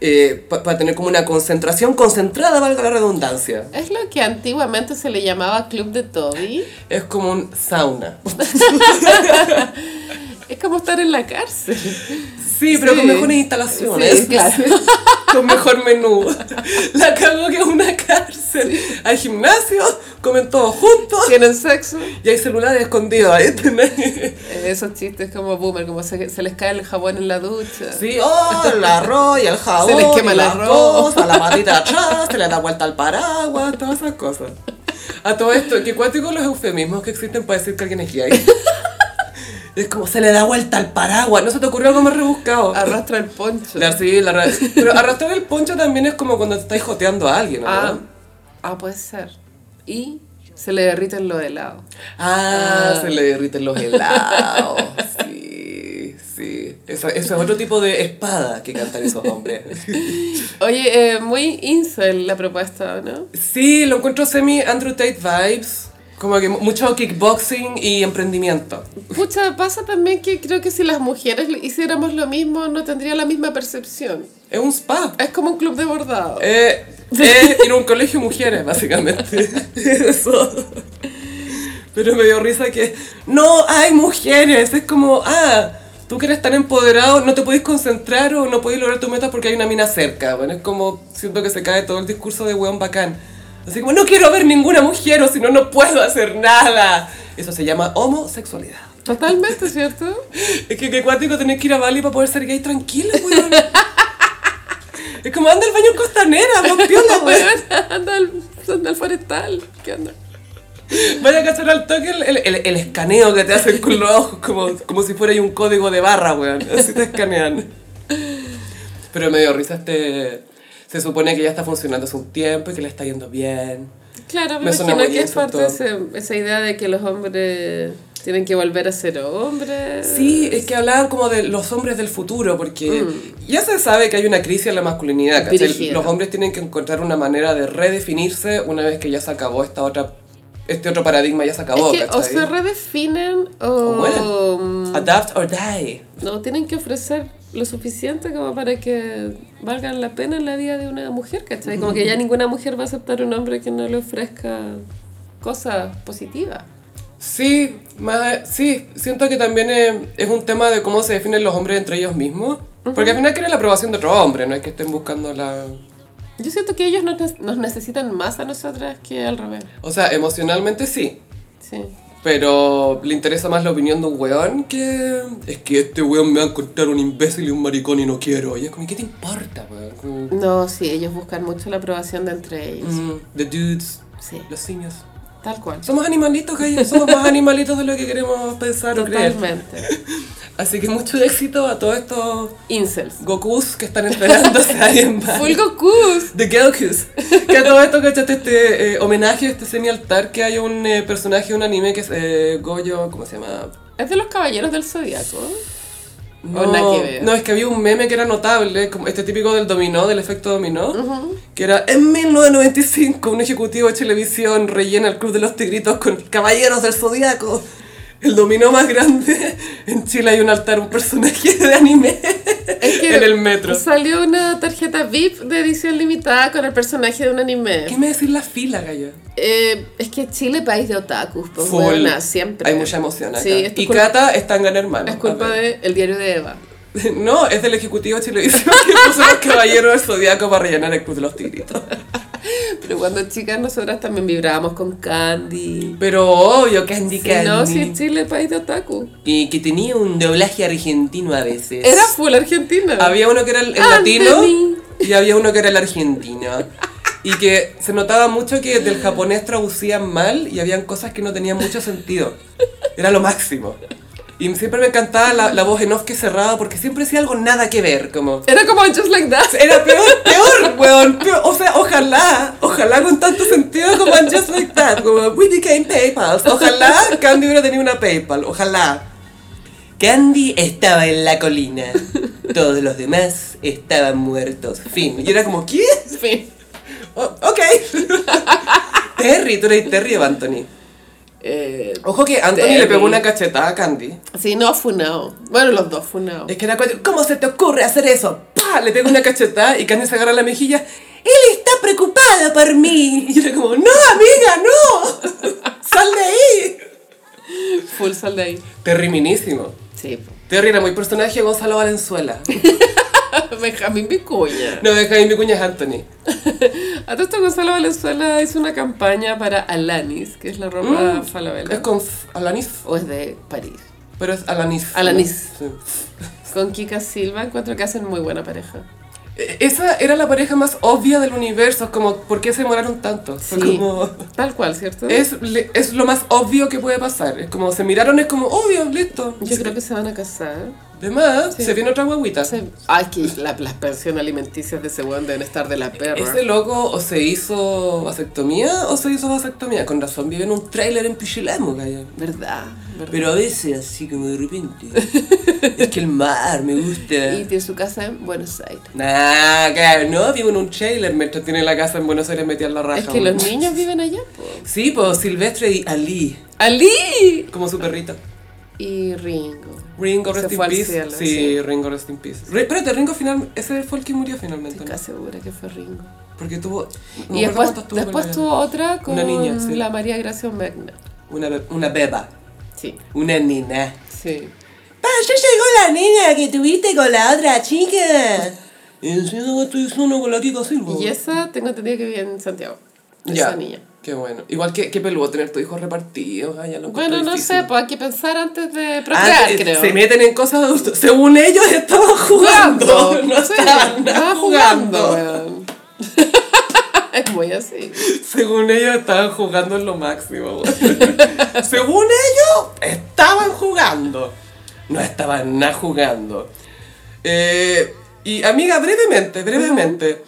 Speaker 1: eh, pa- para tener como una concentración concentrada, valga la redundancia.
Speaker 2: Es lo que antiguamente se le llamaba Club de Toby.
Speaker 1: Es como un sauna.
Speaker 2: Es como estar en la cárcel.
Speaker 1: Sí, pero con
Speaker 2: Sí.
Speaker 1: mejores instalaciones.
Speaker 2: Sí, claro.
Speaker 1: Con mejor menú. La cago que es una cárcel. Hay gimnasio, comen todos juntos.
Speaker 2: Tienen sexo.
Speaker 1: Y hay celulares escondidos ahí. ¿entendés?
Speaker 2: Eh, Esos chistes como boomer, como se, se les cae el jabón en la ducha.
Speaker 1: Sí, oh, el arroz y el jabón.
Speaker 2: Se les quema
Speaker 1: y
Speaker 2: el
Speaker 1: las
Speaker 2: arroz.
Speaker 1: cosas, la patita atrás, se le da vuelta al paraguas, todas esas cosas. A todo esto, que cuático los eufemismos que existen para decir que alguien es gay. Es como, se le da vuelta al paraguas. ¿No se te ocurrió algo más rebuscado?
Speaker 2: Arrastra el poncho.
Speaker 1: La- sí, la ra- Pero arrastrar el poncho también es como cuando te estáis joteando a alguien, ¿no?
Speaker 2: Ah, ah, puede ser. Y se le derriten los helados.
Speaker 1: Ah,
Speaker 2: Ah.
Speaker 1: se le derriten los helados. Sí, sí. Eso, eso es otro tipo de espada que cantan esos hombres.
Speaker 2: Oye, eh, muy incel la propuesta, ¿no?
Speaker 1: Sí, lo encuentro semi Andrew Tate vibes. Como que mu- mucho kickboxing y emprendimiento.
Speaker 2: Pucha, pasa también que creo que si las mujeres le- hiciéramos lo mismo, no tendría la misma percepción.
Speaker 1: Es un spa.
Speaker 2: Es como un club de bordado.
Speaker 1: Eh, eh, en un colegio de mujeres, básicamente. Eso. Pero me dio risa que no hay mujeres. Es como, ah, tú que eres tan empoderado, no te podés concentrar o no podés lograr tus metas porque hay una mina cerca. Bueno, es como, siento que se cae todo el discurso de weón bacán. Así como, no quiero ver ninguna mujer o si no, no puedo hacer nada. Eso se llama homosexualidad.
Speaker 2: Totalmente, ¿cierto?
Speaker 1: Es que qué cuático tenés que ir a Bali para poder ser gay tranquilo, weón. Es como anda al baño en costanera, vos piola, weón.
Speaker 2: Bueno, anda al, anda al forestal. ¿Qué onda?
Speaker 1: Vaya a cazar al toque el, el, el- el escaneo que te hacen con los ojos, como, como si fuera ahí un código de barra, weón. Así te escanean. Pero me dio risa este... Se supone que ya está funcionando hace un tiempo y que le está yendo bien.
Speaker 2: Claro, me,
Speaker 1: Me suena
Speaker 2: imagino
Speaker 1: muy
Speaker 2: que es parte de
Speaker 1: insultado.
Speaker 2: ese- esa idea de que los hombres tienen que volver a ser hombres.
Speaker 1: Sí, es que hablaban como de los hombres del futuro, porque
Speaker 2: Mm.
Speaker 1: ya se sabe que hay una crisis en la masculinidad, ¿cachai?
Speaker 2: Brígido.
Speaker 1: Los hombres tienen que encontrar una manera de redefinirse una vez que ya se acabó esta otra, este otro paradigma, ya se acabó,
Speaker 2: Es que o
Speaker 1: ¿cachai?
Speaker 2: se redefinen o,
Speaker 1: O
Speaker 2: mm,
Speaker 1: Adapt or die.
Speaker 2: no tienen que ofrecer lo suficiente como para que valgan la pena en la vida de una mujer, ¿cachai? Como
Speaker 1: Mm.
Speaker 2: que ya ninguna mujer va a aceptar un hombre que no le ofrezca cosas positivas.
Speaker 1: Sí, más, sí, siento que también eh, es un tema de cómo se definen los hombres entre ellos mismos, porque al final quieren la aprobación de otro hombre, no es que estén buscando la...
Speaker 2: Yo siento que ellos nos, nos necesitan más a nosotras que al revés.
Speaker 1: O sea, emocionalmente sí,
Speaker 2: Sí.
Speaker 1: Pero le interesa más la opinión de un weón que... Es que este weón me va a encontrar un imbécil y un maricón y no quiero. Y es como, ¿qué te importa, weón? Como,
Speaker 2: No, sí, ellos buscan mucho la aprobación de entre ellos.
Speaker 1: mm, the dudes,
Speaker 2: Sí,
Speaker 1: los simios.
Speaker 2: tal cual.
Speaker 1: Somos animalitos, gallo. Somos más animalitos de lo que queremos pensar o creer.
Speaker 2: Totalmente.
Speaker 1: Así que mucho éxito a todos estos
Speaker 2: Incels.
Speaker 1: Gokus que están esperándose ahí en Bali.
Speaker 2: Full Gokus.
Speaker 1: The Gokus. Que a todo esto, ¿cachaste? Este eh, homenaje, este semi-altar que hay un eh, personaje de un anime que es eh, Goyo... ¿Cómo se llama?
Speaker 2: Es de los caballeros del zodiaco.
Speaker 1: No,
Speaker 2: O nada que ver.
Speaker 1: no, es que había un meme que era notable, como este típico del dominó, del efecto dominó, que era en 1995 un ejecutivo de televisión rellena el Club de los Tigritos con Caballeros del Zodiaco. El dominó más grande. En Chile hay un altar, un personaje de anime
Speaker 2: Es que
Speaker 1: en el metro.
Speaker 2: Salió una tarjeta VIP de edición limitada con el personaje de un anime.
Speaker 1: ¿Qué me decís la fila, Gaya?
Speaker 2: Eh, es que Chile, país de otakus, pues
Speaker 1: Full.
Speaker 2: buena, siempre.
Speaker 1: Hay mucha emoción acá.
Speaker 2: Sí, es tu
Speaker 1: y
Speaker 2: cul-
Speaker 1: Cata está en Gran Hermano.
Speaker 2: Es
Speaker 1: A
Speaker 2: culpa
Speaker 1: ver.
Speaker 2: del el diario de Eva.
Speaker 1: No, es del ejecutivo de televisión que puso los Caballeros del Zodiaco para rellenar el Club de los Tigritos.
Speaker 2: Pero cuando chicas, nosotras también vibrábamos con Candy.
Speaker 1: Pero obvio, Candy
Speaker 2: Sí,
Speaker 1: Candy.
Speaker 2: no, sí, Chile, país de otaku.
Speaker 1: Y que tenía un doblaje argentino a veces.
Speaker 2: Era full argentina.
Speaker 1: Había uno que era el, el
Speaker 2: Anthony.
Speaker 1: latino y había uno que era el argentino. Y que se notaba mucho que del japonés traducían mal y habían cosas que no tenían mucho sentido. Era lo máximo. Y siempre me encantaba la, la voz en off que cerraba porque siempre decía algo nada que ver, como...
Speaker 2: Era como Just Like That.
Speaker 1: Era peor, peor, weón. peor. O sea, ojalá, ojalá con tanto sentido como en Just Like That, como We Became PayPal. Ojalá Candy hubiera tenido una PayPal, ojalá. Candy estaba en la colina. Todos los demás estaban muertos. Fin. Y era como, ¿qué?
Speaker 2: En fin.
Speaker 1: O- ok. Terry, tú eres Terry, Anthony.
Speaker 2: eh,
Speaker 1: Ojo que Anthony le
Speaker 2: Terry.
Speaker 1: pegó una cachetada a Candy.
Speaker 2: Sí, no, funao. Bueno, los dos funao.
Speaker 1: Es que era cuatro, ¿cómo se te ocurre hacer eso? ¡Pah! Le pega una cachetada y Candy se agarra la mejilla. Él está preocupado por mí. Y yo era como, no, amiga, no. Sal de ahí.
Speaker 2: Full sal de ahí.
Speaker 1: Terry minísimo.
Speaker 2: Sí. po.
Speaker 1: Terry era muy personaje de Gonzalo Valenzuela.
Speaker 2: Benjamín Vicuña.
Speaker 1: No, deja ahí mi cuña es Anthony.
Speaker 2: A todo esto Gonzalo Valenzuela hizo una campaña para Alanis, que es la ropa
Speaker 1: Mm,
Speaker 2: falabella.
Speaker 1: Es con F- Alanis.
Speaker 2: O es de París.
Speaker 1: Pero es Alanis.
Speaker 2: Alanis.
Speaker 1: Sí.
Speaker 2: Con Kika Silva encuentro que hacen muy buena pareja.
Speaker 1: E- Esa era la pareja más obvia del universo. Es como, ¿por qué se demoraron tanto? Fue
Speaker 2: Sí.
Speaker 1: como-
Speaker 2: Tal cual, ¿cierto?
Speaker 1: Es, le- es lo más obvio que puede pasar. Es como, se miraron, es como, obvio, listo.
Speaker 2: Yo creo que se van a casar.
Speaker 1: De más,
Speaker 2: Sí.
Speaker 1: se viene otra guaguita.
Speaker 2: Se- Ay, Ah, que la- las pensiones alimenticias de ese weón deben estar de la perra.
Speaker 1: Ese loco o se hizo vasectomía o se hizo vasectomía. Con razón, vive en un tráiler en Pichilamo, calla.
Speaker 2: ¿Verdad? verdad.
Speaker 1: Pero a veces, así como de repente. es que el mar me
Speaker 2: Y
Speaker 1: gusta.
Speaker 2: tiene su casa en Buenos Aires.
Speaker 1: Nah, claro, no, vivo en un trailer mientras tiene la casa en Buenos Aires metida en la raja.
Speaker 2: Es que
Speaker 1: weón.
Speaker 2: los niños viven allá, po.
Speaker 1: Sí, pues Silvestre y Ali,
Speaker 2: ¡Ali!
Speaker 1: como su perrito.
Speaker 2: Y Ringo.
Speaker 1: Ringo,
Speaker 2: Se
Speaker 1: rest in
Speaker 2: fue al
Speaker 1: peace.
Speaker 2: cielo,
Speaker 1: sí,
Speaker 2: sí.
Speaker 1: Ringo, rest in peace. Re- espérate, Ringo final, ese fue el que murió finalmente,
Speaker 2: Estoy
Speaker 1: ¿no?
Speaker 2: casi segura que fue Ringo.
Speaker 1: Porque tuvo. no
Speaker 2: y
Speaker 1: me acuerdo cuántos
Speaker 2: después,
Speaker 1: tuvo con
Speaker 2: después
Speaker 1: la-
Speaker 2: tuvo otra con
Speaker 1: Una niña, sí.
Speaker 2: la María Gracia Magna.
Speaker 1: Una, be- una beba,
Speaker 2: Sí,
Speaker 1: una nena.
Speaker 2: sí.
Speaker 1: Pa, ya llegó la nena que tuviste con la otra chica. Encima que Eh, estoy solo con la Kika Silva.
Speaker 2: Y esa tengo entendido que vive en Santiago.
Speaker 1: Ya.
Speaker 2: Esa niña.
Speaker 1: Qué bueno. Igual que, qué peludo tener tus hijos repartidos. ah, ya lo encuentro
Speaker 2: Bueno, no
Speaker 1: difícil.
Speaker 2: sé, pues hay que pensar antes de procrear,
Speaker 1: Antes
Speaker 2: creo.
Speaker 1: Ah, eh, Se meten en cosas de adultos. Según ellos estaban jugando. No
Speaker 2: Sí,
Speaker 1: estaban nada
Speaker 2: estaba
Speaker 1: jugando.
Speaker 2: weón. es muy así.
Speaker 1: Según ellos estaban jugando en lo máximo. weón. Según ellos estaban jugando. No estaban nada jugando. Eh, y amiga, brevemente, brevemente.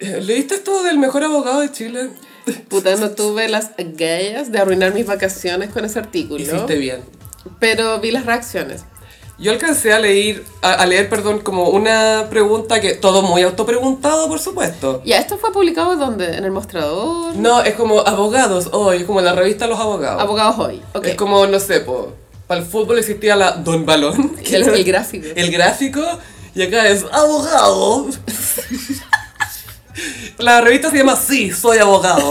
Speaker 1: eh, ¿Leíste esto del mejor abogado de Chile?
Speaker 2: Puta, no tuve las gallas de arruinar mis vacaciones con ese artículo.
Speaker 1: Hiciste bien.
Speaker 2: Pero vi las reacciones.
Speaker 1: Yo alcancé a leer, a, a leer, perdón, como una pregunta que todo muy autopreguntado, por supuesto.
Speaker 2: Ya, esto fue publicado ¿dónde? ¿En el mostrador?
Speaker 1: No, es como abogados hoy, es como la revista Los Abogados.
Speaker 2: Abogados hoy. Ok.
Speaker 1: Es como, no sé, po, para el fútbol existía la Don Balón. que
Speaker 2: el,
Speaker 1: era
Speaker 2: el gráfico.
Speaker 1: el gráfico, y acá es abogado. la revista se llama Sí, soy abogado.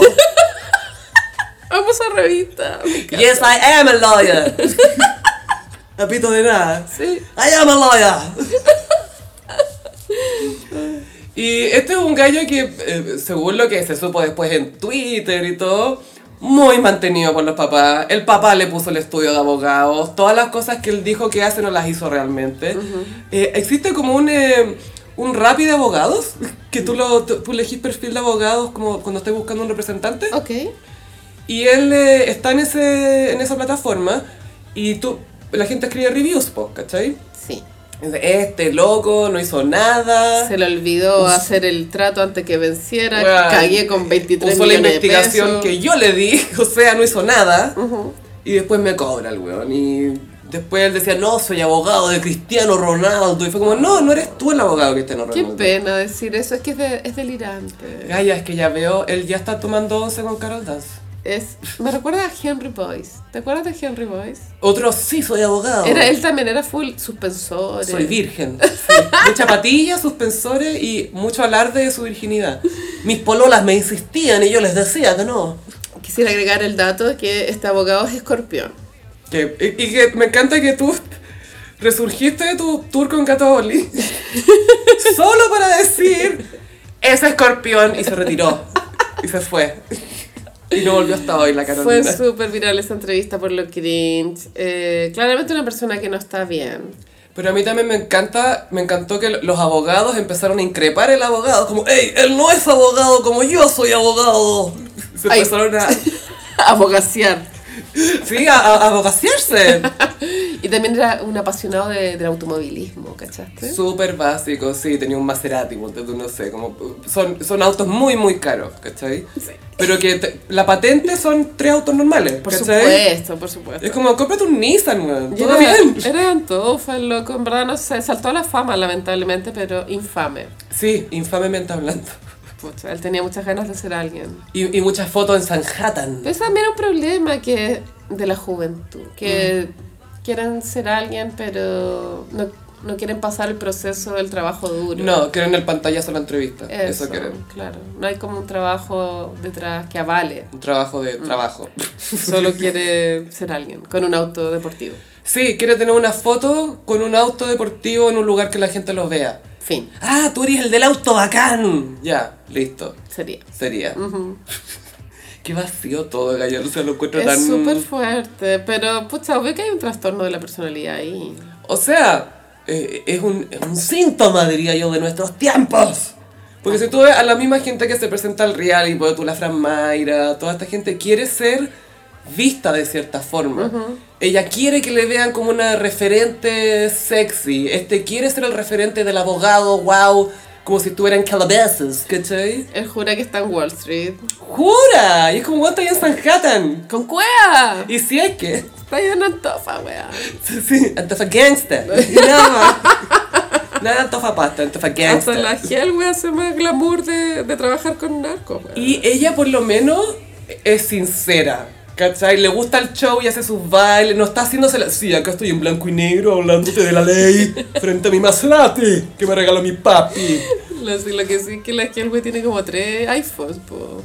Speaker 2: Vamos a revista. me ca-
Speaker 1: yes, I am a lawyer. Capito de nada.
Speaker 2: Sí.
Speaker 1: I am a lawyer. y este es un gallo que, eh, según lo que se supo después en Twitter y todo, muy mantenido por los papás. El papá le puso el estudio de abogados. Todas las cosas que él dijo que hace no las hizo realmente. Eh, existe como un... eh, un rap de abogados, que tú, lo, tú tú elegís perfil de abogados como cuando estés buscando un representante.
Speaker 2: Ok.
Speaker 1: Y él eh, está en, ese, en esa plataforma y tú, la gente escribe reviews, po, ¿cachai?
Speaker 2: Sí.
Speaker 1: Dice, Este loco no hizo nada.
Speaker 2: Se le olvidó hacer el trato antes que venciera.
Speaker 1: Weón,
Speaker 2: Cagué con 23
Speaker 1: Usó la
Speaker 2: millones de
Speaker 1: investigación
Speaker 2: pesos.
Speaker 1: que yo le di, o sea, no hizo nada.
Speaker 2: Ujú.
Speaker 1: Y después me cobra el weón. Y después él decía, no, soy abogado de Cristiano Ronaldo. Y fue como, no, no eres tú el abogado de Cristiano
Speaker 2: Qué
Speaker 1: Ronaldo.
Speaker 2: pena decir eso. Es que es, de- es delirante.
Speaker 1: Gaya, es que ya veo, él ya está tomando once con Carol Dance.
Speaker 2: Es, me recuerda a Henry Boyce. ¿Te acuerdas de Henry Boyce?
Speaker 1: Otro, sí, soy abogado.
Speaker 2: Era, él también era full suspensores.
Speaker 1: Soy virgen. Mucha patilla, suspensores y mucho alarde de su virginidad. Mis pololas me insistían y yo les decía que no.
Speaker 2: Quisiera agregar el dato de que este abogado es escorpión.
Speaker 1: Que- y, y que me encanta que tú resurgiste de tu tour con Catoli solo para decir es escorpión y se retiró y se fue. Y no volvió hasta hoy la
Speaker 2: Fue
Speaker 1: Carolina.
Speaker 2: súper viral esa entrevista por lo cringe. Eh, claramente una persona que no está bien.
Speaker 1: Pero a mí también me encanta, me encantó que los abogados empezaron a increpar el abogado, como, hey, él no es abogado como yo soy abogado. Se
Speaker 2: Ay.
Speaker 1: empezaron a,
Speaker 2: Abogaciar.
Speaker 1: Sí, a, a, a abogaciarse.
Speaker 2: Y también era un apasionado de- del automovilismo, ¿cachaste?
Speaker 1: Súper básico, sí, tenía un Maserati, ponte tú, no sé, como... Son, son autos muy, muy caros, ¿cachai? Pero que te- la patente son tres autos normales,
Speaker 2: Por
Speaker 1: ¿cachai?
Speaker 2: supuesto, por supuesto.
Speaker 1: Es como, cómprate un Nissan, weón,
Speaker 2: Y
Speaker 1: todo
Speaker 2: era,
Speaker 1: bien.
Speaker 2: Era antofa, el loco. En verdad, no sé, saltó a la fama, lamentablemente, pero infame.
Speaker 1: Sí, infamemente hablando.
Speaker 2: Pucha, él tenía muchas ganas de ser alguien.
Speaker 1: Y, y muchas fotos en Sanhattan.
Speaker 2: Pero eso también era un problema que de la juventud, que
Speaker 1: Mm.
Speaker 2: quieren ser alguien, pero no, no quieren pasar el proceso del trabajo duro.
Speaker 1: No, quieren el pantallazo en la entrevista. Eso,
Speaker 2: eso,
Speaker 1: quieren.
Speaker 2: Claro, no hay como un trabajo detrás que avale,
Speaker 1: Un trabajo
Speaker 2: Mm.
Speaker 1: de trabajo.
Speaker 2: solo quiere ser alguien, con un auto deportivo.
Speaker 1: Sí, quiere tener una foto con un auto deportivo en un lugar que la gente lo vea.
Speaker 2: Fin,
Speaker 1: Ah, tú eres el del auto bacán. Ya, listo.
Speaker 2: sería.
Speaker 1: Sería.
Speaker 2: Ujú.
Speaker 1: Qué vacío todo, gallo. O sea, lo encuentro tan...
Speaker 2: Es súper fuerte, pero pucha, obvio que hay un trastorno de la personalidad ahí.
Speaker 1: O sea, eh, es, un, es un síntoma, diría yo, de nuestros tiempos. Porque si tú ves a la misma gente que se presenta al reality, pues, tú la Fran Mayra, toda esta gente quiere ser vista de cierta forma. Ella quiere que le vean como una referente sexy. Este quiere ser el referente del abogado, wow, como si estuviera en Calabasas, ¿cachai?
Speaker 2: Él jura que está en Wall Street.
Speaker 1: ¡Jura! Y es como, ¿cuánto hay en Manhattan?
Speaker 2: ¡Con cueva!
Speaker 1: Y si es que...
Speaker 2: Está ahí en Antofa, weá.
Speaker 1: Sí, Antofagangster. Nada más. Nada de Antofapasta,
Speaker 2: Hasta
Speaker 1: Antofagangster.
Speaker 2: la gel, weá, hace más glamour de, de trabajar con narcos, weá.
Speaker 1: Y ella por lo menos es sincera. ¿Cachai? Le gusta el show y hace sus bailes. No está haciéndose la... Sí, acá estoy en blanco y negro hablándote de la ley frente a mi Maserati que me regaló mi papi.
Speaker 2: Lo, sí, lo que sí es que la gel, weá, tiene como tres iPhones, po.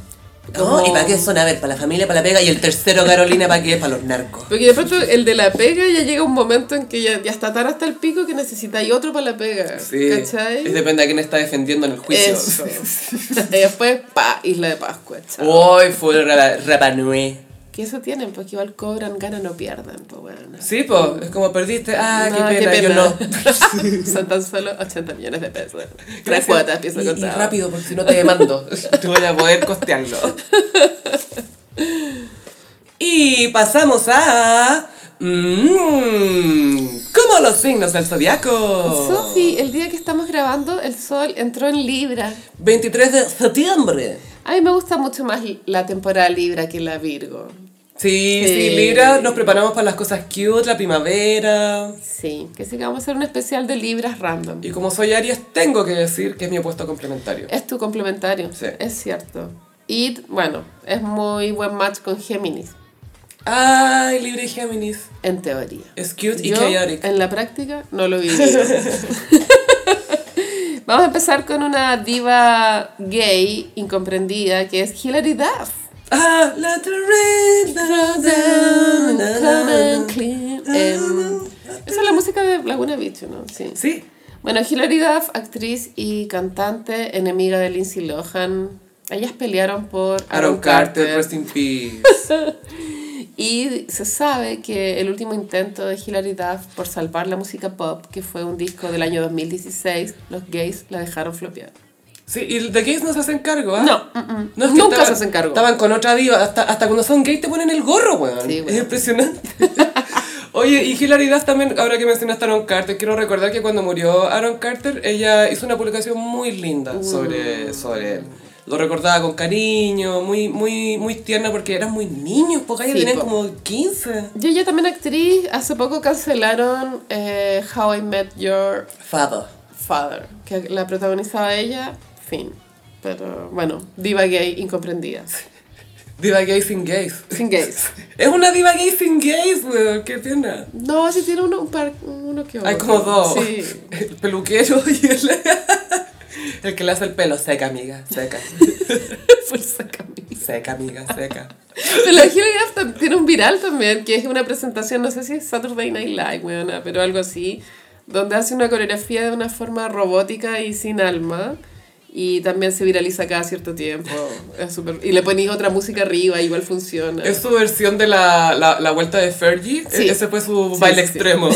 Speaker 1: No, ¿y para qué son? A ver, para la familia, para la pega. Y el tercero, Carolina, ¿para qué? Para los narcos.
Speaker 2: Porque de pronto el de la pega ya llega un momento en que ya, ya está tan hasta el pico que necesitáis otro para la pega.
Speaker 1: Sí.
Speaker 2: ¿Cachai?
Speaker 1: Es Depende de quién está defendiendo en el juicio.
Speaker 2: Eso. y después, pa, Isla de Pascua, chao.
Speaker 1: Hoy fue Rapa, Rapa Nui.
Speaker 2: Que eso tienen, porque igual cobran, ganan o pierden, pues bueno.
Speaker 1: Sí, pues, es como perdiste. Ah,
Speaker 2: No,
Speaker 1: qué, pena, yo no.
Speaker 2: Son tan solo 80 millones de pesos. Tres
Speaker 1: Gracias.
Speaker 2: cuotas, pienso
Speaker 1: Y- y
Speaker 2: contar.
Speaker 1: rápido, porque si no te demando. Tú voy a poder costearlo. Y pasamos a... Mmm, ¿Cómo los signos del zodiaco?
Speaker 2: Sofi, el día que estamos grabando, el sol entró en Libra.
Speaker 1: 23 de septiembre.
Speaker 2: A mí me gusta mucho más la temporada Libra que la Virgo.
Speaker 1: Sí,
Speaker 2: Sí.
Speaker 1: sí, Libra, nos preparamos para las cosas cute, la primavera.
Speaker 2: Sí, que sí que vamos a hacer un especial de Libras random.
Speaker 1: Y como soy Aries, tengo que decir que es mi opuesto complementario.
Speaker 2: Es tu complementario,
Speaker 1: Sí.
Speaker 2: es cierto. Y bueno, es muy buen match con Géminis,
Speaker 1: Ay, Libra y Géminis.
Speaker 2: en teoría.
Speaker 1: Es cute y
Speaker 2: Yo,
Speaker 1: chaotic.
Speaker 2: en la práctica no lo viví. Vamos a empezar con una diva gay incomprendida que es Hilary Duff.
Speaker 1: Ah, la torreta.
Speaker 2: Em, esa es la música de Laguna Beach, ¿no? Sí.
Speaker 1: Sí.
Speaker 2: Bueno, Hilary Duff, actriz y cantante, enemiga de Lindsay Lohan. Ellas pelearon por
Speaker 1: Aaron Carter, rest in peace.
Speaker 2: Y se sabe que el último intento de Hilary Duff por salvar la música pop, que fue un disco del año 2016, los gays la dejaron flopear.
Speaker 1: Sí, y de gays no se hacen cargo, ¿ah?
Speaker 2: No, mm-mm.
Speaker 1: No, es que
Speaker 2: nunca
Speaker 1: estaban-
Speaker 2: se hacen cargo.
Speaker 1: Estaban con otra diva. Hasta, hasta cuando son gays te ponen el gorro, weón.
Speaker 2: Sí, weón.
Speaker 1: Es impresionante. Oye, y Hilary Duff también, ahora que mencionaste a Aaron Carter, quiero recordar que cuando murió Aaron Carter, ella hizo una publicación muy linda sobre, sobre él. Lo recordaba con cariño, muy, muy, muy tierna, porque eran muy niños, porque ellos
Speaker 2: Sí,
Speaker 1: tenían
Speaker 2: po.
Speaker 1: como 15.
Speaker 2: Y ella también actriz, hace poco cancelaron eh, How I Met Your
Speaker 1: Fado.
Speaker 2: Father, que la protagonizaba ella, fin. Pero bueno, diva gay incomprendida.
Speaker 1: Diva gay sin gays.
Speaker 2: Sin gays.
Speaker 1: Es una diva gay sin gays, weón, qué pena.
Speaker 2: No, si tiene uno, un par, uno que otro.
Speaker 1: Hay como dos.
Speaker 2: Sí.
Speaker 1: El peluquero y el... El que le hace el pelo. Seca, amiga. Seca.
Speaker 2: Fuerza camisa.
Speaker 1: Seca, amiga. Seca.
Speaker 2: Pero la Hilary Duff tam- tiene un viral también, que es una presentación, no sé si es Saturday Night Live, weona, pero algo así, donde hace una coreografía de una forma robótica y sin alma. Y también se viraliza cada cierto tiempo. Es súper- y le ponéis otra música arriba, igual funciona.
Speaker 1: Es su versión de la, la, la vuelta de Fergie. E-
Speaker 2: Sí.
Speaker 1: Ese fue su
Speaker 2: Sí,
Speaker 1: baile
Speaker 2: sí, sí.
Speaker 1: extremo.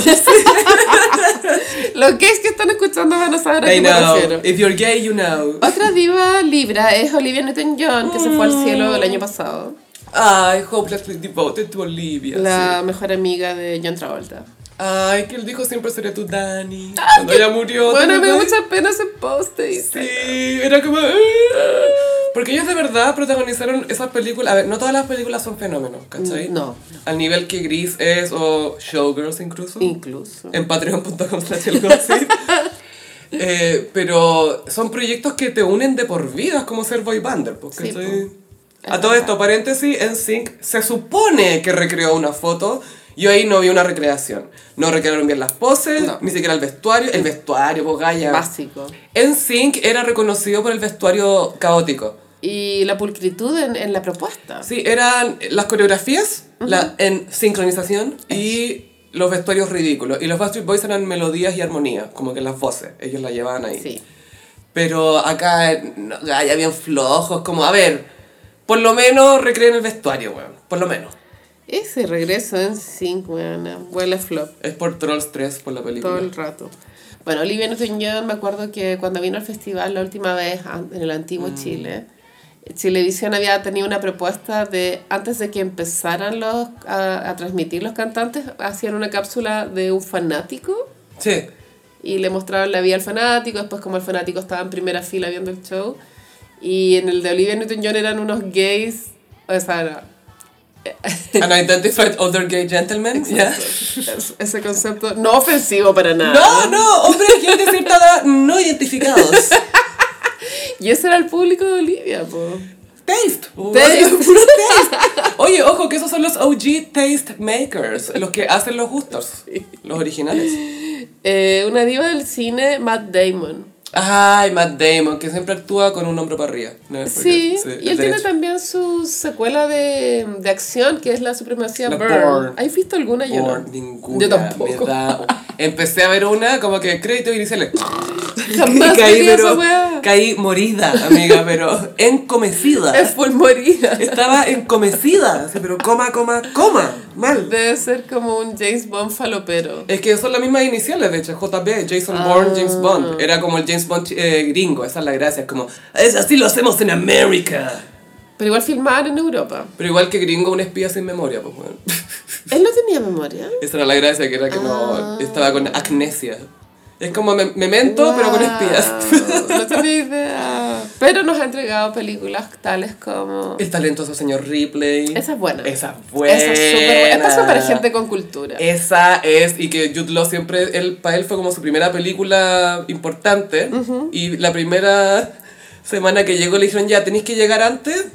Speaker 2: Los gays que están escuchando van a saber a
Speaker 1: They
Speaker 2: qué me
Speaker 1: know.
Speaker 2: refiero.
Speaker 1: If you're gay, you know.
Speaker 2: Otra diva libra es Olivia Newton-John, que se fue al cielo el año pasado.
Speaker 1: Ay, hopelessly devoted to Olivia.
Speaker 2: La
Speaker 1: sí.
Speaker 2: mejor amiga de John Travolta.
Speaker 1: Ay, que él dijo siempre seré tu Dani. Cuando ella murió. ¿te
Speaker 2: Ah, Bueno, me da
Speaker 1: acordás?
Speaker 2: mucha pena ese post de Instagram.
Speaker 1: Sí, era como... "Ah". Porque ellos de verdad protagonizaron esas películas. A ver, no todas las películas son fenómenos, ¿cachai?
Speaker 2: Mm, No.
Speaker 1: Al nivel que Gris es, o Showgirls incluso.
Speaker 2: Incluso.
Speaker 1: En patreon.com slash el gossip. Eh, pero son proyectos que te unen de por vida, es como ser boy bander, porque
Speaker 2: Sí, pues. po.
Speaker 1: A todo esto, paréntesis, en Sync se supone que recreó una foto. Yo ahí no vi una recreación. No recrearon bien las poses,
Speaker 2: No.
Speaker 1: ni siquiera el vestuario. El vestuario, pues Gaia.
Speaker 2: Básico.
Speaker 1: En Sync era reconocido por el vestuario caótico.
Speaker 2: Y la pulcritud en, en la propuesta.
Speaker 1: Sí, eran las coreografías la, en sincronización y los vestuarios ridículos. Y los Backstreet Boys eran melodías y armonía, como que las voces, ellos la llevaban ahí.
Speaker 2: Sí.
Speaker 1: Pero acá, eh, no, ya bien flojos, como, a ver, por lo menos recreen el vestuario, weón, por lo menos.
Speaker 2: Ese regreso en Sync, weón, huele a flop
Speaker 1: Es por Trolls 3, por la película.
Speaker 2: todo el rato. Bueno, Olivia Newton-John, me acuerdo que cuando vino al festival la última vez an- en el antiguo Chile, Chilevisión había tenido una propuesta de, antes de que empezaran los, a, a transmitir los cantantes, hacían una cápsula de un fanático
Speaker 1: Sí,
Speaker 2: y le mostraban la vida al fanático, después como el fanático estaba en primera fila viendo el show, y en el de Olivia Newton-John eran unos gays, o sea, era-
Speaker 1: An Identified Older Gay Gentleman, ¿ya?
Speaker 2: es- ese concepto no ofensivo para nada.
Speaker 1: No, no, hombres gays de cierta edad no identificados.
Speaker 2: Y ese era el público de Olivia, po.
Speaker 1: Taste.
Speaker 2: Taste.
Speaker 1: Puro taste. Oye, ojo, que esos son los OG taste makers, los que hacen los gustos, los originales.
Speaker 2: Eh, una diva del cine, Matt Damon.
Speaker 1: Ay, Matt Damon, que siempre actúa con un hombro para arriba. No, es porque-
Speaker 2: Sí, y él
Speaker 1: es
Speaker 2: tiene
Speaker 1: derecho.
Speaker 2: también su secuela de, de acción, que es la supremacía
Speaker 1: La
Speaker 2: Bourne.
Speaker 1: Bourne.
Speaker 2: ¿Has visto alguna? Yo
Speaker 1: Por
Speaker 2: no.
Speaker 1: ninguna.
Speaker 2: Yo tampoco.
Speaker 1: me da- Empecé a ver una como que crédito inicial.
Speaker 2: Jamás
Speaker 1: caí,
Speaker 2: vería esa
Speaker 1: pero,
Speaker 2: weá.
Speaker 1: caí morida, amiga, pero encomecida.
Speaker 2: Es polvorina.
Speaker 1: Estaba encomecida, así, pero coma, coma, coma, mal.
Speaker 2: Debe ser como un James Bond falopero.
Speaker 1: Es que son las mismas iniciales, de hecho, JB, Jason Bourne, James
Speaker 2: Ah.
Speaker 1: Bond. Era como el James Bond eh, gringo, esa es la gracia, es como, es así lo hacemos en América.
Speaker 2: Pero igual filmaban en Europa.
Speaker 1: Pero igual que gringo, un espía sin memoria, pues bueno.
Speaker 2: Él no tenía memoria.
Speaker 1: Esa era la gracia, que era que
Speaker 2: Ah.
Speaker 1: no, estaba con agnesia. Es como me- memento, pero con espías.
Speaker 2: Wow, No tenía idea. Pero nos ha entregado películas tales como.
Speaker 1: El talentoso señor Ripley.
Speaker 2: Esa es buena.
Speaker 1: Esa es buena.
Speaker 2: Esa es súper buena. Esta es para gente con cultura.
Speaker 1: Esa es, y que Jude Law siempre, él, para él fue como su primera película importante. Y la primera semana que llegó le dijeron, ya, tenéis que llegar antes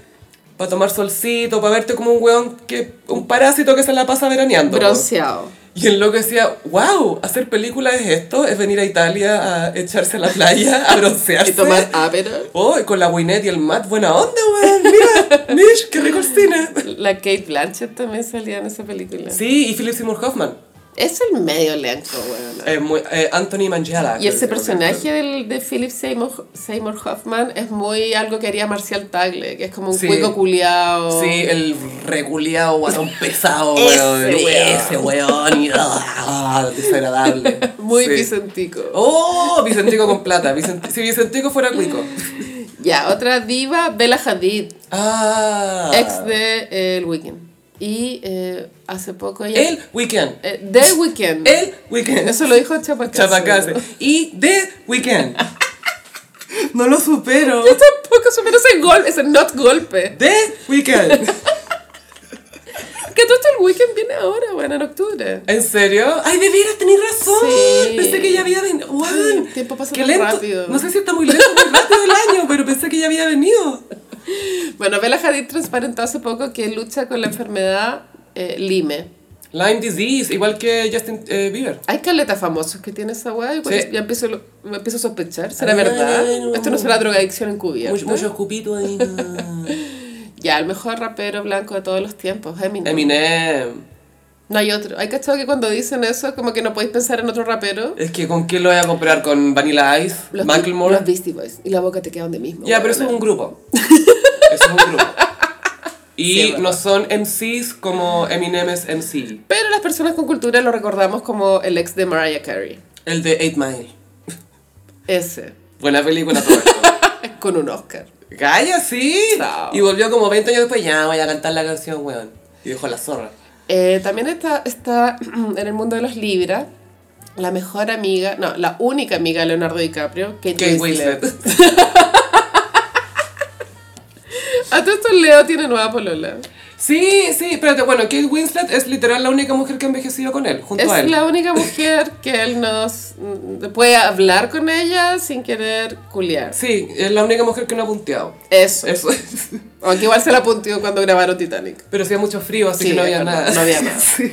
Speaker 1: para tomar solcito, para verte como un weón, que, un parásito que se la pasa veraneando. po".
Speaker 2: Bronceado.
Speaker 1: Y el loco decía, wow, hacer películas es esto, es venir a Italia a echarse a la playa, a broncearse.
Speaker 2: Y tomar ah, Aperol.
Speaker 1: Oh, y con la Winnet y el Matt, buena onda, weón. Mira, Mish, qué rico el cine.
Speaker 2: La Kate Blanchett también salía en esa película.
Speaker 1: Sí, y Philip Seymour Hoffman.
Speaker 2: Es el medio elenco, weón.
Speaker 1: Eh, muy- eh, Anthony Mangiala.
Speaker 2: Y ese
Speaker 1: creo que se llama el
Speaker 2: personaje del, de Philip Seymour, Seymour Hoffman es muy algo que haría Marcial Tagle, que es como un
Speaker 1: Sí.
Speaker 2: cuico culiao.
Speaker 1: Sí, el reculeado guatón pesado,
Speaker 2: Ese
Speaker 1: weón.
Speaker 2: weón.
Speaker 1: Ese weón. y, ah, desagradable.
Speaker 2: Muy
Speaker 1: Sí.
Speaker 2: vicentico.
Speaker 1: Oh, Vicentico con plata. Vicent- si Vicentico fuera cuico.
Speaker 2: Ya, otra diva, Bella Hadid,
Speaker 1: Ah.
Speaker 2: ex de eh, El Weeknd. Y eh, hace poco ella...
Speaker 1: El weekend.
Speaker 2: Eh, The Weeknd.
Speaker 1: El weekend.
Speaker 2: Eso lo dijo Chapacase.
Speaker 1: Chapacase. Y de weekend. No lo supero.
Speaker 2: Yo tampoco supero ese golpe, ese not golpe.
Speaker 1: De weekend.
Speaker 2: Que todo esto el Weeknd viene ahora, bueno, en octubre.
Speaker 1: ¿En serio? Ay, de veras, tenés razón.
Speaker 2: Sí.
Speaker 1: Pensé que ya había venido. ¡Wow!
Speaker 2: El tiempo pasa
Speaker 1: Qué
Speaker 2: tan
Speaker 1: lento.
Speaker 2: rápido.
Speaker 1: No sé si está muy lento o muy rápido el año, pero pensé que ya había venido.
Speaker 2: Bueno, Bella Hadid transparentó hace poco que lucha con la enfermedad eh, Lyme.
Speaker 1: Lyme disease, igual que Justin eh, Bieber.
Speaker 2: Hay caletas famosos que tiene esa weá y cuando
Speaker 1: Sí.
Speaker 2: ya empiezo, lo- me empiezo a sospechar. ¿Será
Speaker 1: Ay,
Speaker 2: verdad?
Speaker 1: ay, no.
Speaker 2: Esto no será drogadicción encubierta.
Speaker 1: Mucho- Muchos cupitos ahí.
Speaker 2: Ya, el mejor rapero blanco de todos los tiempos, Eminem.
Speaker 1: Eminem.
Speaker 2: No hay otro. Hay cachado que cuando dicen eso, como que no podéis pensar en otro rapero.
Speaker 1: Es que ¿con qué lo voy a comprar? ¿Con Vanilla Ice?
Speaker 2: Los,
Speaker 1: ¿Macklemore?
Speaker 2: los Beastie Boys. Y la boca te queda donde mismo.
Speaker 1: Ya, pero
Speaker 2: weona.
Speaker 1: eso es un grupo. Eso es un grupo.
Speaker 2: Sí,
Speaker 1: Y
Speaker 2: es verdad.
Speaker 1: no son MCs como Eminem es MC.
Speaker 2: Pero las personas con cultura lo recordamos como el ex de Mariah Carey.
Speaker 1: El de 8 Mile.
Speaker 2: Ese.
Speaker 1: Buena película, todo esto.
Speaker 2: Con un Oscar.
Speaker 1: Gaya, sí.
Speaker 2: No.
Speaker 1: Y volvió como 20 años después, ya voy a cantar la canción, weón. Y dejó la zorra.
Speaker 2: Eh, también está, está en el mundo de los Libra la mejor amiga, no, la única amiga de Leonardo DiCaprio, Kate,
Speaker 1: Kate
Speaker 2: Winslet.
Speaker 1: Winslet.
Speaker 2: A todo esto Leo tiene nueva polola.
Speaker 1: Sí, sí, espérate, bueno, Kate Winslet es literal la única mujer que ha envejecido con él, junto
Speaker 2: Es
Speaker 1: a él.
Speaker 2: la única mujer que él nos mm, puede hablar con ella sin querer culiar.
Speaker 1: Sí, es la única mujer que no ha punteado.
Speaker 2: Eso.
Speaker 1: Eso es.
Speaker 2: Aunque igual se la puntió cuando grabaron Titanic.
Speaker 1: Pero hacía mucho frío, así
Speaker 2: Sí,
Speaker 1: que no
Speaker 2: es
Speaker 1: había
Speaker 2: verdad,
Speaker 1: nada.
Speaker 2: no había nada.
Speaker 1: Sí.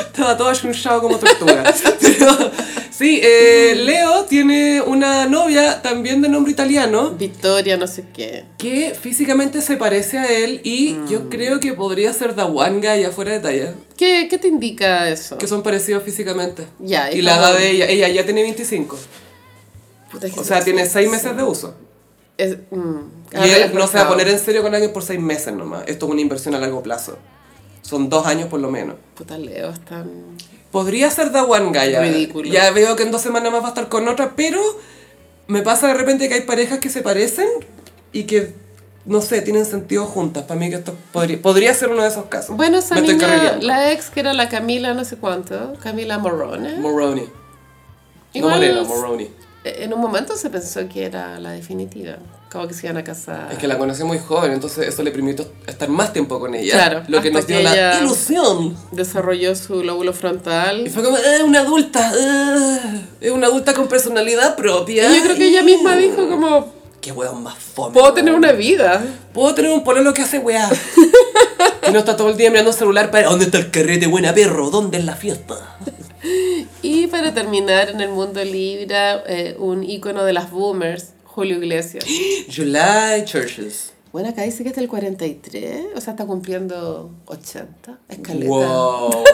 Speaker 1: Estaba todo achunchado como tortuga. Pero, sí, eh, Leo tiene una novia también de nombre italiano
Speaker 2: Victoria, no sé qué.
Speaker 1: que físicamente se parece a él y
Speaker 2: Mm.
Speaker 1: yo creo que podría ser Dawanga y afuera de talla,
Speaker 2: ¿Qué, qué te indica eso?
Speaker 1: que son parecidos físicamente.
Speaker 2: Ya, es
Speaker 1: y la
Speaker 2: como-
Speaker 1: edad de ella, ella ya tiene 25.
Speaker 2: Puta, es que
Speaker 1: O sea,
Speaker 2: se-
Speaker 1: tiene 6 meses de uso.
Speaker 2: es- mm,
Speaker 1: Y él no se va a
Speaker 2: refrescado.
Speaker 1: poner en serio con alguien por 6 meses nomás. Esto es una inversión a largo plazo. Son 2 años por lo menos.
Speaker 2: Puta, Leo, es tan...
Speaker 1: Podría ser Dawanga ya.
Speaker 2: Ridículo.
Speaker 1: Ya veo que en dos semanas más va a estar con otra, pero me pasa de repente que hay parejas que se parecen y que, no sé, tienen sentido juntas. Para mí que esto podría, podría ser uno de esos casos.
Speaker 2: Bueno, esa
Speaker 1: me estoy
Speaker 2: niña,
Speaker 1: carrileando.
Speaker 2: la ex que era la Camila, no sé cuánto, Camila Morrone.
Speaker 1: Moroni. No
Speaker 2: Igual
Speaker 1: Morena,
Speaker 2: es-
Speaker 1: Moroni.
Speaker 2: eh, En un momento se pensó que era la definitiva, como que se iban a casar.
Speaker 1: Es que la conocí muy joven, entonces eso le permitió estar más tiempo con ella.
Speaker 2: Claro,
Speaker 1: Lo que
Speaker 2: hasta
Speaker 1: nos dio
Speaker 2: que
Speaker 1: la
Speaker 2: ella-
Speaker 1: ilusión.
Speaker 2: Desarrolló su lóbulo frontal.
Speaker 1: Y fue como, es una adulta, eh, es una adulta con personalidad propia.
Speaker 2: Y yo creo que ella misma dijo como,
Speaker 1: Qué hueón más fome.
Speaker 2: puedo tener
Speaker 1: weón".
Speaker 2: una vida.
Speaker 1: Puedo tener un pololo que hace weá. Y no está todo el día mirando el celular para. ¿Dónde está el carrete, buena perro? ¿Dónde es la fiesta?
Speaker 2: Y para terminar en el mundo Libra, eh, un ícono de las boomers, Julio Iglesias.
Speaker 1: July Churches.
Speaker 2: Bueno, acá dice que hasta el 43, o sea, está cumpliendo 80. Escaleta.
Speaker 1: Wow.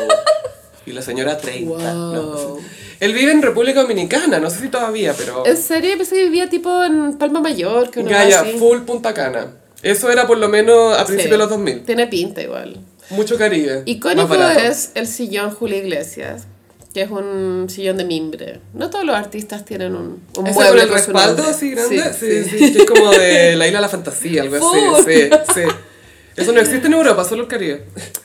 Speaker 1: Y la señora 30.
Speaker 2: Wow.
Speaker 1: ¿no? Él vive en República Dominicana, no sé si todavía, pero.
Speaker 2: En serio, Yo pensé que vivía tipo en Palma Mayor, que uno
Speaker 1: Gaya, full Punta Cana. Eso era por lo menos a principios de los 2000.
Speaker 2: Tiene pinta igual.
Speaker 1: Mucho Caribe. más
Speaker 2: Icónico
Speaker 1: barato.
Speaker 2: es el sillón Julio Iglesias, que es un sillón de mimbre. No todos los artistas tienen un, un
Speaker 1: ¿Ese con
Speaker 2: mueble
Speaker 1: el
Speaker 2: con su
Speaker 1: respaldo
Speaker 2: nombre.
Speaker 1: así grande? Sí, sí, que es como de la isla de la fantasía, algo así.
Speaker 2: Full.
Speaker 1: Sí, sí. Eso no existe en Europa, solo en Caribe.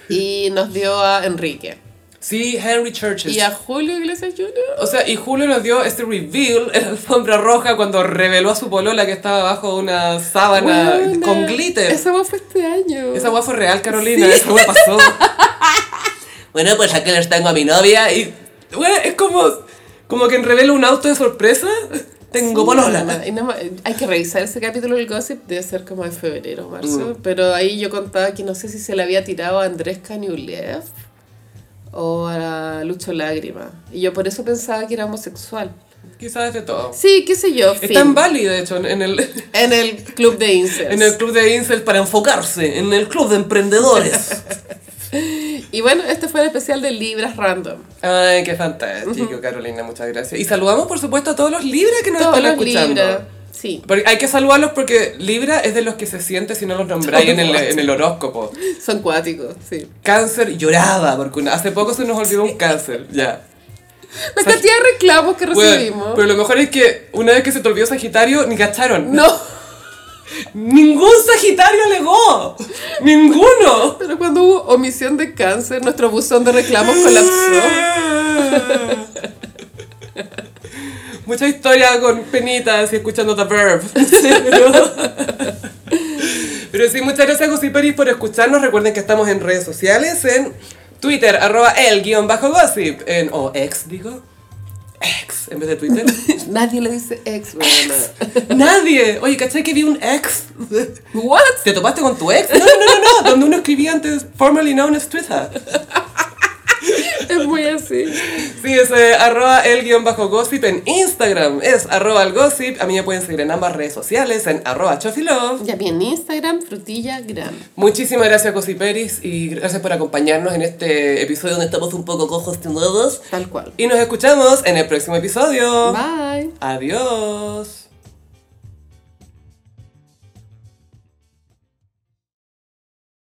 Speaker 2: Y nos dio a Enrique.
Speaker 1: Sí, Henry Churches.
Speaker 2: Y a Julio Iglesias Jr.
Speaker 1: O sea, y Julio nos dio este reveal en la alfombra roja cuando reveló a su polola que estaba bajo una sábana
Speaker 2: Buena.
Speaker 1: con glitter.
Speaker 2: Esa voz fue este año.
Speaker 1: Esa guapa fue real, Carolina. Eso me pasó. bueno, pues aquí les tengo a mi novia y... Bueno, es como, como que en revelo un auto de sorpresa. Tengo polola.
Speaker 2: Y nada más, eh, hay que revisar ese capítulo del gossip, debe ser como de febrero o marzo.
Speaker 1: Mm.
Speaker 2: Pero ahí yo contaba que no sé si se le había tirado a Andrés Caniulev o a Lucho Lágrima. Y yo por eso pensaba que era homosexual.
Speaker 1: Quizás de todo.
Speaker 2: Sí, qué sé yo.
Speaker 1: Está en
Speaker 2: fin.
Speaker 1: Bali, de hecho, en- en el...
Speaker 2: En el club de incels.
Speaker 1: En el club de incels para enfocarse, en el club de emprendedores.
Speaker 2: Y bueno, este fue el especial de Libras Random.
Speaker 1: Ay, qué fantástico, Carolina, muchas gracias. Y saludamos, por supuesto, a todos los Libra que nos
Speaker 2: Todos
Speaker 1: están
Speaker 2: los
Speaker 1: escuchando.
Speaker 2: Libras. Sí.
Speaker 1: Porque hay que saludarlos porque Libra es de los que se siente si no los nombráis en el, en el horóscopo.
Speaker 2: Son cuáticos, sí.
Speaker 1: Cáncer lloraba, porque una- hace poco se nos olvidó un cáncer, ya.
Speaker 2: La cantidad de reclamos que
Speaker 1: Bueno,
Speaker 2: recibimos.
Speaker 1: pero lo mejor es que una vez que se te olvidó Sagitario, ni cacharon.
Speaker 2: No.
Speaker 1: ¡Ningún Sagitario alegó! ¡Ninguno!
Speaker 2: Pero cuando hubo omisión de cáncer, nuestro buzón de reclamos colapsó.
Speaker 1: Mucha historia con penitas y escuchando The Verb. Sí, pero... pero sí, muchas gracias Gossiperis por escucharnos. Recuerden que estamos en redes sociales, en Twitter, arroba el guión bajo gossip, en, o ex digo, ex en vez de Twitter.
Speaker 2: Nadie le dice ex, weona.
Speaker 1: Nadie. Oye, ¿cachai que vi un ex?
Speaker 2: What?
Speaker 1: ¿Te topaste con tu ex? No, no, no, no, no. Donde uno escribía antes, formerly known as Twitter.
Speaker 2: Es muy así.
Speaker 1: Sí, es eh, arroba el guión bajo gossip en Instagram. Es arroba el gossip. A mí me pueden seguir en ambas redes sociales en arroba chofilove.
Speaker 2: Ya bien, Instagram, frutilla, gram.
Speaker 1: Muchísimas gracias, Gossiperis, y gracias por acompañarnos en este episodio donde estamos un poco congestionados.
Speaker 2: Tal cual.
Speaker 1: Y nos escuchamos en el próximo episodio.
Speaker 2: Bye.
Speaker 1: Adiós.